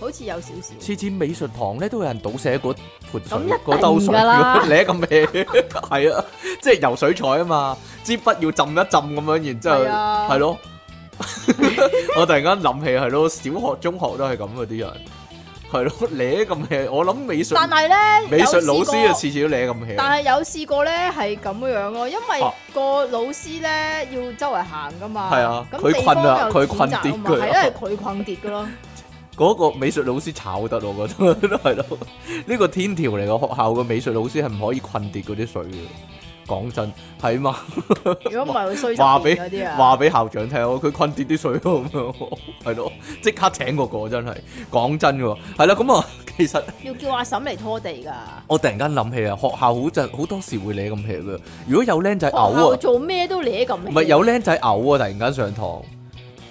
[SPEAKER 2] 好似有少少。
[SPEAKER 1] 次次美術堂咧都有人倒瀉嗰盆水
[SPEAKER 2] 咁一定
[SPEAKER 1] 嗰兜水
[SPEAKER 2] 㗎啦
[SPEAKER 1] 你咁嘅 係啊，即係游水彩啊嘛，支筆要浸一浸咁樣，然之後
[SPEAKER 2] 係啊
[SPEAKER 1] 係咯。 我突然間諗起係咯，小學、中學都係咁嘅啲人，係咯，你咁嘅，我諗美術
[SPEAKER 2] 但係咧，
[SPEAKER 1] 美術老師
[SPEAKER 2] 有
[SPEAKER 1] 啊，
[SPEAKER 2] 試過
[SPEAKER 1] 次次都你咁嘅。
[SPEAKER 2] 但係有試過咧係咁樣咯，因為
[SPEAKER 1] 啊
[SPEAKER 2] 個老師咧要周圍行噶嘛。
[SPEAKER 1] 係啊
[SPEAKER 2] 咁
[SPEAKER 1] 佢
[SPEAKER 2] 地
[SPEAKER 1] 困
[SPEAKER 2] 方
[SPEAKER 1] 啊
[SPEAKER 2] 有
[SPEAKER 1] 佢
[SPEAKER 2] 選
[SPEAKER 1] 困
[SPEAKER 2] 擇
[SPEAKER 1] 跌
[SPEAKER 2] 啊嘛
[SPEAKER 1] 佢
[SPEAKER 2] 係
[SPEAKER 1] 啊
[SPEAKER 2] 因為佢困跌 嘅咯。
[SPEAKER 1] 嗰個美術老師炒得，我覺得 係咯，呢個天條嚟嘅學校嘅美術老師係唔可以困跌嗰啲水嘅。講真，係嘛？
[SPEAKER 2] 如果唔係會衰
[SPEAKER 1] 話
[SPEAKER 2] 咗
[SPEAKER 1] 俾
[SPEAKER 2] 面嗰啲啊。
[SPEAKER 1] 話俾校長聽，佢困跌啲水咯，咁樣 係咯，即刻請個個真係講真喎，係啦，咁啊， 其實
[SPEAKER 2] 要叫阿嬸嚟拖地㗎。
[SPEAKER 1] 我突然間諗起啊，學校好陣好多時會你咁氣嘅，如果有僆仔
[SPEAKER 2] 學校
[SPEAKER 1] 嘔啊，
[SPEAKER 2] 做咩都舐咁。
[SPEAKER 1] 唔係有僆仔嘔啊，突然間上堂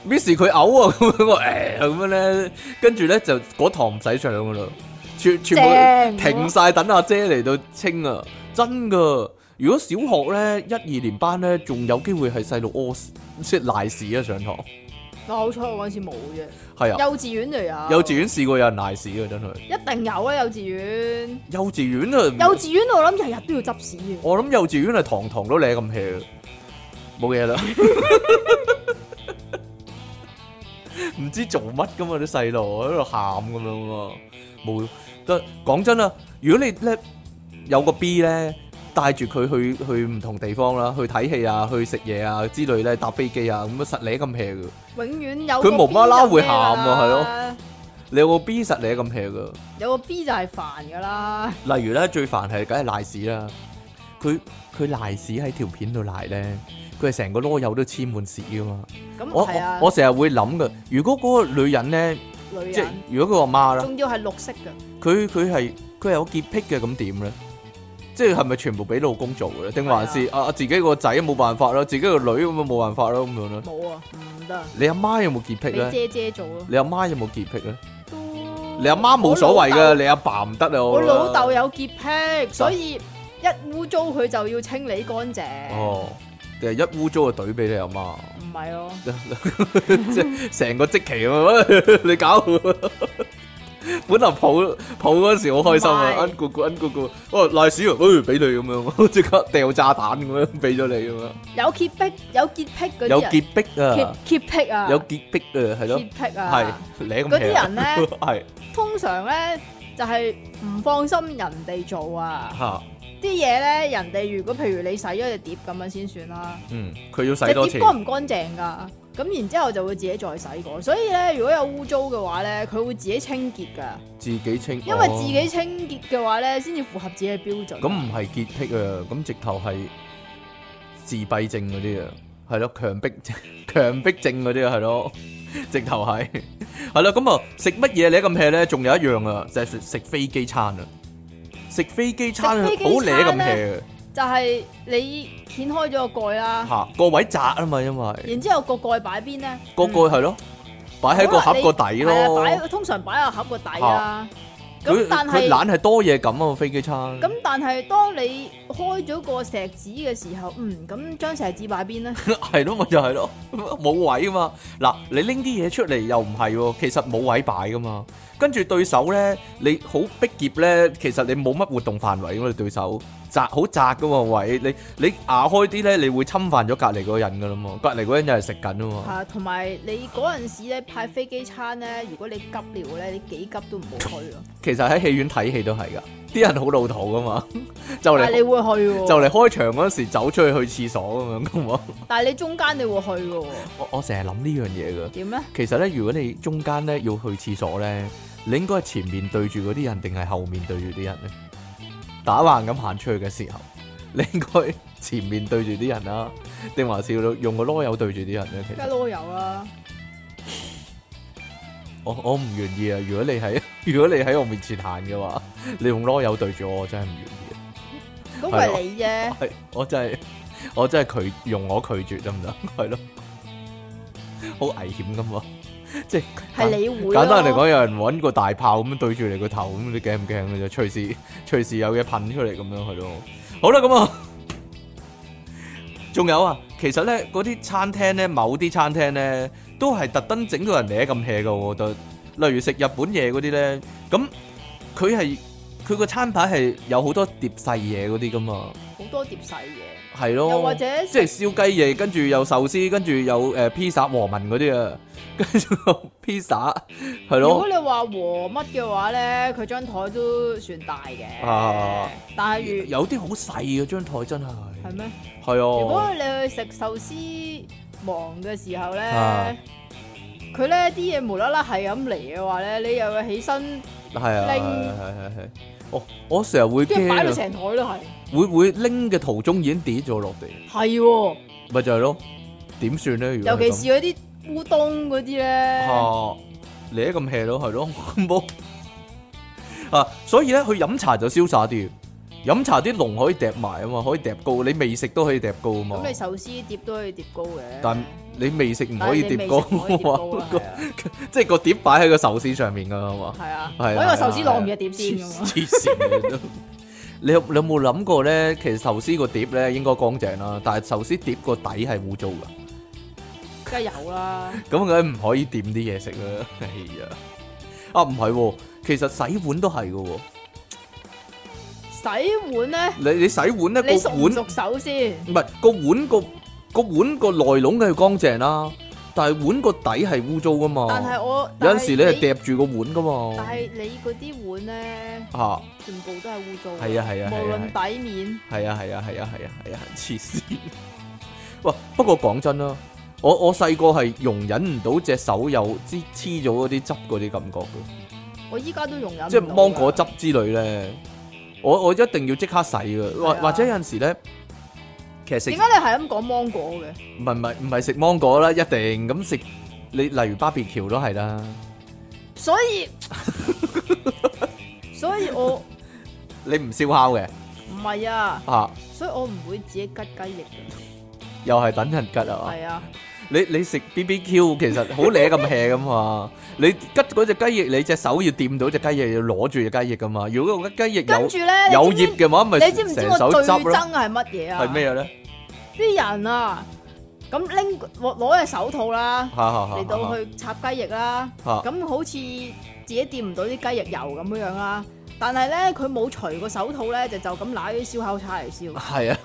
[SPEAKER 1] ，Miss 佢嘔啊， 咁樣我誒咁樣咧，跟住咧就嗰堂唔使上噶啦，全全部。
[SPEAKER 2] 正
[SPEAKER 1] 停晒等阿姐嚟到清啊！真噶，如果小學咧一二年班咧，仲有機會係細路屙屎即係賴屎啊！上堂
[SPEAKER 2] 我好彩我嗰陣時冇啫，
[SPEAKER 1] 係啊，
[SPEAKER 2] 幼稚園就有。
[SPEAKER 1] 幼稚園試過有人賴屎啊！真係
[SPEAKER 2] 一定有啊！幼稚園，
[SPEAKER 1] 幼稚園啊
[SPEAKER 2] 幼，稚園我諗日日都要執 屎嘅。
[SPEAKER 1] 我諗幼稚園係堂堂都你咁 hea，冇嘢啦，唔知做乜噶嘛啲細路喺度喊咁樣啊，冇得講真啊！如果你咧有個 B 咧。帶住佢去去唔同地方啦，去睇戲啊，去食嘢啊之類咧，搭飛機啊，咁啊實你咁 hea 嘅。
[SPEAKER 2] 永遠有
[SPEAKER 1] 佢
[SPEAKER 2] 個
[SPEAKER 1] 無啦啦
[SPEAKER 2] B 就
[SPEAKER 1] 會喊啊
[SPEAKER 2] 咩啦
[SPEAKER 1] 係咯。你有個 B 實你咁 hea 嘅。
[SPEAKER 2] 有個 B 就係煩噶啦，
[SPEAKER 1] 例如咧，最煩係梗係賴屎啦。佢佢賴屎喺條片度賴咧，佢係成個箩柚都黐滿屎噶嘛。
[SPEAKER 2] 咁
[SPEAKER 1] 我
[SPEAKER 2] 係啊
[SPEAKER 1] 我，我成日會諗嘅，如果嗰個女人咧，
[SPEAKER 2] 女
[SPEAKER 1] 即係
[SPEAKER 2] 人
[SPEAKER 1] 如果佢阿媽啦，
[SPEAKER 2] 仲要係綠色嘅，
[SPEAKER 1] 佢佢係佢係有潔癖嘅，咁點咧？即係係咪全部俾老公做嘅咧？定還是啊啊自己個仔冇辦法啦，自己個女咁啊冇辦法啦咁樣啦？
[SPEAKER 2] 冇啊，唔得，
[SPEAKER 1] 你阿媽有冇潔癖
[SPEAKER 2] 俾
[SPEAKER 1] 咧？
[SPEAKER 2] 姐姐做咯。
[SPEAKER 1] 你阿媽有冇潔癖咧？
[SPEAKER 2] 都
[SPEAKER 1] 你阿媽冇所謂噶，，你阿爸唔得啊！
[SPEAKER 2] 我
[SPEAKER 1] 覺得
[SPEAKER 2] 老豆有潔癖，所以一污糟佢就要清理乾淨。
[SPEAKER 1] 哦，定係一污糟就懟俾你阿媽，
[SPEAKER 2] 唔係咯，
[SPEAKER 1] 即係成個積淇咁樣， 你搞我。本來抱抱嗰時好開心啊，
[SPEAKER 2] 唔係
[SPEAKER 1] 恩咕咕恩咕咕，哦賴屎啊，哎俾你咁樣， 即刻掉炸彈咁樣 俾咗你咁樣，
[SPEAKER 2] 有潔癖，有潔癖嗰
[SPEAKER 1] 有
[SPEAKER 2] 啲人
[SPEAKER 1] 潔，癖啊
[SPEAKER 2] 潔，潔癖啊，
[SPEAKER 1] 有潔癖啊，係咯
[SPEAKER 2] 潔，癖啊，
[SPEAKER 1] 係你咁
[SPEAKER 2] 嗰啲人咧
[SPEAKER 1] 人 係
[SPEAKER 2] 通常咧就係唔放心人哋做啊，
[SPEAKER 1] 嚇，
[SPEAKER 2] 啲嘢咧人哋如果譬如你洗咗隻碟咁樣先算啦，
[SPEAKER 1] 嗯，佢要
[SPEAKER 2] 隻
[SPEAKER 1] 洗多次，
[SPEAKER 2] 碟乾唔乾淨噶？咁然之後就會自己再洗過，所以咧如果有污糟嘅話咧，佢會自己清潔噶，
[SPEAKER 1] 自己清，
[SPEAKER 2] 因為
[SPEAKER 1] 哦
[SPEAKER 2] 自己清潔嘅話咧，先至符合自己嘅標準。
[SPEAKER 1] 咁唔係潔癖啊，咁直頭係自閉症嗰啲啊，係咯，強迫 強迫症嗰啲啊，係咯， 直頭係係啦。咁啊，食乜嘢你咁 hea 咧？仲有一樣啊，就係食食飛機餐啊，食飛機餐好
[SPEAKER 2] 食
[SPEAKER 1] 你
[SPEAKER 2] 飛機餐呢
[SPEAKER 1] 咁 hea
[SPEAKER 2] 就係你掀開咗個蓋
[SPEAKER 1] 啊，
[SPEAKER 2] 啦，
[SPEAKER 1] 嚇個位窄啊嘛，因為
[SPEAKER 2] 然之後個蓋擺邊咧？
[SPEAKER 1] 個個係咯，擺喺個
[SPEAKER 2] 好啦
[SPEAKER 1] 盒
[SPEAKER 2] 你
[SPEAKER 1] 個底
[SPEAKER 2] 係
[SPEAKER 1] 咯
[SPEAKER 2] 啊，擺通常擺喺個盒個底啦。咁
[SPEAKER 1] 佢
[SPEAKER 2] 但
[SPEAKER 1] 佢
[SPEAKER 2] 係。
[SPEAKER 1] 懶係多嘢咁啊，飛機餐
[SPEAKER 2] 咁但係當你開咗個石子嘅時候，嗯，咁將石子擺 邊咧？
[SPEAKER 1] 係咯，咪就係咯， 冇位啊嘛。嗱，你拎啲嘢出嚟又唔係喎，其實冇位擺噶嘛。跟住對手咧，你好逼夾咧，其實你冇乜活動範圍㗎嘛。你對手窄好窄噶嘛位，你你牙開啲咧，你會侵犯咗隔離嗰個人噶啦嘛。隔離嗰個人又係食緊啊嘛。
[SPEAKER 2] 啊，同埋你嗰陣時咧派飛機餐咧，如果你急尿咧，你幾急都唔好去啊咯，
[SPEAKER 1] 其實喺戲院睇戲都係噶，啲人好老土噶嘛，就嚟
[SPEAKER 2] 但係啊你會去喎，
[SPEAKER 1] 就嚟開場嗰時走出去去廁所咁樣噶嘛。
[SPEAKER 2] 但係你中間你會去嘅喎，
[SPEAKER 1] 我我成日諗呢樣嘢噶。
[SPEAKER 2] 點咧？
[SPEAKER 1] 其實咧，如果你中間咧要去廁所咧，你應該係前面對住嗰啲人，定係後面對住啲人咧？打橫咁行出去嘅時候， 你應該前面對住啲人啦，定還是要用個籮柚對住啲人咧？其
[SPEAKER 2] 梗係
[SPEAKER 1] 實
[SPEAKER 2] 攞油啦，
[SPEAKER 1] 我我唔願意啊！如果你喺 如果你喺我面前行嘅話，你用籮柚對住我，我真係唔願意啊。
[SPEAKER 2] 咁
[SPEAKER 1] 係咯
[SPEAKER 2] 咪你啫，
[SPEAKER 1] 係我真係我真係拒用我拒絕得唔 得？係咯，好危險噶嘛！即係
[SPEAKER 2] 係你會啊咯
[SPEAKER 1] 簡單嚟講，，有人揾個大炮咁樣對住你個頭，咁你驚唔驚嘅啫？隨時隨時有嘢噴出嚟咁樣係咯。好啦，咁啊，仲有啊，其實咧嗰啲餐廳咧，某啲餐廳咧都係特登整到人哋咁 hea 嘅，我覺得例如食日本嘢嗰啲咧，咁佢係佢個餐牌係有好多碟細嘢嗰啲噶嘛，
[SPEAKER 2] 好多碟細嘢，
[SPEAKER 1] 係咯，
[SPEAKER 2] 又或者
[SPEAKER 1] 即係燒雞翼，跟住有壽司，跟住有誒披薩和文嗰啲啊，跟住有披薩係
[SPEAKER 2] 如
[SPEAKER 1] 咯，
[SPEAKER 2] 果你話和乜嘅話咧，佢張台都算大嘅。
[SPEAKER 1] 啊
[SPEAKER 2] 但係如
[SPEAKER 1] 有啲好細嘅張台真係，
[SPEAKER 2] 係咩？如
[SPEAKER 1] 係啊，
[SPEAKER 2] 果你去食壽司忙嘅時候
[SPEAKER 1] 啊
[SPEAKER 2] 咧，佢咧啲嘢無啦啦係咁嚟嘅話咧，你又要起身，
[SPEAKER 1] 係啊，係
[SPEAKER 2] 拎
[SPEAKER 1] 係係係，我我成日會
[SPEAKER 2] 跟住擺到
[SPEAKER 1] 驚啊，
[SPEAKER 2] 成台都係，
[SPEAKER 1] 會唔會拎嘅途中已經跌咗落地，
[SPEAKER 2] 係喎。
[SPEAKER 1] 咪就係咯，點算咧？如果
[SPEAKER 2] 尤
[SPEAKER 1] 係
[SPEAKER 2] 其
[SPEAKER 1] 咁
[SPEAKER 2] 是嗰啲烏冬嗰啲咧，
[SPEAKER 1] 啊，你一咁 hea 咯， 係咯，冇啊，所以咧去飲茶就瀟灑啲，飲茶啲籠可以疊埋啊嘛，可以疊高，你未食都可以疊高啊嘛
[SPEAKER 2] 咁，你壽司碟都可以碟高嘅，
[SPEAKER 1] 但你未食唔
[SPEAKER 2] 但
[SPEAKER 1] 可以
[SPEAKER 2] 係你
[SPEAKER 1] 疊
[SPEAKER 2] 未食
[SPEAKER 1] 高
[SPEAKER 2] 唔可以 碟高
[SPEAKER 1] 啊
[SPEAKER 2] 啊
[SPEAKER 1] 嘛，即係個碟擺喺個壽司上面噶嘛，
[SPEAKER 2] 係啊，
[SPEAKER 1] 係啊
[SPEAKER 2] 我因為
[SPEAKER 1] 係啊
[SPEAKER 2] 壽司
[SPEAKER 1] 係
[SPEAKER 2] 攞唔
[SPEAKER 1] 啊
[SPEAKER 2] 嘅碟先㗎嘛，
[SPEAKER 1] 黐線嘅都。你有你有冇諗過咧？其實壽司個碟咧應該乾淨啦，但係壽司碟個底係污糟噶，
[SPEAKER 2] 梗係有啦，
[SPEAKER 1] 咁梗唔可以掂啲嘢食啦。哎呀，啊唔係喎，其實洗碗都係嘅喎。
[SPEAKER 2] 洗碗咧，
[SPEAKER 1] 你你洗碗咧
[SPEAKER 2] 你
[SPEAKER 1] 個
[SPEAKER 2] 熟
[SPEAKER 1] 碗
[SPEAKER 2] 唔熟手先？
[SPEAKER 1] 唔係個碗個個碗個內籠係乾淨啦，但係碗個底係污糟噶嘛。
[SPEAKER 2] 但係我
[SPEAKER 1] 哦有陣時你係
[SPEAKER 2] 碟，
[SPEAKER 1] 疊住個碗噶
[SPEAKER 2] 但
[SPEAKER 1] 嘛。啊
[SPEAKER 2] 係你嗰啲碗咧，
[SPEAKER 1] 嚇
[SPEAKER 2] 全部都係污糟嘅，
[SPEAKER 1] 係啊係啊係啊
[SPEAKER 2] 無論底面，
[SPEAKER 1] 係啊係啊係啊係啊係啊 黐線！哇！不過講真啦，我我細個係容忍唔到隻手有黐黐咗嗰啲汁嗰啲感覺嘅，
[SPEAKER 2] 我依家都容忍唔
[SPEAKER 1] 即係
[SPEAKER 2] 到㗎
[SPEAKER 1] 芒果汁，之類咧，我我一定要即刻洗嘅，或
[SPEAKER 2] 係啊
[SPEAKER 1] 或者有陣時咧，其實食
[SPEAKER 2] 點解啊你係咁講芒果嘅？
[SPEAKER 1] 唔係唔係唔係食芒果啦，一定咁食你例如巴比橋都係啦，
[SPEAKER 2] 所 以所以我
[SPEAKER 1] 你唔燒烤嘅
[SPEAKER 2] 唔係啊，
[SPEAKER 1] 啊，
[SPEAKER 2] 所以我唔會自己吉雞翼嘅。
[SPEAKER 1] 又係等人吉啊！
[SPEAKER 2] 系啊，
[SPEAKER 1] 你你食 B B Q 其實好舐咁 hea 噶嘛，你吉嗰只雞翼，你隻手要掂到只雞翼，要攞住只雞翼噶嘛。如果個雞翼有
[SPEAKER 2] 跟住咧，
[SPEAKER 1] 有
[SPEAKER 2] 你知唔
[SPEAKER 1] 葉
[SPEAKER 2] 知
[SPEAKER 1] 嘅話，咪
[SPEAKER 2] 你知唔知
[SPEAKER 1] 成手
[SPEAKER 2] 我最
[SPEAKER 1] 執咯。
[SPEAKER 2] 憎係乜嘢啊？
[SPEAKER 1] 係？咩咧？
[SPEAKER 2] 啲人啊，咁拎攞攞隻手套啦，
[SPEAKER 1] 嚇嚇嚇
[SPEAKER 2] 嚟到去插雞翼啦，
[SPEAKER 1] 嚇
[SPEAKER 2] 咁好似自己掂唔到啲雞翼油咁樣樣啦。但係咧，佢冇除個手套咧，就就咁揦啲燒烤叉嚟 燒。
[SPEAKER 1] 係啊，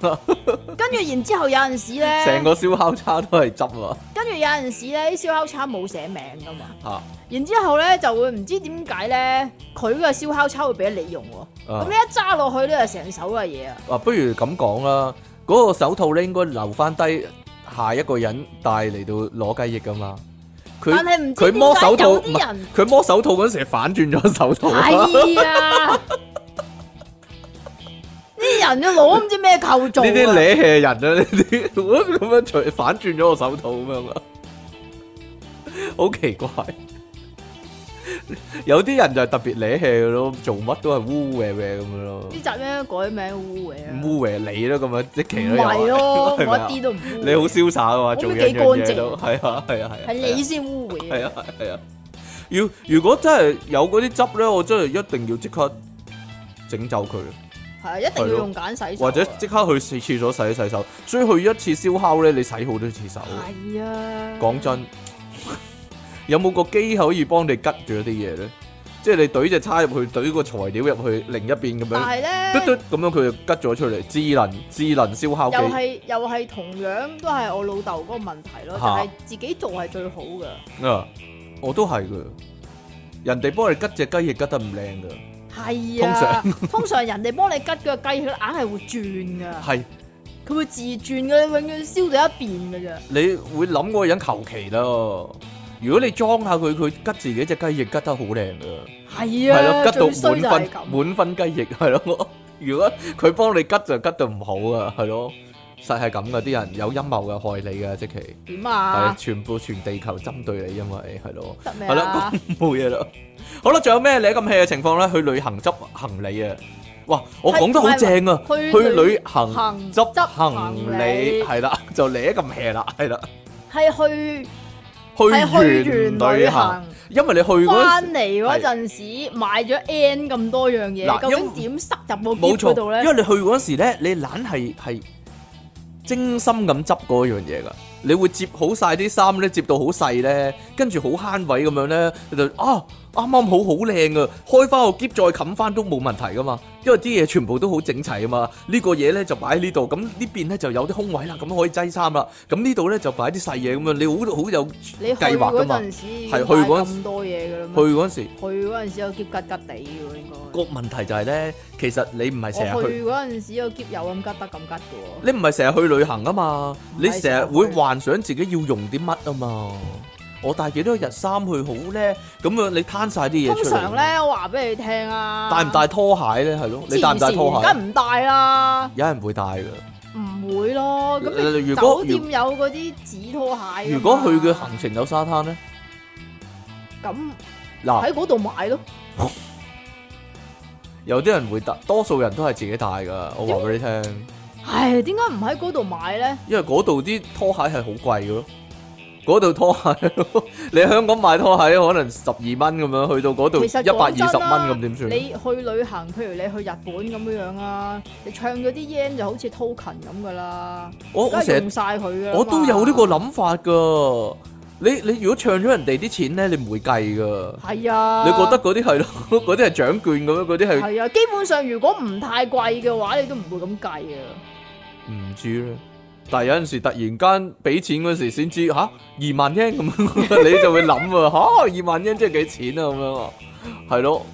[SPEAKER 2] 跟住然之後有陣時
[SPEAKER 1] 成
[SPEAKER 2] 咧，
[SPEAKER 1] 個燒烤叉都係汁啊！
[SPEAKER 2] 跟住有陣時咧，啲燒烤叉冇寫名噶嘛。
[SPEAKER 1] 嚇
[SPEAKER 2] 然之後咧就會唔知點解咧，佢嘅燒烤叉會俾你用喎。咁
[SPEAKER 1] 啊
[SPEAKER 2] 你一揸落去咧，就成手嘅嘢啊！
[SPEAKER 1] 啊！不如咁講啦，嗰個手套咧應該留翻低下一個人帶嚟到攞雞翼噶嘛。佢
[SPEAKER 2] 但係唔知
[SPEAKER 1] 佢
[SPEAKER 2] 點
[SPEAKER 1] 摸
[SPEAKER 2] 解
[SPEAKER 1] 手套
[SPEAKER 2] 有
[SPEAKER 1] 唔係
[SPEAKER 2] 啲人
[SPEAKER 1] 佢摸手套嗰陣時係反轉咗手套啊。
[SPEAKER 2] 係啊，啲人嘅腦唔知咩構造啊
[SPEAKER 1] 呢啲舐氣人啊，呢啲咁樣除反轉咗個手套咁樣啊，好奇怪。有啲人就係特別舐氣嘅咯，做乜都係污歪歪咁樣咯，
[SPEAKER 2] 呢集咧改名污嘢啊，
[SPEAKER 1] 污歪你咯咁樣，即奇
[SPEAKER 2] 唔
[SPEAKER 1] 咯又係
[SPEAKER 2] 係咯，我
[SPEAKER 1] 係咪啊
[SPEAKER 2] 一啲都唔污。
[SPEAKER 1] 你好瀟灑噶嘛，
[SPEAKER 2] 都
[SPEAKER 1] 做
[SPEAKER 2] 幾
[SPEAKER 1] 樣樣嘢
[SPEAKER 2] 乾淨
[SPEAKER 1] 都係啊係啊係啊，
[SPEAKER 2] 係你先污嘢，
[SPEAKER 1] 係啊係啊。要如果真係有嗰啲汁咧，我真係一定要即刻整走佢。
[SPEAKER 2] 係啊，一定要用鹼洗手啊
[SPEAKER 1] 或者即刻去洗廁所洗一洗手，所以去一次燒烤咧，你洗好多次手。
[SPEAKER 2] 係啊。
[SPEAKER 1] 講真， 有冇個機可以幫你吉住一啲嘢咧？即係你懟只叉入去，懟個材料入去另一邊咁
[SPEAKER 2] 但
[SPEAKER 1] 樣，
[SPEAKER 2] 係
[SPEAKER 1] 嘟
[SPEAKER 2] 咧，
[SPEAKER 1] 嘟咁樣佢就吉咗出嚟。智能智能燒烤機
[SPEAKER 2] 又係又係同樣都係我老豆嗰個問題咯，就
[SPEAKER 1] 嚇
[SPEAKER 2] 係自己做係最好嘅，
[SPEAKER 1] 啊，我都係噶。人哋幫你吉只雞翼吉得唔靚噶，
[SPEAKER 2] 係啊。通常人哋幫你吉嘅雞，佢硬係會轉噶，
[SPEAKER 1] 係
[SPEAKER 2] 佢會自轉嘅，永遠燒到一邊嘅啫。
[SPEAKER 1] 你會諗嗰個人求其咯。如果你裝下佢，佢吉自己只雞翼吉得好靚噶。
[SPEAKER 2] 係
[SPEAKER 1] 係
[SPEAKER 2] 啊，
[SPEAKER 1] 咯，吉到
[SPEAKER 2] 最衰就
[SPEAKER 1] 滿
[SPEAKER 2] 係
[SPEAKER 1] 分
[SPEAKER 2] 咁。
[SPEAKER 1] 滿分 雞翼係咯。如果佢幫你吉就吉到唔好啊，係咯，實係咁噶，啲人有陰謀嘅害你噶，即其
[SPEAKER 2] 點
[SPEAKER 1] 係
[SPEAKER 2] 啊？
[SPEAKER 1] 全部全地球針對你，因為係咯，
[SPEAKER 2] 得未
[SPEAKER 1] 係啦
[SPEAKER 2] 啊？，
[SPEAKER 1] 咁冇嘢啦。好啦，仲有咩你咁 hea 嘅情況咧？去旅行執行李啊！哇，我講得好正啊！
[SPEAKER 2] 去
[SPEAKER 1] 去旅行
[SPEAKER 2] 行
[SPEAKER 1] 執
[SPEAKER 2] 執
[SPEAKER 1] 行
[SPEAKER 2] 行
[SPEAKER 1] 李
[SPEAKER 2] 李
[SPEAKER 1] 係啦，就你咁 hea 啦，係啦，
[SPEAKER 2] 係去
[SPEAKER 1] 去
[SPEAKER 2] 係去
[SPEAKER 1] 完
[SPEAKER 2] 完
[SPEAKER 1] 旅
[SPEAKER 2] 旅
[SPEAKER 1] 行
[SPEAKER 2] 行，
[SPEAKER 1] 因為你去嗰陣時
[SPEAKER 2] 翻嚟嗰陣時買咗 N 咁多樣
[SPEAKER 1] 嗱
[SPEAKER 2] 嘢，究
[SPEAKER 1] 因
[SPEAKER 2] 竟點塞入個
[SPEAKER 1] 冇
[SPEAKER 2] 箧
[SPEAKER 1] 錯
[SPEAKER 2] 嗰度，
[SPEAKER 1] 因為
[SPEAKER 2] 咧？
[SPEAKER 1] 你去嗰時咧，你懶係係精心咁執嗰樣嘢噶，你會摺好晒啲衫咧，摺到好細咧，跟住好慳位咁樣咧，你就啊啱啱好好靚啊！開翻個箧再冚翻都冇問題噶嘛，因為啲嘢全部都好整齊啊嘛。呢、個嘢咧就擺喺呢度，咁呢邊咧就有啲空位啦，咁可以擠衫啦。咁呢度咧就擺啲細嘢咁樣，你好好有去
[SPEAKER 2] 你去
[SPEAKER 1] 計劃㗎
[SPEAKER 2] 嗰
[SPEAKER 1] 嘛
[SPEAKER 2] 陣時已經
[SPEAKER 1] 係去
[SPEAKER 2] 買
[SPEAKER 1] 嗰陣
[SPEAKER 2] 咁多嘢噶啦咩，
[SPEAKER 1] 嗰陣時，
[SPEAKER 2] 去嗰陣時有夾吉吉地嘅喎，應該
[SPEAKER 1] 個。問題就係咧，其實你唔係成
[SPEAKER 2] 我
[SPEAKER 1] 日去。
[SPEAKER 2] 去嗰陣時有夾有咁吉得咁吉嘅喎。
[SPEAKER 1] 你唔係成日去旅行啊嘛，你成日會
[SPEAKER 2] 去
[SPEAKER 1] 幻想自己要用啲乜啊嘛。我帶幾多日衫去好咧？咁樣你攤晒啲嘢
[SPEAKER 2] 通
[SPEAKER 1] 出嚟。
[SPEAKER 2] 常咧，我話俾你聽啊，
[SPEAKER 1] 帶唔帶拖鞋咧？係咯，你帶唔帶拖
[SPEAKER 2] 黐
[SPEAKER 1] 鞋？
[SPEAKER 2] 線梗唔啊帶啦，
[SPEAKER 1] 有人會帶㗎。
[SPEAKER 2] 唔會咯。咁
[SPEAKER 1] 呃
[SPEAKER 2] 你
[SPEAKER 1] 如果
[SPEAKER 2] 酒店有嗰啲紙拖鞋啊㗎嘛，
[SPEAKER 1] 如果佢嘅行程有沙灘咧，
[SPEAKER 2] 咁
[SPEAKER 1] 嗱，
[SPEAKER 2] 喺嗰度買咯。
[SPEAKER 1] 有啲人會帶，多數人都係自己帶㗎。我話俾你聽，
[SPEAKER 2] 唉，點解唔喺嗰度買咧？
[SPEAKER 1] 因為嗰度啲拖鞋係好貴㗎咯。嗰度拖鞋， 你喺香港買拖鞋可能十二蚊咁樣，去到嗰度
[SPEAKER 2] 其實
[SPEAKER 1] 一百二
[SPEAKER 2] 講真
[SPEAKER 1] 十
[SPEAKER 2] 啦
[SPEAKER 1] 蚊咁點算？
[SPEAKER 2] 你去旅行，譬如你去日本咁樣樣啊，你唱咗啲 yen 就好似 token 咁噶啦，
[SPEAKER 1] 我
[SPEAKER 2] 梗
[SPEAKER 1] 我成
[SPEAKER 2] 係
[SPEAKER 1] 日
[SPEAKER 2] 用晒佢噶。
[SPEAKER 1] 我都有呢個。諗法噶。你你如果唱咗人哋啲錢咧，你唔會計噶。
[SPEAKER 2] 係啊。
[SPEAKER 1] 你覺得嗰啲係咯， 嗰啲係獎券咁樣，嗰啲係
[SPEAKER 2] 係啊？基本上如果唔太貴嘅話，你都唔會咁計啊。
[SPEAKER 1] 唔知咧。但係有陣時突然間俾錢嗰時先知吓二萬英咁樣， 你就會諗啊吓二萬英即係幾錢啊咁樣啊，係咯。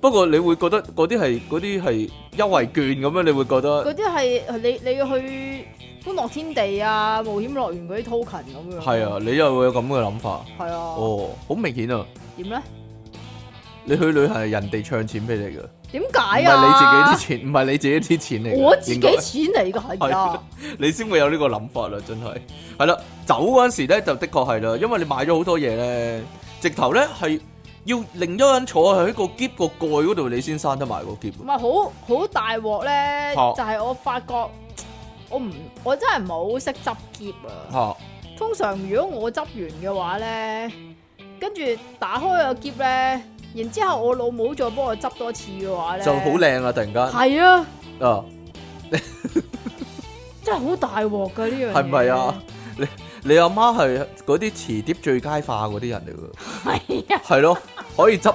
[SPEAKER 1] 不過你會覺得嗰啲係嗰啲係優惠券咁樣，你會覺得
[SPEAKER 2] 嗰啲係你你去歡樂天地啊、冒險樂園嗰啲 token 咁樣。
[SPEAKER 1] 係啊，，你又會有咁嘅諗法。
[SPEAKER 2] 係啊。
[SPEAKER 1] 哦，好明顯啊！
[SPEAKER 2] 點咧？
[SPEAKER 1] 你去旅行係人哋唱錢俾你嘅。
[SPEAKER 2] 點
[SPEAKER 1] 唔係
[SPEAKER 2] 解啊？
[SPEAKER 1] 你自己啲錢，唔係你自己啲錢嚟嘅，
[SPEAKER 2] 我自己
[SPEAKER 1] 應該
[SPEAKER 2] 錢嚟㗎，係啊。
[SPEAKER 1] 你先會有呢個諗法啦，真係。係啦，走嗰陣時咧就的確係啦，因為你買咗好多嘢咧，直頭咧係要另一個人坐喺個箧個蓋嗰度，你先生得埋個箧
[SPEAKER 2] 唔。係好好大鑊咧，
[SPEAKER 1] 嚇
[SPEAKER 2] 就係我發覺我唔我真係唔係好識執結啊。
[SPEAKER 1] 嚇
[SPEAKER 2] 通常如果我執完嘅話咧，跟住打開個結咧，然之後我老母再幫我執多次嘅話咧，
[SPEAKER 1] 就好。靚啦，突然間
[SPEAKER 2] 係啊，
[SPEAKER 1] 啊，
[SPEAKER 2] 真係好大鑊㗎呢樣嘢。
[SPEAKER 1] 係咪啊？？你你阿媽係嗰啲磁碟最佳化嗰啲人嚟㗎。
[SPEAKER 2] 係啊，
[SPEAKER 1] 係咯，可以執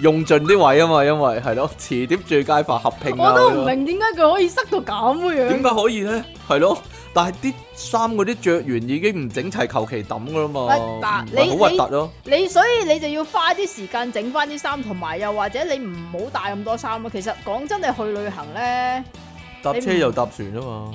[SPEAKER 1] 用盡啲位啊嘛，因為係咯，磁碟最佳化合拼啊。
[SPEAKER 2] 我都
[SPEAKER 1] 嗰
[SPEAKER 2] 唔
[SPEAKER 1] 啲
[SPEAKER 2] 明點解佢可以塞到咁嘅樣。
[SPEAKER 1] 點解可以咧？係咯，但係啲衫嗰啲着完已經唔整齊，求其抌噶啦
[SPEAKER 2] 喂
[SPEAKER 1] 嘛，
[SPEAKER 2] 嗱
[SPEAKER 1] 唔
[SPEAKER 2] 你
[SPEAKER 1] 係好核突咯。
[SPEAKER 2] 你所以你就要花啲時間整翻啲衫，同埋又或者你唔好帶咁多衫咯。其實講真，你去旅行咧。
[SPEAKER 1] 搭
[SPEAKER 2] 你
[SPEAKER 1] 車又搭船啊嘛。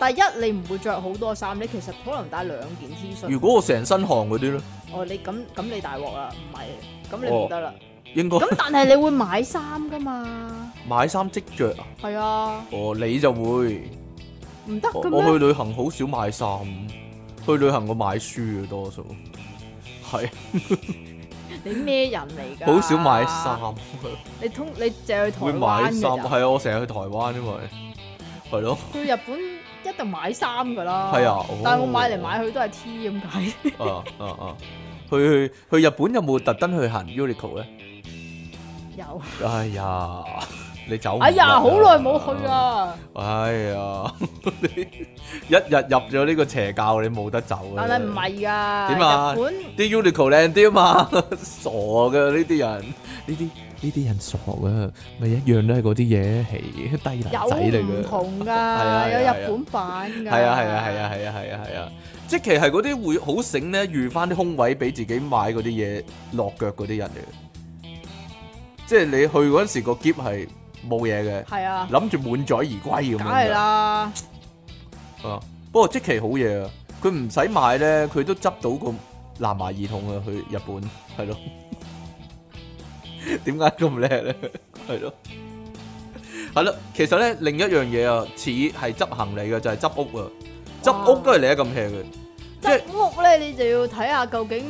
[SPEAKER 2] 第一，你唔會着好多衫，你其實可能帶兩件 T 恤。
[SPEAKER 1] 如果我成身汗嗰啲咧，
[SPEAKER 2] 哦，你咁咁你大鑊啦，唔係咁
[SPEAKER 1] 哦
[SPEAKER 2] 你唔 得啦。
[SPEAKER 1] 應該
[SPEAKER 2] 咁、但係你會買衫噶嘛？
[SPEAKER 1] 買衫即着啊。
[SPEAKER 2] 係啊，
[SPEAKER 1] 哦，你就會。
[SPEAKER 2] 唔得
[SPEAKER 1] 我
[SPEAKER 2] 嘅
[SPEAKER 1] 我
[SPEAKER 2] 咩？
[SPEAKER 1] 去旅行好少買衫，去旅行我買書嘅多數。係，
[SPEAKER 2] 你咩人嚟㗎？
[SPEAKER 1] 好少買。衫，
[SPEAKER 2] 你通你淨係去台
[SPEAKER 1] 會買
[SPEAKER 2] 灣
[SPEAKER 1] 衫。
[SPEAKER 2] 㗎咋？
[SPEAKER 1] 係啊，我成日去台灣因為係咯，
[SPEAKER 2] 去日本一定買衫㗎啦。
[SPEAKER 1] 係啊
[SPEAKER 2] 但係我
[SPEAKER 1] 哦
[SPEAKER 2] 買嚟買去都係 T 咁解。
[SPEAKER 1] 啊啊啊！去去去日本有冇特登去行 Uniqlo 咧？
[SPEAKER 2] 有。
[SPEAKER 1] 哎呀，你走唔
[SPEAKER 2] 哎
[SPEAKER 1] 甩
[SPEAKER 2] 呀，
[SPEAKER 1] 啊
[SPEAKER 2] 好耐冇去！啦。
[SPEAKER 1] 哎 呀，你一日入咗呢個邪教，你冇得走啊！
[SPEAKER 2] 但係唔係㗎。點
[SPEAKER 1] 啊
[SPEAKER 2] 日本
[SPEAKER 1] 啲 Uniqlo 靚啲啊 嘛，傻嘅呢啲人，呢啲呢啲人傻嘅，咪一樣都係嗰啲嘢，係低能仔嚟
[SPEAKER 2] 有唔
[SPEAKER 1] 嘅。
[SPEAKER 2] 同㗎，
[SPEAKER 1] 啊
[SPEAKER 2] 有
[SPEAKER 1] 係啊
[SPEAKER 2] 日本版㗎。
[SPEAKER 1] 係啊係啊係啊係啊係啊係啊！即其係嗰啲會好醒咧，預翻啲空位俾自己買嗰啲嘢落腳嗰啲人嚟嘅。即係你去嗰陣時個箧係冇嘢嘅，
[SPEAKER 2] 係啊，
[SPEAKER 1] 諗住滿載而歸咁樣
[SPEAKER 2] 梗係
[SPEAKER 1] 嘅。
[SPEAKER 2] 啦，
[SPEAKER 1] 啊，不過即其好嘢啊，佢唔使買咧，佢都執到個藍牙耳筒啊，去日本係咯。 點解咁叻咧？係咯，係啦。其實咧，另一樣嘢啊，似係執行李嘅就係、執屋啊，執屋都係你一咁 hea 嘅，即係
[SPEAKER 2] 執屋咧你就要睇下究竟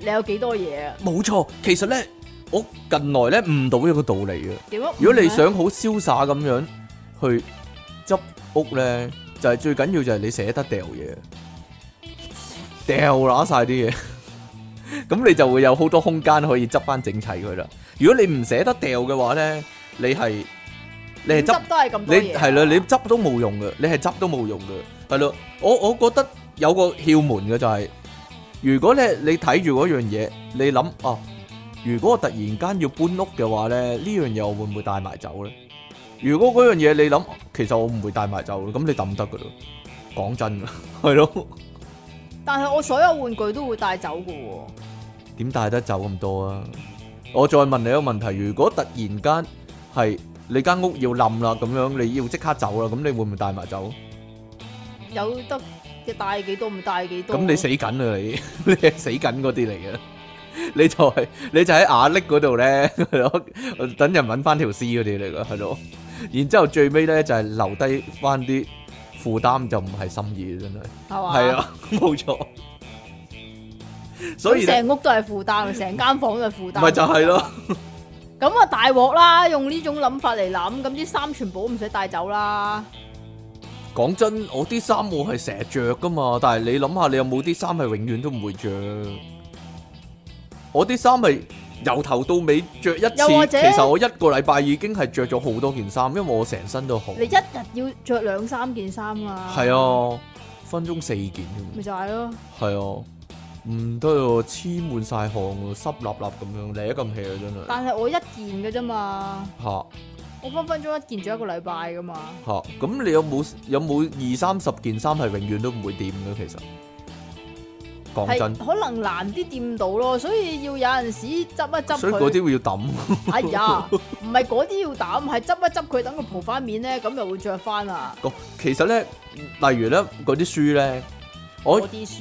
[SPEAKER 2] 你有幾多嘢啊？
[SPEAKER 1] 冇錯。其實咧，我近來咧悟到一個道理啊。
[SPEAKER 2] 點啊？
[SPEAKER 1] 如果你想好瀟灑咁樣去執屋咧，就係、最緊要就係你捨得掉嘢，掉揦晒啲嘢，咁你就會有好多空間可以執翻整齊佢啦。如果你唔捨得掉嘅話咧，你係你係
[SPEAKER 2] 唔
[SPEAKER 1] 執
[SPEAKER 2] 執都係咁多
[SPEAKER 1] 你
[SPEAKER 2] 嘢啊，
[SPEAKER 1] 係啦，你執都冇用嘅，你係執都冇用嘅，係咯。我我覺得有 ờ. 個竅門嘅就係、如果咧你睇住嗰樣嘢，你諗啊，如果我突然間要搬屋嘅話咧，呢樣嘢我會唔會帶埋走咧？如果嗰樣嘢你諗，其實我唔會帶埋走，咁你抌得噶咯。講真， 係咯，
[SPEAKER 2] 但係我所有玩具都會帶走噶喎。
[SPEAKER 1] 點帶得走咁多啊？我再問你一個問題，如果突然間係你間屋要冧啦，咁樣你要即刻走啦，咁你會唔會帶埋走？
[SPEAKER 2] 有得嘅帶幾多咪帶幾多。
[SPEAKER 1] 咁你死緊啊你， 你係死緊嗰啲嚟嘅，你就係、你就喺瓦礫嗰度 咧，係咯，等人揾翻條屍嗰啲嚟嘅，係咯。然之後最尾咧就係、留低翻啲負擔，就唔係心意真係，
[SPEAKER 2] 係嘛？
[SPEAKER 1] 係，啊，冇錯。所以
[SPEAKER 2] 咁
[SPEAKER 1] 呢
[SPEAKER 2] 成屋都係負擔，啊成間房都係負擔。
[SPEAKER 1] 咪就係咯。
[SPEAKER 2] 咁啊大鑊啦！用呢種諗法嚟諗，咁啲衫全部都唔使帶走啦。
[SPEAKER 1] 講真，我啲衫我係成日着噶嘛，但係你諗下，你有冇啲衫係永遠都唔會着？我啲衫係由頭到尾着一次，
[SPEAKER 2] 又或者
[SPEAKER 1] 其實我一個禮拜已經係着咗好多件衫，因為我成身都汗。
[SPEAKER 2] 你一日要着兩三件衫啊。
[SPEAKER 1] 係啊，分鐘四件添
[SPEAKER 2] 咪就係咯。
[SPEAKER 1] 係啊，唔得喎，黐滿晒汗喎，濕立立咁樣，你一咁氣啊真係
[SPEAKER 2] 但係我一件嘅啫嘛，
[SPEAKER 1] 嚇
[SPEAKER 2] 我分分鐘一件着一個禮拜噶嘛。
[SPEAKER 1] 嚇。咁、你有冇有冇二三十件衫係永遠都唔會掂嘅？其實講
[SPEAKER 2] 係
[SPEAKER 1] 真，
[SPEAKER 2] 可能難啲掂到咯，所以要有陣時執一執
[SPEAKER 1] 所以嗰
[SPEAKER 2] 佢。
[SPEAKER 1] 啲會要抌。
[SPEAKER 2] 哎呀，唔係嗰啲要抌，係執一執佢，等佢蒲翻面咧，咁又會着啊翻啦。
[SPEAKER 1] 個其實咧，例如咧嗰啲書咧，我
[SPEAKER 2] 嗰啲書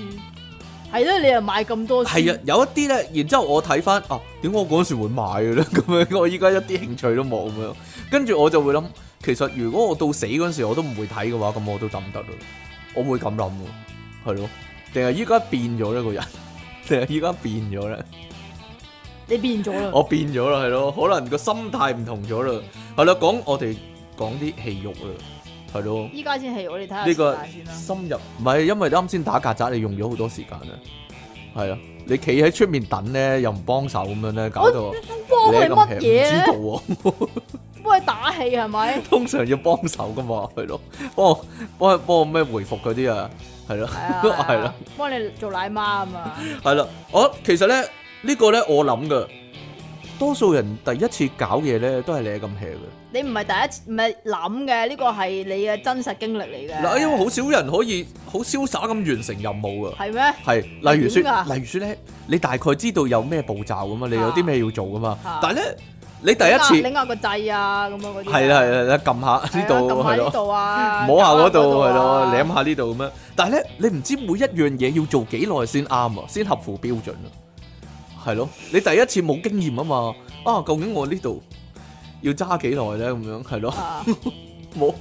[SPEAKER 2] 係咯，你又買咁多書，
[SPEAKER 1] 係啊有一啲咧，然之後我睇翻啊，點解我嗰陣時會買嘅 咧？咁樣我依家一啲興趣都冇咁樣，跟住我就會諗，其實如果我到死嗰陣時我都唔會睇嘅話，咁我都抌得啦，我會咁諗嘅，係咯，定係依家變咗呢個人， 定係依家變咗咧？
[SPEAKER 2] 你變咗啦。
[SPEAKER 1] 我變咗啦，係咯，可能個心態唔同咗啦，係啦，講我哋講啲戲肉啦，係咯。
[SPEAKER 2] 依家先係我哋睇下
[SPEAKER 1] 呢
[SPEAKER 2] 時
[SPEAKER 1] 個
[SPEAKER 2] 間先啦。
[SPEAKER 1] 深入唔係，因為啱先打曱甴，你用咗好多時間啊，係啊，你企喺出面等咧，又唔幫手咁樣咧，搞到
[SPEAKER 2] 幫
[SPEAKER 1] 你
[SPEAKER 2] 係
[SPEAKER 1] 咁
[SPEAKER 2] 乜嘢
[SPEAKER 1] 氣唔知道
[SPEAKER 2] 咧？
[SPEAKER 1] 喎，
[SPEAKER 2] 幫佢打氣係咪？
[SPEAKER 1] 通常要幫手噶嘛，係咯，幫我幫我幫我咩回復嗰啲啊，係咯，
[SPEAKER 2] 係啊，
[SPEAKER 1] 係
[SPEAKER 2] 係
[SPEAKER 1] 啦
[SPEAKER 2] 啊，幫你做奶媽啊嘛。
[SPEAKER 1] 係啦，我其實咧呢個咧我諗噶，多數人第一次搞嘢咧都係你咁 hea 嘅，
[SPEAKER 2] 你唔係第一次，唔係諗嘅，呢個係你嘅真實經歷嚟嘅。
[SPEAKER 1] 嗱，因為好少人可以好瀟灑咁完成任務噶。
[SPEAKER 2] 係咩？
[SPEAKER 1] 係，例如
[SPEAKER 2] 點㗎
[SPEAKER 1] 説，例如説咧，你大概知道有咩步驟噶嘛，你有啲咩要做噶嘛，
[SPEAKER 2] 啊
[SPEAKER 1] 但係咧，你第一次
[SPEAKER 2] 拎下個掣啊，咁樣嗰啲啊。
[SPEAKER 1] 係啦係啦，撳下
[SPEAKER 2] 係啊，
[SPEAKER 1] 呢度
[SPEAKER 2] 撳下
[SPEAKER 1] 係
[SPEAKER 2] 呢
[SPEAKER 1] 咯，
[SPEAKER 2] 度啊，
[SPEAKER 1] 摸下嗰度係咯，
[SPEAKER 2] 啊
[SPEAKER 1] 舐下呢度咁樣，但係咧，你唔知每一樣嘢要做幾耐先啱啊，先合乎標準啊，係咯，你第一次冇經驗啊嘛，啊，究竟我呢度要揸幾耐咧？咁樣係咯，
[SPEAKER 2] 啊
[SPEAKER 1] 冇，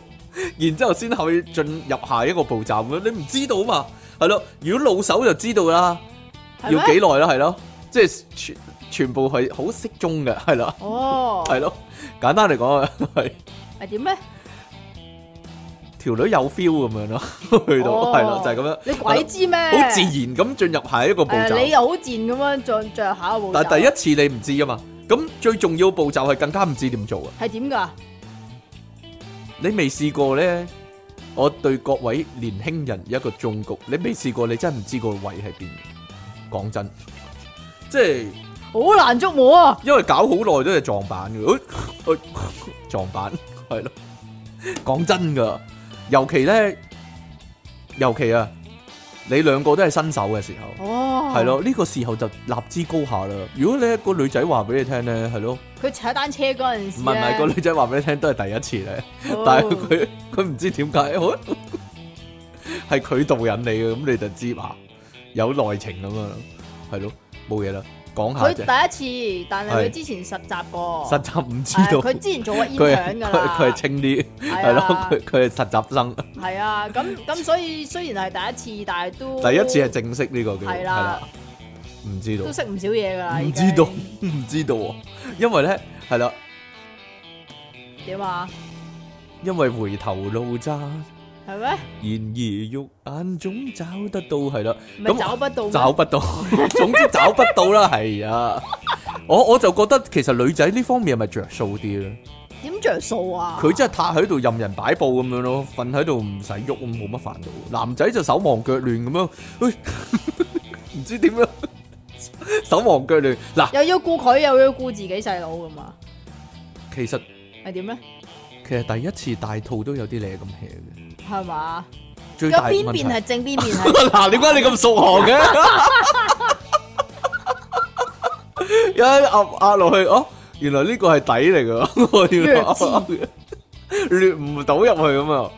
[SPEAKER 1] 然之後先去進入下一個步驟咁樣，你唔知道啊嘛，係咯，如果老手就知道啦。
[SPEAKER 2] 啊係咩
[SPEAKER 1] 要幾耐啦，係咯，即係全全部係好適中嘅，係啦，
[SPEAKER 2] 哦，
[SPEAKER 1] 係咯，簡單嚟講啊，係
[SPEAKER 2] 係點咧？
[SPEAKER 1] 條女有 feel 咁樣咯， 去到
[SPEAKER 2] 哦
[SPEAKER 1] 係咯，就係咁樣，
[SPEAKER 2] 你鬼知咩？
[SPEAKER 1] 好啊自然咁進入下一個步
[SPEAKER 2] 係啊你
[SPEAKER 1] 驟。
[SPEAKER 2] 又好賤咁樣着着下一個步驟。
[SPEAKER 1] 但係第一次你唔知噶嘛，咁最重要步驟係更加唔知點做啊！
[SPEAKER 2] 係點㗎？
[SPEAKER 1] 你未試過咧，我對各位年輕人一個忠告，你未試過，你真係唔知個位喺邊。講真，即係。
[SPEAKER 2] 好難捉摸啊！
[SPEAKER 1] 因為搞好耐都係撞板嘅，哎哎撞板係咯。講真噶，尤其咧，尤其啊，你兩個都係新手嘅時候，
[SPEAKER 2] 哦，
[SPEAKER 1] 係咯、，呢、個時候就立之高下啦。如果你個女仔話俾你聽咧，係咯，
[SPEAKER 2] 佢踩單車嗰陣時哦
[SPEAKER 1] 唔係唔係個女仔話俾你聽都係第一次咧，但係佢佢唔知點解，哎係佢導引你嘅，咁你就知嘛，有內情咁樣咯，係咯，冇嘢啦，講下
[SPEAKER 2] 佢
[SPEAKER 1] 啫，
[SPEAKER 2] 第一次，但係
[SPEAKER 1] 係
[SPEAKER 2] 佢之前實習過，
[SPEAKER 1] 實習唔知
[SPEAKER 2] 係
[SPEAKER 1] 道。
[SPEAKER 2] 佢之前做過
[SPEAKER 1] 佢係
[SPEAKER 2] intern 㗎
[SPEAKER 1] 佢
[SPEAKER 2] 啦，
[SPEAKER 1] 佢係清啲，係咯，佢佢係實習生，
[SPEAKER 2] 啊係啊，咁咁所以雖然係第一次，但係都
[SPEAKER 1] 第一次係正式呢個叫
[SPEAKER 2] 係
[SPEAKER 1] 係
[SPEAKER 2] 啦
[SPEAKER 1] 啦，唔知道
[SPEAKER 2] 都，識唔少嘢㗎啦，
[SPEAKER 1] 唔
[SPEAKER 2] 已
[SPEAKER 1] 知
[SPEAKER 2] 經
[SPEAKER 1] 道， 唔知道喎，因為咧係啦，
[SPEAKER 2] 點啊？
[SPEAKER 1] 因為回頭路窄，然
[SPEAKER 2] 係咩？
[SPEAKER 1] 而肉眼總找得到係啦，
[SPEAKER 2] 唔
[SPEAKER 1] 咁
[SPEAKER 2] 係找不到咩
[SPEAKER 1] 找不到， 總之找不到啦，係啊，我我就覺得其實女仔呢方面係咪着數啲咧？
[SPEAKER 2] 點着數啊？
[SPEAKER 1] 佢真係塌喺度任人擺佈咁樣咯，瞓喺度唔使喐咁，冇乜煩哎 惱。男仔就手忙腳亂咁樣，喂唔知點樣手忙腳亂。嗱，
[SPEAKER 2] 又要顧佢，又要顧自己細佬噶嘛，
[SPEAKER 1] 其實
[SPEAKER 2] 係點咧？
[SPEAKER 1] 其實第一次大肚都有啲嘢咁 hea 嘅，
[SPEAKER 2] 係嘛？
[SPEAKER 1] 最
[SPEAKER 2] 有
[SPEAKER 1] 大
[SPEAKER 2] 邊
[SPEAKER 1] 問題
[SPEAKER 2] 邊。啊係正，邊 邊係
[SPEAKER 1] 嗱，點解你咁熟行嘅？一壓壓落去，哦，原來呢個係底嚟 噶，我原來
[SPEAKER 2] 略
[SPEAKER 1] 掠唔到入去咁啊！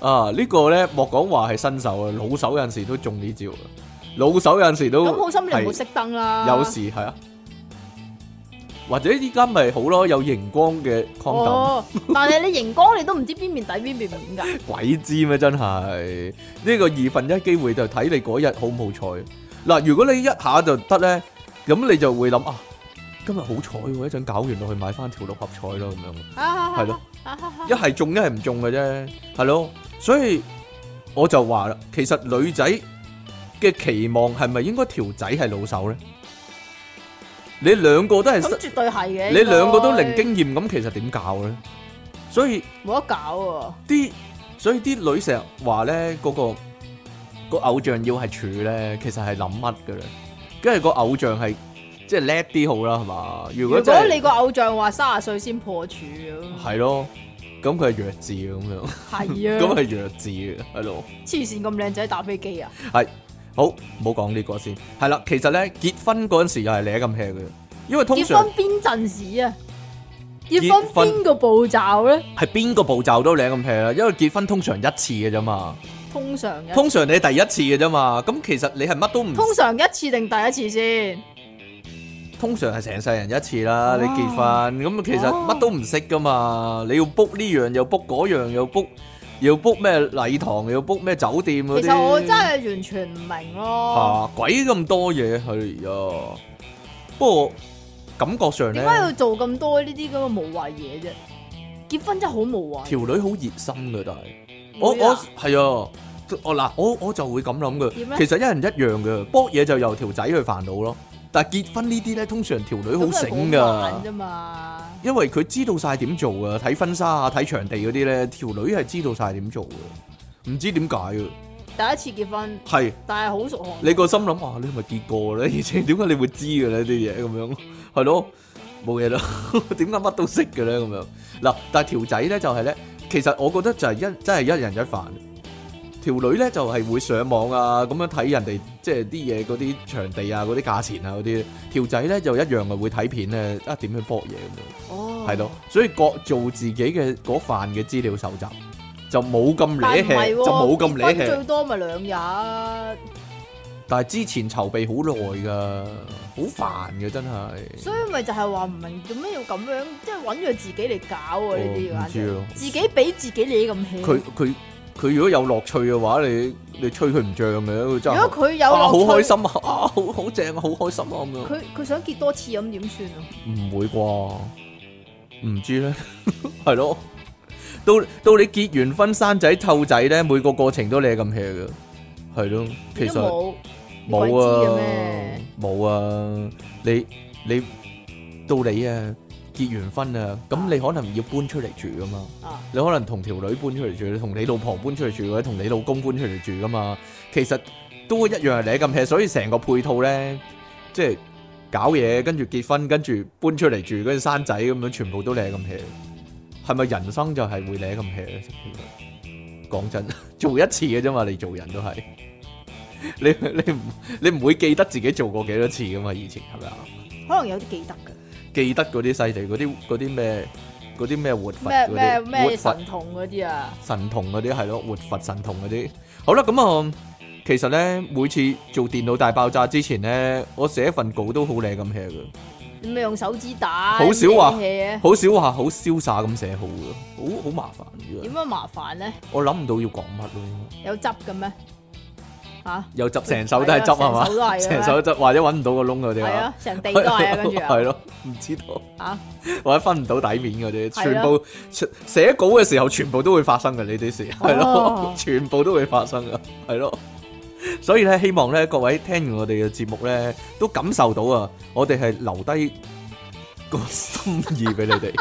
[SPEAKER 1] 啊，呢個咧莫講話係新手啊，老手有陣時都中呢招啊，老手有陣時都
[SPEAKER 2] 咁好心你
[SPEAKER 1] 係
[SPEAKER 2] 唔好熄燈啦。
[SPEAKER 1] 有時係啊，或者依家咪好咯，有熒光嘅 condom。
[SPEAKER 2] 哦，但係你熒光你都唔知邊邊底邊邊面㗎。
[SPEAKER 1] 鬼知咩真係呢、個二分一機會就睇你嗰日好唔好彩。嗱，如果你一下就得咧，咁你就會諗啊，今日好彩喎，一陣搞完落去買翻條六合彩咯咁樣。
[SPEAKER 2] 啊
[SPEAKER 1] 係咯，
[SPEAKER 2] 啊啊啊
[SPEAKER 1] 一係中一係唔中嘅啫，係咯。所以我就話啦，其實女仔嘅期望係咪應該條仔係老手咧？你兩個都係
[SPEAKER 2] 咁
[SPEAKER 1] 失
[SPEAKER 2] 絕對係嘅。
[SPEAKER 1] 你兩個都
[SPEAKER 2] 應該
[SPEAKER 1] 零經驗，咁其實點搞咧？所以。
[SPEAKER 2] 冇得搞喎。
[SPEAKER 1] 啲所以啲女成日話咧，嗰、個個偶像要係處咧，其實係諗乜嘅咧？跟住個偶像係即係叻啲好啦，係嘛？如
[SPEAKER 2] 如
[SPEAKER 1] 果
[SPEAKER 2] 果
[SPEAKER 1] 真係
[SPEAKER 2] 你個偶像話三十歲先破 處咁，
[SPEAKER 1] 係咯，咁佢係弱智嘅咁樣，
[SPEAKER 2] 係
[SPEAKER 1] 咁
[SPEAKER 2] 啊，
[SPEAKER 1] 係弱智嘅係咯。
[SPEAKER 2] 黐線咁靚仔打飛機啊！
[SPEAKER 1] 好，唔好講呢個先。係啦，其實咧結婚嗰陣時又係舐咁 hea 嘅，因為通
[SPEAKER 2] 結
[SPEAKER 1] 常
[SPEAKER 2] 婚邊陣時啊？
[SPEAKER 1] 結
[SPEAKER 2] 結
[SPEAKER 1] 婚
[SPEAKER 2] 婚邊個步驟咧？
[SPEAKER 1] 係邊個步驟都舐咁 hea 啦，因為結婚通常一次嘅啫嘛，
[SPEAKER 2] 通常嘅，
[SPEAKER 1] 通常你係第一次嘅啫嘛，咁其實你係乜都唔
[SPEAKER 2] 通常一次定第一次先？
[SPEAKER 1] 通常係成世人一次啦，
[SPEAKER 2] 哦
[SPEAKER 1] 你結婚咁其實
[SPEAKER 2] 哦
[SPEAKER 1] 乜都唔識噶嘛，你要 book 呢樣又 book 嗰樣又 book 又 book 咩禮堂又 book 咩酒店嗰啲，
[SPEAKER 2] 其實我真係完全唔明咯，
[SPEAKER 1] 嚇鬼咁多嘢係啊！不過感覺上咧
[SPEAKER 2] 點，解要做咁多呢啲咁嘅無謂嘢啫？結婚真係好無謂。
[SPEAKER 1] 條女好熱心嘅，但係我
[SPEAKER 2] 會啊
[SPEAKER 1] 我係啊，我嗱我我就會咁諗
[SPEAKER 2] 點
[SPEAKER 1] 嘅，其
[SPEAKER 2] 咧
[SPEAKER 1] 實一人一樣嘅，卜嘢就由條仔去煩惱咯，但係結婚呢啲咧通常條女好
[SPEAKER 2] 咁
[SPEAKER 1] 醒
[SPEAKER 2] 都係好
[SPEAKER 1] 㗎
[SPEAKER 2] 玩。啫嘛，
[SPEAKER 1] 因為佢知道晒點做啊，睇婚紗啊，睇場地嗰啲咧，條女係知道晒點做嘅，唔知點解嘅。
[SPEAKER 2] 第一次結婚，
[SPEAKER 1] 係
[SPEAKER 2] 但係好熟行。
[SPEAKER 1] 你個心諗啊，你係咪結過咧？而且點解你會知嘅咧呢啲嘢咁樣？係咯， 冇嘢啦。點解乜都識嘅咧咁樣？嗱，但係條仔咧就係、咧，其實我覺得就係一真係一人一飯。條女咧就係、會上網啊，咁樣睇人哋即係啲嘢嗰啲場地啊、嗰啲價錢啊嗰啲。條仔咧就一樣嘅會睇片咧，啊點樣搏嘢咁樣。
[SPEAKER 2] 哦，
[SPEAKER 1] 係咯，所以各做自己嘅嗰範嘅資料搜集，就冇咁
[SPEAKER 2] 但
[SPEAKER 1] 攣
[SPEAKER 2] 係唔係
[SPEAKER 1] 氣，
[SPEAKER 2] 喎
[SPEAKER 1] 就冇咁攣
[SPEAKER 2] 結婚最
[SPEAKER 1] 氣。
[SPEAKER 2] 多咪兩日，
[SPEAKER 1] 但係之前籌備好耐噶，好煩嘅真係。
[SPEAKER 2] 所以咪就係話唔明做咩要咁樣，即係揾咗自己嚟搞啊呢啲
[SPEAKER 1] 哦唔
[SPEAKER 2] 簡
[SPEAKER 1] 知
[SPEAKER 2] 直
[SPEAKER 1] 啊
[SPEAKER 2] 自己俾自己你咁 hea。
[SPEAKER 1] 佢佢佢如果有樂趣嘅話，你你吹佢唔漲嘅，佢真係
[SPEAKER 2] 如果佢有
[SPEAKER 1] 啊好開，
[SPEAKER 2] 樂趣
[SPEAKER 1] 心啊， 啊好好正啊，好開心啊咁樣。
[SPEAKER 2] 佢佢想結多次咁點算啊？
[SPEAKER 1] 唔會啩？唔知咧， 係咯。到到你結完婚生仔湊仔咧，每個過程都你咁 hea 嘅，係咯。其
[SPEAKER 2] 你都
[SPEAKER 1] 實。
[SPEAKER 2] 冇
[SPEAKER 1] 冇
[SPEAKER 2] 你鬼知嘅
[SPEAKER 1] 啊
[SPEAKER 2] 咩？，
[SPEAKER 1] 冇啊！你你到你啊，結完婚啊，
[SPEAKER 2] 啊
[SPEAKER 1] 咁你可能要搬出嚟住噶嘛？
[SPEAKER 2] 啊，
[SPEAKER 1] 你可能同條女搬出嚟住，你同你老婆搬出嚟住，或者同你老公搬出嚟住噶嘛？其實都一樣係你咁 hea，所以成個配套咧，即係搞嘢，跟住結婚，跟住搬出嚟住，跟住生仔咁樣，全部都你咁 hea。係咪人生就係會你咁 hea 咧？其實講真， 做一次嘅啫嘛，你做人都係。 你你唔你唔會記得自己做過幾多次噶嘛？以前係咪啊？
[SPEAKER 2] 可能有啲記得嘅，
[SPEAKER 1] 記得嗰啲細地嗰啲嗰啲咩嗰啲咩活佛
[SPEAKER 2] 咩
[SPEAKER 1] 嗰
[SPEAKER 2] 咩
[SPEAKER 1] 啲活佛
[SPEAKER 2] 咩神童嗰啲啊，
[SPEAKER 1] 神童嗰啲係咯，活佛神童嗰啲。好啦，咁啊，其實咧每次做電腦大爆炸之前咧，我寫份稿都好靚咁 hea 嘅，
[SPEAKER 2] 你咪用手指打，
[SPEAKER 1] 好少啊話
[SPEAKER 2] hea 啊嘅，
[SPEAKER 1] 好少話好瀟灑咁寫好嘅，好好麻煩嘅。
[SPEAKER 2] 點樣麻煩咧？
[SPEAKER 1] 我諗唔到要講乜咯，應該
[SPEAKER 2] 有執嘅咩？啊嚇，
[SPEAKER 1] 又 執成手都係執係嘛
[SPEAKER 2] 成手都係，嘅咩
[SPEAKER 1] 成手都執或者揾唔到個窿嗰啲
[SPEAKER 2] 係
[SPEAKER 1] 啊。
[SPEAKER 2] 啊，成地都 係啊，跟住啊
[SPEAKER 1] 係，咯，唔知道
[SPEAKER 2] 啊
[SPEAKER 1] 或者分唔到底面嗰啲，
[SPEAKER 2] 係啊
[SPEAKER 1] 全部全寫稿嘅時候，全部都會發生嘅呢啲事，係咯
[SPEAKER 2] 哦，
[SPEAKER 1] 全部都會發生嘅，係咯。所以咧，希望咧各位聽完我哋嘅節目咧，都感受到啊，我哋係留低個心意俾 你哋，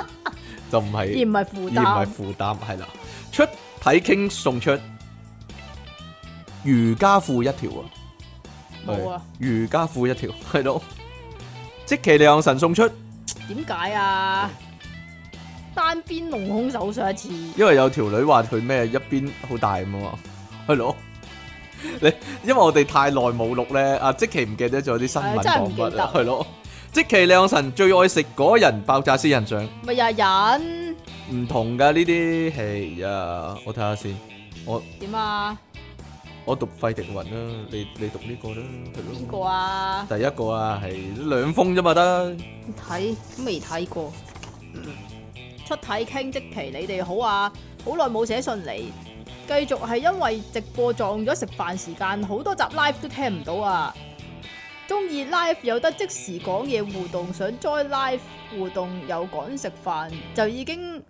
[SPEAKER 1] 就唔
[SPEAKER 2] 而
[SPEAKER 1] 係
[SPEAKER 2] 唔係負
[SPEAKER 1] 而唔係
[SPEAKER 2] 擔。
[SPEAKER 1] 負擔，係啦。出體傾送出瑜伽褲一條啊！
[SPEAKER 2] 冇啊！
[SPEAKER 1] 瑜伽褲一條，係咯，即其利昂神送出，
[SPEAKER 2] 點解啊？單邊隆胸手術一次，
[SPEAKER 1] 因為有條女話佢咩一邊好大咁啊嘛，係咯。你因為我哋太耐冇錄咧，啊即其唔記得咗啲新聞
[SPEAKER 2] 係真係唔
[SPEAKER 1] 講乜
[SPEAKER 2] 記
[SPEAKER 1] 啦
[SPEAKER 2] 得，
[SPEAKER 1] 係咯。即其利昂神最愛食嗰人爆炸私人相。
[SPEAKER 2] 咪又係忍
[SPEAKER 1] 唔同噶呢啲係啊，我睇下先，
[SPEAKER 2] 點啊？
[SPEAKER 1] 我讀費迪雲啦，你你讀呢個啦，係
[SPEAKER 2] 邊個
[SPEAKER 1] 咯，
[SPEAKER 2] 啊？
[SPEAKER 1] 第一個啊係兩封啫嘛得，
[SPEAKER 2] 睇都未睇過。出體傾即期，你哋好啊！好耐冇寫信嚟，繼續係因為直播撞咗食飯時間，好多集 live 都聽唔到啊！中意 live 有得即時講嘢互動，想 join live 互動又趕食飯，就已經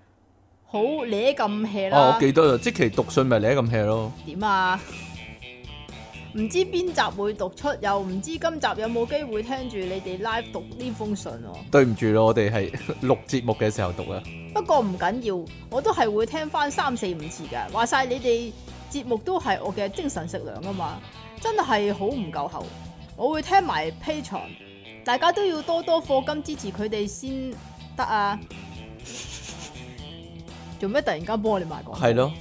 [SPEAKER 2] 好攣咁 hea 啦。
[SPEAKER 1] 啊我記得啦，即其讀信咪你咁 hea 咯，
[SPEAKER 2] 點啊？唔知邊集會讀出，又唔知今集有冇機會聽住你哋 live 讀呢封信喎、
[SPEAKER 1] 對唔住咯，我哋係錄節目嘅時候讀啊，
[SPEAKER 2] 不過唔緊要，我都係會聽翻三四五次噶。話晒你哋節目都係我嘅精神食糧啊嘛，真係好唔夠喉。我會聽埋 P 場，大家都要多多課金支持佢哋先得啊！做咩突然間幫我哋賣廣告？
[SPEAKER 1] 係咯，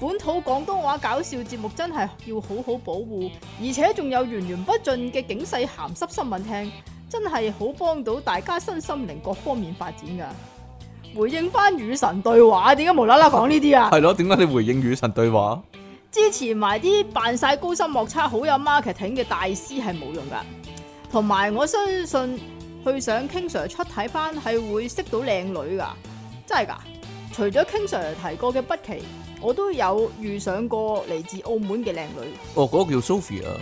[SPEAKER 2] 本土廣東話搞笑節目真係要好好保護，而且仲有源源不盡嘅警世鹹濕新聞聽，真係好幫到大家身心靈各方面發展噶。回應翻與神對話，點解無啦啦講呢啲啊？
[SPEAKER 1] 係咯，點解你回應與神對話？
[SPEAKER 2] 支持埋啲扮晒高深莫測、好有 marketing 嘅大師係冇用噶。同埋我相信去上 King Sir 出體班係會識到靚女噶，真係噶。除咗 King Sir 提過嘅北奇，我都有遇上過嚟自澳門嘅靚女。
[SPEAKER 1] 哦，嗰個叫 Sophie 啊，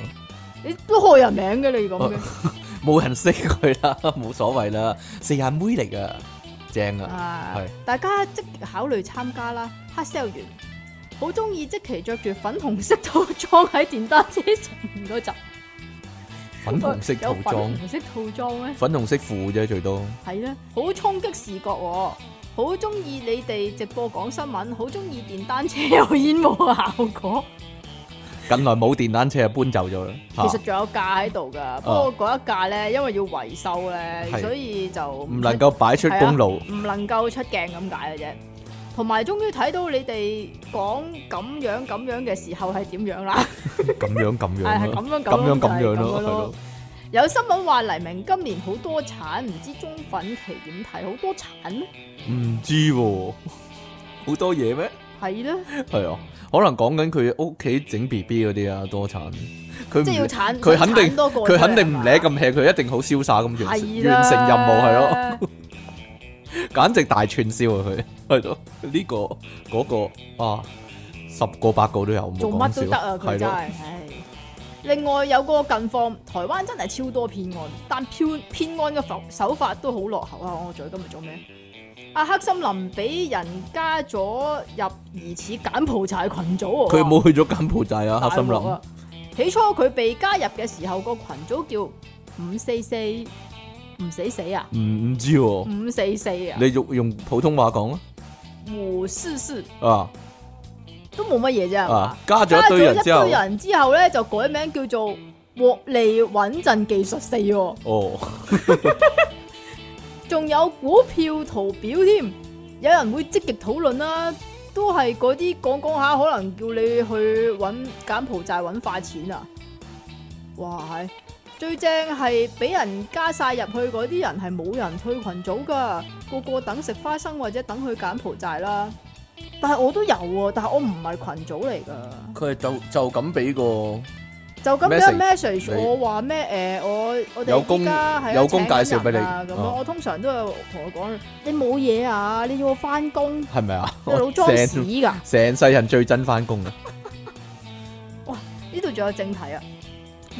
[SPEAKER 2] 你都害人名嘅你咁嘅，
[SPEAKER 1] 哦冇人識佢啦， 冇所謂啦，四眼妹嚟噶，正啊，
[SPEAKER 2] 啊
[SPEAKER 1] 係
[SPEAKER 2] 大家即考慮參加啦，黑 sell 完。好中意即期着住粉紅色套裝喺電單車上面嗰集，
[SPEAKER 1] 粉紅色套
[SPEAKER 2] 有粉
[SPEAKER 1] 裝，
[SPEAKER 2] 紅色套裝咩？
[SPEAKER 1] 粉紅色褲啫最多，
[SPEAKER 2] 係咧，好衝擊視覺喎、好中意你哋直播講新聞，好中意電單車有煙霧嘅效 果。
[SPEAKER 1] 近來冇電單車啊，搬走咗啦，
[SPEAKER 2] 其實仲有架喺度㗎，不過嗰一架咧，因為要維修咧，
[SPEAKER 1] 啊係
[SPEAKER 2] 所以就唔啊
[SPEAKER 1] 唔能夠擺出公路。
[SPEAKER 2] 唔能夠出鏡咁解嘅啫。同埋終於睇到你哋講咁樣咁樣嘅時候係點樣啦，
[SPEAKER 1] 咁樣咁樣
[SPEAKER 2] 係係
[SPEAKER 1] 咯，
[SPEAKER 2] 咁樣
[SPEAKER 1] 咁樣咁
[SPEAKER 2] 樣
[SPEAKER 1] 樣
[SPEAKER 2] 就係
[SPEAKER 1] 咯，係
[SPEAKER 2] 咁咯
[SPEAKER 1] 咯。。
[SPEAKER 2] 有新聞話黎明今年好多產，唔知中粉期點睇？好多產咩？
[SPEAKER 1] 唔知喎，好多嘢咩？
[SPEAKER 2] 係咧，
[SPEAKER 1] 係啊，可能講緊佢屋企整 B B 嗰啲啊，多產。佢唔
[SPEAKER 2] 即係要產，
[SPEAKER 1] 佢肯定
[SPEAKER 2] 想產多個
[SPEAKER 1] 佢肯定唔
[SPEAKER 2] 出嚟係嘛
[SPEAKER 1] 理咁 hea，佢一定好瀟灑咁完成
[SPEAKER 2] 係啦
[SPEAKER 1] 完成任務係咯，。簡直大串燒啊佢係 咯，呢個嗰個啊十個八個都有，冇
[SPEAKER 2] 做
[SPEAKER 1] 講
[SPEAKER 2] 乜都得啊！
[SPEAKER 1] 笑
[SPEAKER 2] 佢
[SPEAKER 1] 係
[SPEAKER 2] 真係，
[SPEAKER 1] 咯，
[SPEAKER 2] 唉。另外有個近況，台灣真係超多騙案，但騙騙案嘅手手法都好落後啊！我嘴今日做咩？阿黑森林俾人加咗入疑似柬埔寨群組喎，
[SPEAKER 1] 佢冇去咗柬埔寨啊，
[SPEAKER 2] 大
[SPEAKER 1] 黑
[SPEAKER 2] 鑊
[SPEAKER 1] 森林
[SPEAKER 2] 啊！起初佢被加入嘅時候，個群組叫五四四，唔死死啊，
[SPEAKER 1] 嗯唔唔知喎，
[SPEAKER 2] 五四四啊，
[SPEAKER 1] 你用用普通話講
[SPEAKER 2] 胡思思
[SPEAKER 1] 啊
[SPEAKER 2] 都冇乜嘢啫
[SPEAKER 1] 啊
[SPEAKER 2] 係嘛
[SPEAKER 1] 啊，加
[SPEAKER 2] 加
[SPEAKER 1] 咗一堆人
[SPEAKER 2] 咗一
[SPEAKER 1] 之後
[SPEAKER 2] 堆，人之後咧，就改名叫做獲利穩陣技術四喎，
[SPEAKER 1] 哦。
[SPEAKER 2] 仲有股票圖表添，有人會積極討論啦，都係嗰啲講講下，可能叫你去揾柬埔寨揾快錢啊！哇，係最正係俾人加晒入去嗰啲人係冇人退群組噶，個個等食花生或者等去柬埔寨啦。但係我都有喎、但係我唔係群組嚟㗎。
[SPEAKER 1] 佢係就就咁俾個
[SPEAKER 2] 就咁樣
[SPEAKER 1] Message，
[SPEAKER 2] message
[SPEAKER 1] 你
[SPEAKER 2] 我話咩誒，我我
[SPEAKER 1] 有
[SPEAKER 2] 哋
[SPEAKER 1] 工
[SPEAKER 2] 依家係啊
[SPEAKER 1] 有工
[SPEAKER 2] 請緊人
[SPEAKER 1] 介紹俾你
[SPEAKER 2] 啊咁
[SPEAKER 1] 啊
[SPEAKER 2] 樣，我通常都有同佢講：你冇嘢啊，你要我翻工，你
[SPEAKER 1] 係咪啊？
[SPEAKER 2] 老裝屎
[SPEAKER 1] 成
[SPEAKER 2] 㗎！
[SPEAKER 1] 成世人最憎翻工啊！
[SPEAKER 2] 呢度仲有正題啊，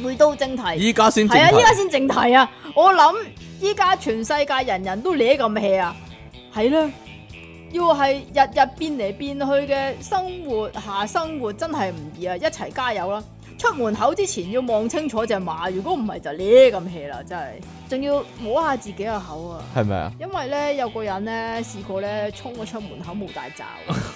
[SPEAKER 2] 回到正題，
[SPEAKER 1] 依家先正
[SPEAKER 2] 係啊，依家
[SPEAKER 1] 題，
[SPEAKER 2] 先正題啊！我諗依家全世界人人都攣咁 hea 啊，係啦，要係日日變嚟變去嘅生活下生活真係唔易啊！一齊加油啦！出門口之前要望清楚只馬，如果唔係就攣咁 hea 啦，真係，仲要摸下自己個口啊！
[SPEAKER 1] 係咪啊？
[SPEAKER 2] 因為咧有個人咧試過咧衝咗出門口冇戴罩，啊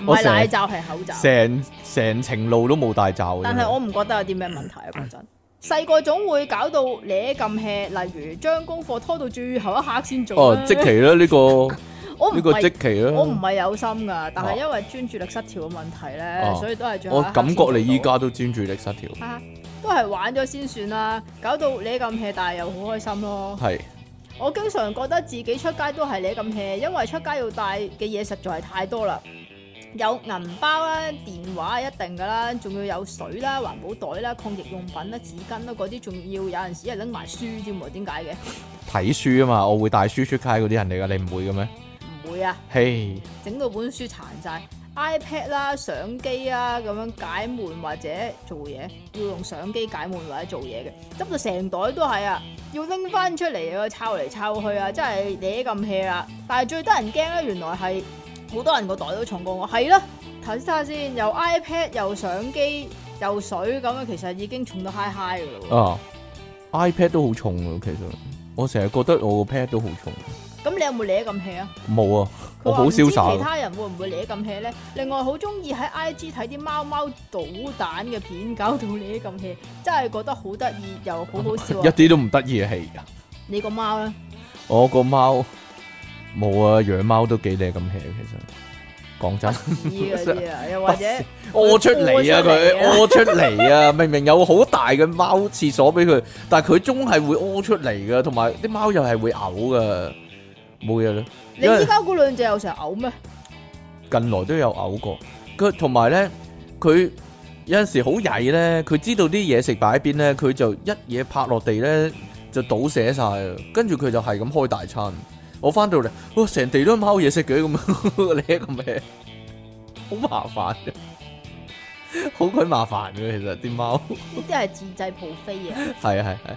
[SPEAKER 2] 唔
[SPEAKER 1] 我
[SPEAKER 2] 係
[SPEAKER 1] 成
[SPEAKER 2] 奶罩係口罩。
[SPEAKER 1] 成成程路都冇大罩，
[SPEAKER 2] 但係
[SPEAKER 1] 真係
[SPEAKER 2] 我唔覺得有啲咩問題啊，講真。細個總會搞到你咁 hea，例如將功課拖到最後一刻先做
[SPEAKER 1] 哦
[SPEAKER 2] 啦，
[SPEAKER 1] 即期啦呢個
[SPEAKER 2] 我
[SPEAKER 1] 呢
[SPEAKER 2] 唔
[SPEAKER 1] 個即
[SPEAKER 2] 係
[SPEAKER 1] 期
[SPEAKER 2] 我唔
[SPEAKER 1] 啦，
[SPEAKER 2] 係有心噶，但
[SPEAKER 1] 哦
[SPEAKER 2] 係因為專注力失調嘅問題咧
[SPEAKER 1] 哦，
[SPEAKER 2] 所以都係最後
[SPEAKER 1] 我
[SPEAKER 2] 一刻
[SPEAKER 1] 感
[SPEAKER 2] 先
[SPEAKER 1] 覺
[SPEAKER 2] 做
[SPEAKER 1] 你依
[SPEAKER 2] 啊到
[SPEAKER 1] 家都專注力失調，
[SPEAKER 2] 啊都係玩咗先算啦，搞到你咁 hea，但係又好開心咯。
[SPEAKER 1] 係
[SPEAKER 2] 我經常覺得自己出街都係你咁 hea，因為出街要帶嘅嘢實在係太多啦，有銀包啦、電話一定噶啦，仲要有水啦、環保袋啦、抗疫用品啦、紙巾啦嗰啲，仲要有陣時係拎埋書添喎，點解嘅？
[SPEAKER 1] 睇書啊嘛，我會帶書出街嗰啲人嚟噶，你唔會嘅咩？
[SPEAKER 2] 唔會啊，
[SPEAKER 1] 嘿，
[SPEAKER 2] 整到本書殘晒。iPad 啦、相機啊咁樣解悶或者做嘢，要用相機解悶或者做嘢嘅，執到成袋都係啊，要拎翻出嚟又抄嚟抄去啊，真係你咁 hea 啦！但係最得人驚咧，原來係好多人個袋都重過我，係啦，睇下先，又 iPad 又相機又水咁樣，其實已經重到嗨嗨 i 噶啦
[SPEAKER 1] 啊，iPad 都好重啊，其實我成日覺得我個 pad 都好重，
[SPEAKER 2] 喎。咁你有冇你咁 hea 啊？
[SPEAKER 1] 冇啊，我
[SPEAKER 2] 佢
[SPEAKER 1] 好
[SPEAKER 2] 話唔知
[SPEAKER 1] 瀟灑
[SPEAKER 2] 其
[SPEAKER 1] 㗎。
[SPEAKER 2] 他人會唔會你咁 hea 咧？另外好中意喺 IG 睇啲貓貓搗蛋嘅片，搞到你咁 hea，真係覺得好得意又好好笑
[SPEAKER 1] 一
[SPEAKER 2] 啊！
[SPEAKER 1] 啲都唔得意嘅戲㗎。
[SPEAKER 2] 你個貓咧，
[SPEAKER 1] 我個貓冇啊，養貓都幾靚咁 hea 其實。講真，
[SPEAKER 2] 屎嗰啲啊，又或者
[SPEAKER 1] 屙出嚟啊佢，
[SPEAKER 2] 屙
[SPEAKER 1] 屙出嚟啊！ 明明有好大嘅貓廁所俾佢，但係佢終係會屙出嚟噶，同埋啲貓又係會嘔噶，冇嘢啦。
[SPEAKER 2] 你
[SPEAKER 1] 因為
[SPEAKER 2] 依家嗰兩隻有成日嘔咩？
[SPEAKER 1] 近來都有嘔過。佢同埋咧，佢有陣時好曳咧，佢知道啲嘢食擺喺邊咧，佢就一嘢拍落地咧就倒瀉晒啊！跟住佢就係咁開大餐。我翻到嚟，哇！成地都係貓嘢食嘅咁樣， 你一個咩？好麻煩嘅，好鬼麻煩嘅其實啲貓。
[SPEAKER 2] 呢啲係自製蒲飛啊！
[SPEAKER 1] 係啊係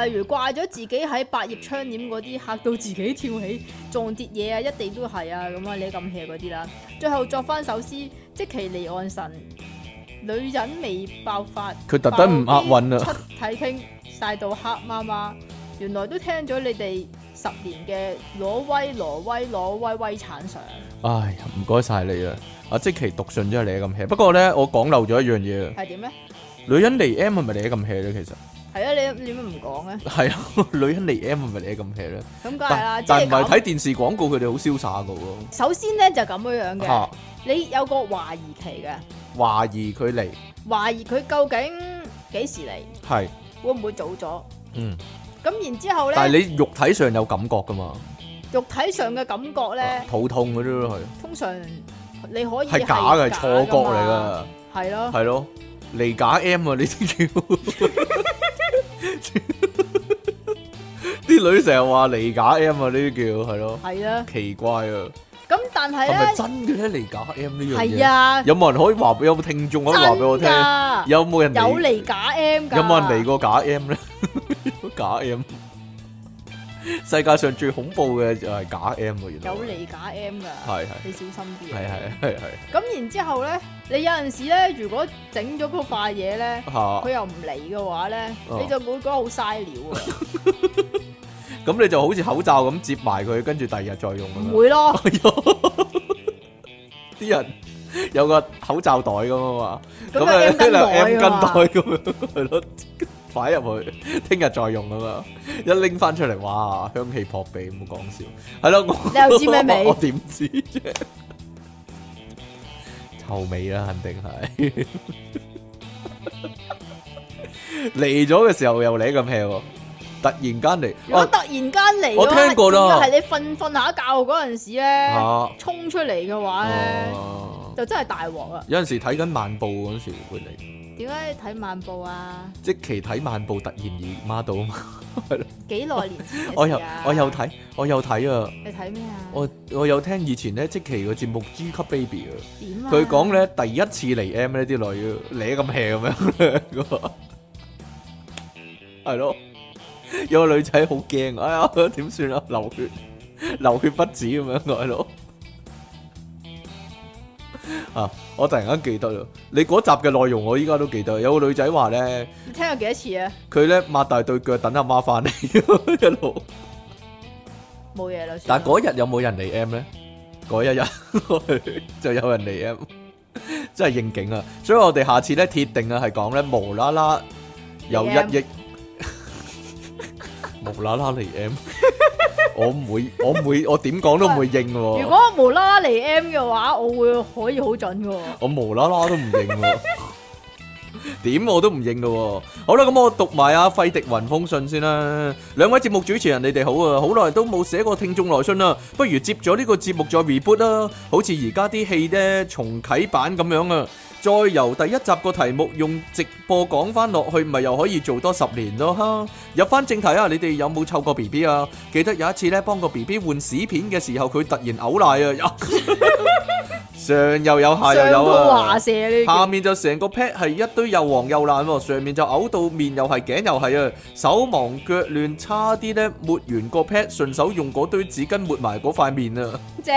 [SPEAKER 1] 係
[SPEAKER 2] 例如掛咗自己喺百葉窗簾嗰啲，嚇到自己跳起，撞跌嘢啊，一地都係啊，咁啊你咁 hea 嗰啲啦。最後作翻首詩，即其離岸神，女人未爆發。
[SPEAKER 1] 佢特登唔押韻啊！
[SPEAKER 2] 出體傾晒到黑媽媽，原來都聽咗你哋十年嘅挪威挪威挪威威產上，
[SPEAKER 1] 唉，唔該晒你啊！阿即其讀信真係你咁 hea。不過咧，我講漏咗一樣嘢啊！
[SPEAKER 2] 係點咧？
[SPEAKER 1] 女人嚟 M 係咪你咁 hea 咧？其實。
[SPEAKER 2] 係啊，你你點解唔講咧？
[SPEAKER 1] 係啊， 女人嚟 M 係咪你咁 hea 咧？
[SPEAKER 2] 咁梗係啦，
[SPEAKER 1] 但
[SPEAKER 2] 即
[SPEAKER 1] 但
[SPEAKER 2] 係
[SPEAKER 1] 唔係
[SPEAKER 2] 咁。
[SPEAKER 1] 睇電視廣告，佢哋好瀟灑噶喎。
[SPEAKER 2] 首先咧就咁樣樣嘅，
[SPEAKER 1] 嚇，
[SPEAKER 2] 你有個懷疑期嘅，
[SPEAKER 1] 懷疑佢嚟
[SPEAKER 2] 懷疑佢究竟幾時嚟，
[SPEAKER 1] 係，
[SPEAKER 2] 會唔會早咗？
[SPEAKER 1] 嗯，
[SPEAKER 2] 咁然之後
[SPEAKER 1] 但
[SPEAKER 2] 咧，
[SPEAKER 1] 係你肉體上有感覺噶嘛？
[SPEAKER 2] 肉體上嘅感覺
[SPEAKER 1] 啊
[SPEAKER 2] 咧，
[SPEAKER 1] 肚痛嗰啲咯，係
[SPEAKER 2] 通常你可以
[SPEAKER 1] 係假嘅，
[SPEAKER 2] 係
[SPEAKER 1] 錯覺嚟
[SPEAKER 2] 㗎嘛，
[SPEAKER 1] 噶，
[SPEAKER 2] 係咯。
[SPEAKER 1] 係咯，嚟假 M 啊！你啲叫 啲女成日話嚟假 M 啊！呢啲叫係咯，
[SPEAKER 2] 係啦，
[SPEAKER 1] 奇怪啊，
[SPEAKER 2] 咁但係
[SPEAKER 1] 係咪
[SPEAKER 2] 咧，
[SPEAKER 1] 真嘅咧？嚟假 M 呢樣嘢
[SPEAKER 2] 係，啊，
[SPEAKER 1] 有冇人可以話俾有冇聽眾可以話俾我聽？
[SPEAKER 2] 真㗎
[SPEAKER 1] 有冇人嚟
[SPEAKER 2] 有嚟假 M 噶，
[SPEAKER 1] 有冇人嚟？過假 M 咧？假 M，世界上最恐怖嘅就係假 M 喎，原來
[SPEAKER 2] 有嚟假 M 噶，
[SPEAKER 1] 係係
[SPEAKER 2] 你小心啲
[SPEAKER 1] 係
[SPEAKER 2] 啊。
[SPEAKER 1] 係係係
[SPEAKER 2] 咁然之後咧，你有陣時咧，如果整咗嗰塊嘢咧，佢
[SPEAKER 1] 嚇，
[SPEAKER 2] 又唔嚟嘅話咧，
[SPEAKER 1] 哦
[SPEAKER 2] 你就會覺得好嘥料啊，
[SPEAKER 1] 咁你就好似口罩咁接埋佢，跟住第二日再用咁
[SPEAKER 2] 唔
[SPEAKER 1] 樣。
[SPEAKER 2] 會咯。
[SPEAKER 1] 係咯 啲人有個口罩袋咁啊嘛，
[SPEAKER 2] 咁
[SPEAKER 1] 啊
[SPEAKER 2] 有 M
[SPEAKER 1] 呢
[SPEAKER 2] 巾
[SPEAKER 1] 個 M
[SPEAKER 2] 袋
[SPEAKER 1] 巾
[SPEAKER 2] 㗎嘛
[SPEAKER 1] 袋 咁樣係咯，擺入去，聽日再用咁啊嘛，一拎翻出嚟，哇，香氣撲鼻，唔好講笑。係咯，我
[SPEAKER 2] 你 又知咩味
[SPEAKER 1] 我點知啫？臭味啦，肯定 係。嚟咗嘅時候又嚟咁 hea 喎，突然間嚟，
[SPEAKER 2] 啊如果突然間嚟嘅話，
[SPEAKER 1] 我聽過啦
[SPEAKER 2] 係你瞓瞓下覺嗰陣時咧，
[SPEAKER 1] 啊
[SPEAKER 2] 衝出嚟嘅
[SPEAKER 1] 啊
[SPEAKER 2] 話咧，
[SPEAKER 1] 哦
[SPEAKER 2] 就真係大鑊啊！
[SPEAKER 1] 有陣時睇緊漫步嗰陣時會嚟，
[SPEAKER 2] 點解睇漫步啊？
[SPEAKER 1] 即期睇漫步突然而孖到啊嘛！
[SPEAKER 2] 幾耐年前嘅
[SPEAKER 1] 我
[SPEAKER 2] 事
[SPEAKER 1] 又
[SPEAKER 2] 啊
[SPEAKER 1] 我又睇，我又睇啊！
[SPEAKER 2] 你睇咩啊？
[SPEAKER 1] 我我有聽以前咧即期個節目《G 級 Baby》啊。
[SPEAKER 2] 點啊？
[SPEAKER 1] 佢講咧第一次嚟 M 呢啲女你咁 hea 咁樣 嗰個，係咯，有個女仔好驚，哎呀 點算啊，流血流血不止咁樣係咯。啊！我突然間記得啦，你嗰集嘅內容我依家都記得，有個女仔話咧，
[SPEAKER 2] 你聽過幾多次啊？
[SPEAKER 1] 佢咧擘大對腳等阿媽翻嚟 一路，
[SPEAKER 2] 冇嘢啦。算
[SPEAKER 1] 但
[SPEAKER 2] 啦
[SPEAKER 1] 嗰日有冇人嚟 M 咧？嗰一 日就有人嚟 M，真係應景啊！所以我哋下次咧鐵定啊，係講咧無啦啦有一 億，無啦啦嚟 M，我唔會，我唔會，我點講都唔會應喎。
[SPEAKER 2] 如果我無啦啦嚟 M 嘅話，我會可以好準嘅喎。
[SPEAKER 1] 我無啦啦都唔認喎，點我都唔認嘅喎。好啦，咁我讀埋阿費迪雲封信先啦。兩位節目主持人，你哋好啊！好耐都冇寫過聽眾來信啦，不如接咗呢個節目再 reboot 啦，好似而家啲戲呢，重啟版咁樣啊！再由第一集個題目用直播講翻落去，咪又可以做多十年咯哈！入翻正題啊，你哋有冇湊過 B B 啊？記得有一次呢，幫個 B B 換屎片嘅時候，佢突然嘔奶啊！ 上又有，下又
[SPEAKER 2] 上
[SPEAKER 1] 有
[SPEAKER 2] 鋪
[SPEAKER 1] 啊
[SPEAKER 2] 下！射呢
[SPEAKER 1] 下
[SPEAKER 2] 啲，
[SPEAKER 1] 面就成個 pad 係一堆又黃又爛喎，上面就嘔到面又係頸又係啊，手忙腳亂，差啲咧抹完個 pad，順手用嗰堆紙巾抹埋嗰塊面啊，
[SPEAKER 2] 正。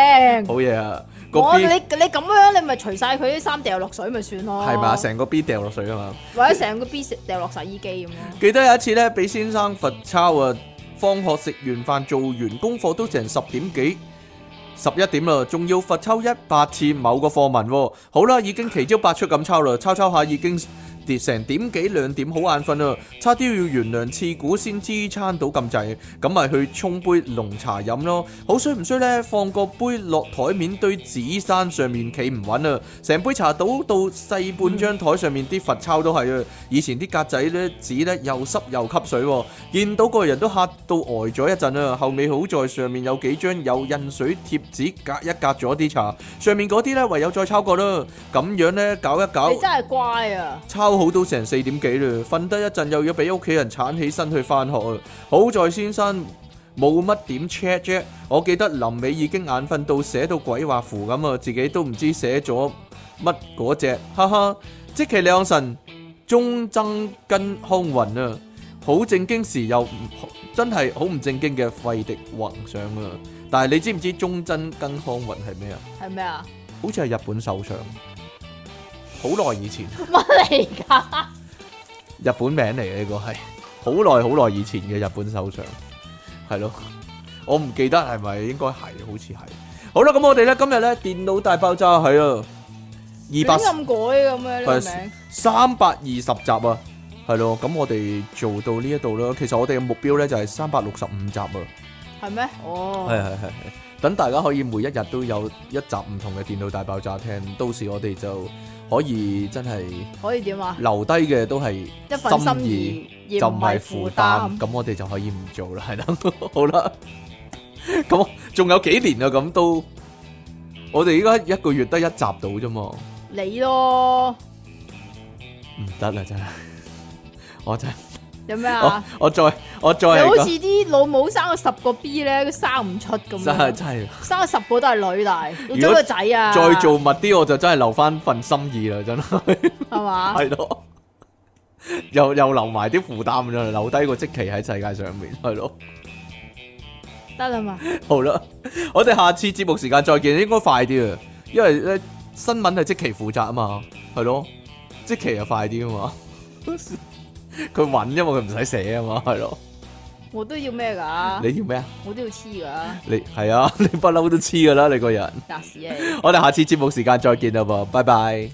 [SPEAKER 1] 好嘢啊！個
[SPEAKER 2] 我你
[SPEAKER 1] B
[SPEAKER 2] 你咁樣，你咪除晒佢啲衫掉落水咪算咯。
[SPEAKER 1] 係嘛，成個 B 掉落水啊嘛。
[SPEAKER 2] 或者成個 B 食掉落洗衣機咁咯。
[SPEAKER 1] 記得有一次咧，俾先生罰抄啊，放學食完飯做完功課都成十點幾。十一點啦，仲要罰抄一百次某個課文喎。好啦，已經奇招百出咁抄啦，抄抄下已經跌成點幾兩點，好眼瞓啦，差啲要懸梁刺股先支撐到咁滯，咁咪去沖杯濃茶飲咯。好衰唔衰呢？放個杯落台面堆紙山上面企唔穩啊，成杯茶倒到細半張台上面啲罰抄都係啊。以前啲格仔呢，紙呢又濕又吸水喎。見到個人都嚇到呆咗一陣啊！後尾好在上面有幾張有印水貼紙隔一隔咗啲茶，上面嗰啲呢唯有再抄過啦。咁樣呢，搞一搞
[SPEAKER 2] 你，真係乖啊！
[SPEAKER 1] 抄好到成四點幾啦，瞓得一陣又要俾屋企人鏟起身去翻學啊！好在先生冇乜點 check 啫，我記得臨尾已經眼瞓到寫到鬼畫符咁啊，自己都唔知寫咗乜嗰只，哈哈！即其兩神中曾跟康雲啊！好正經時又唔真係好唔正經嘅費迪雲上啊！但係你知唔知忠真跟康雲係咩啊？
[SPEAKER 2] 係咩啊？
[SPEAKER 1] 好似係日本首相，好耐以前，
[SPEAKER 2] 乜嚟㗎？
[SPEAKER 1] 日本名嚟嘅呢個係好耐好耐以前嘅日本首相，係咯，我唔記得係咪應該係，好似係。好啦，咁我哋咧今日咧電腦大爆炸係啊，
[SPEAKER 2] 亂
[SPEAKER 1] 二百
[SPEAKER 2] 咁改咁樣呢個
[SPEAKER 1] 係
[SPEAKER 2] 名。
[SPEAKER 1] 三百二十集啊，係咯，咁我哋做到呢一度啦。其實我哋嘅目標咧就係三百六十五集啊。
[SPEAKER 2] 係咩？哦，
[SPEAKER 1] 係係係係，等大家可以每一日都有一集唔同嘅電腦大爆炸聽，到時我哋就可以真係
[SPEAKER 2] 可以點啊？
[SPEAKER 1] 留低嘅都係
[SPEAKER 2] 一份
[SPEAKER 1] 心
[SPEAKER 2] 心
[SPEAKER 1] 意，
[SPEAKER 2] 意，
[SPEAKER 1] 就
[SPEAKER 2] 而
[SPEAKER 1] 唔
[SPEAKER 2] 唔
[SPEAKER 1] 係
[SPEAKER 2] 係
[SPEAKER 1] 負
[SPEAKER 2] 負
[SPEAKER 1] 擔，
[SPEAKER 2] 擔。
[SPEAKER 1] 咁我哋就可以唔做啦，係 啦，好啦，咁仲有幾年啊？咁都我哋而家一個月得一集到啫嘛，唔
[SPEAKER 2] 你咯，
[SPEAKER 1] 得啦真係， 我真係
[SPEAKER 2] 有咩
[SPEAKER 1] 我
[SPEAKER 2] 啊？
[SPEAKER 1] 我再我再
[SPEAKER 2] 你
[SPEAKER 1] 哦係
[SPEAKER 2] 好
[SPEAKER 1] 咁
[SPEAKER 2] 似啲老母生咗十個 B 咧，佢生唔出咁
[SPEAKER 1] 真係
[SPEAKER 2] 樣，
[SPEAKER 1] 真係。
[SPEAKER 2] 生咗十個都係女，但係
[SPEAKER 1] 如果
[SPEAKER 2] 要咗個仔啊，
[SPEAKER 1] 再做密啲，我就真係留翻份心意啦，真 係。
[SPEAKER 2] 係嘛？
[SPEAKER 1] 系咯，又又留埋啲負擔咗，留低個積期喺世界上面，係咯。
[SPEAKER 2] 得啦嘛，
[SPEAKER 1] 好啦， 我哋下次節目時間再見，應該快啲啊，因為咧新聞係積期負責啊嘛，係咯，積期又快啲啊嘛， 佢揾因為佢唔使寫啊嘛，係咯。
[SPEAKER 2] 我都要咩㗎？
[SPEAKER 1] 你要咩啊？
[SPEAKER 2] 我都要黐㗎，
[SPEAKER 1] 你係啊，你不嬲都黐噶啦，你個人。
[SPEAKER 2] 吔屎啊！
[SPEAKER 1] 我哋下次節目時間再見啦噃，拜拜。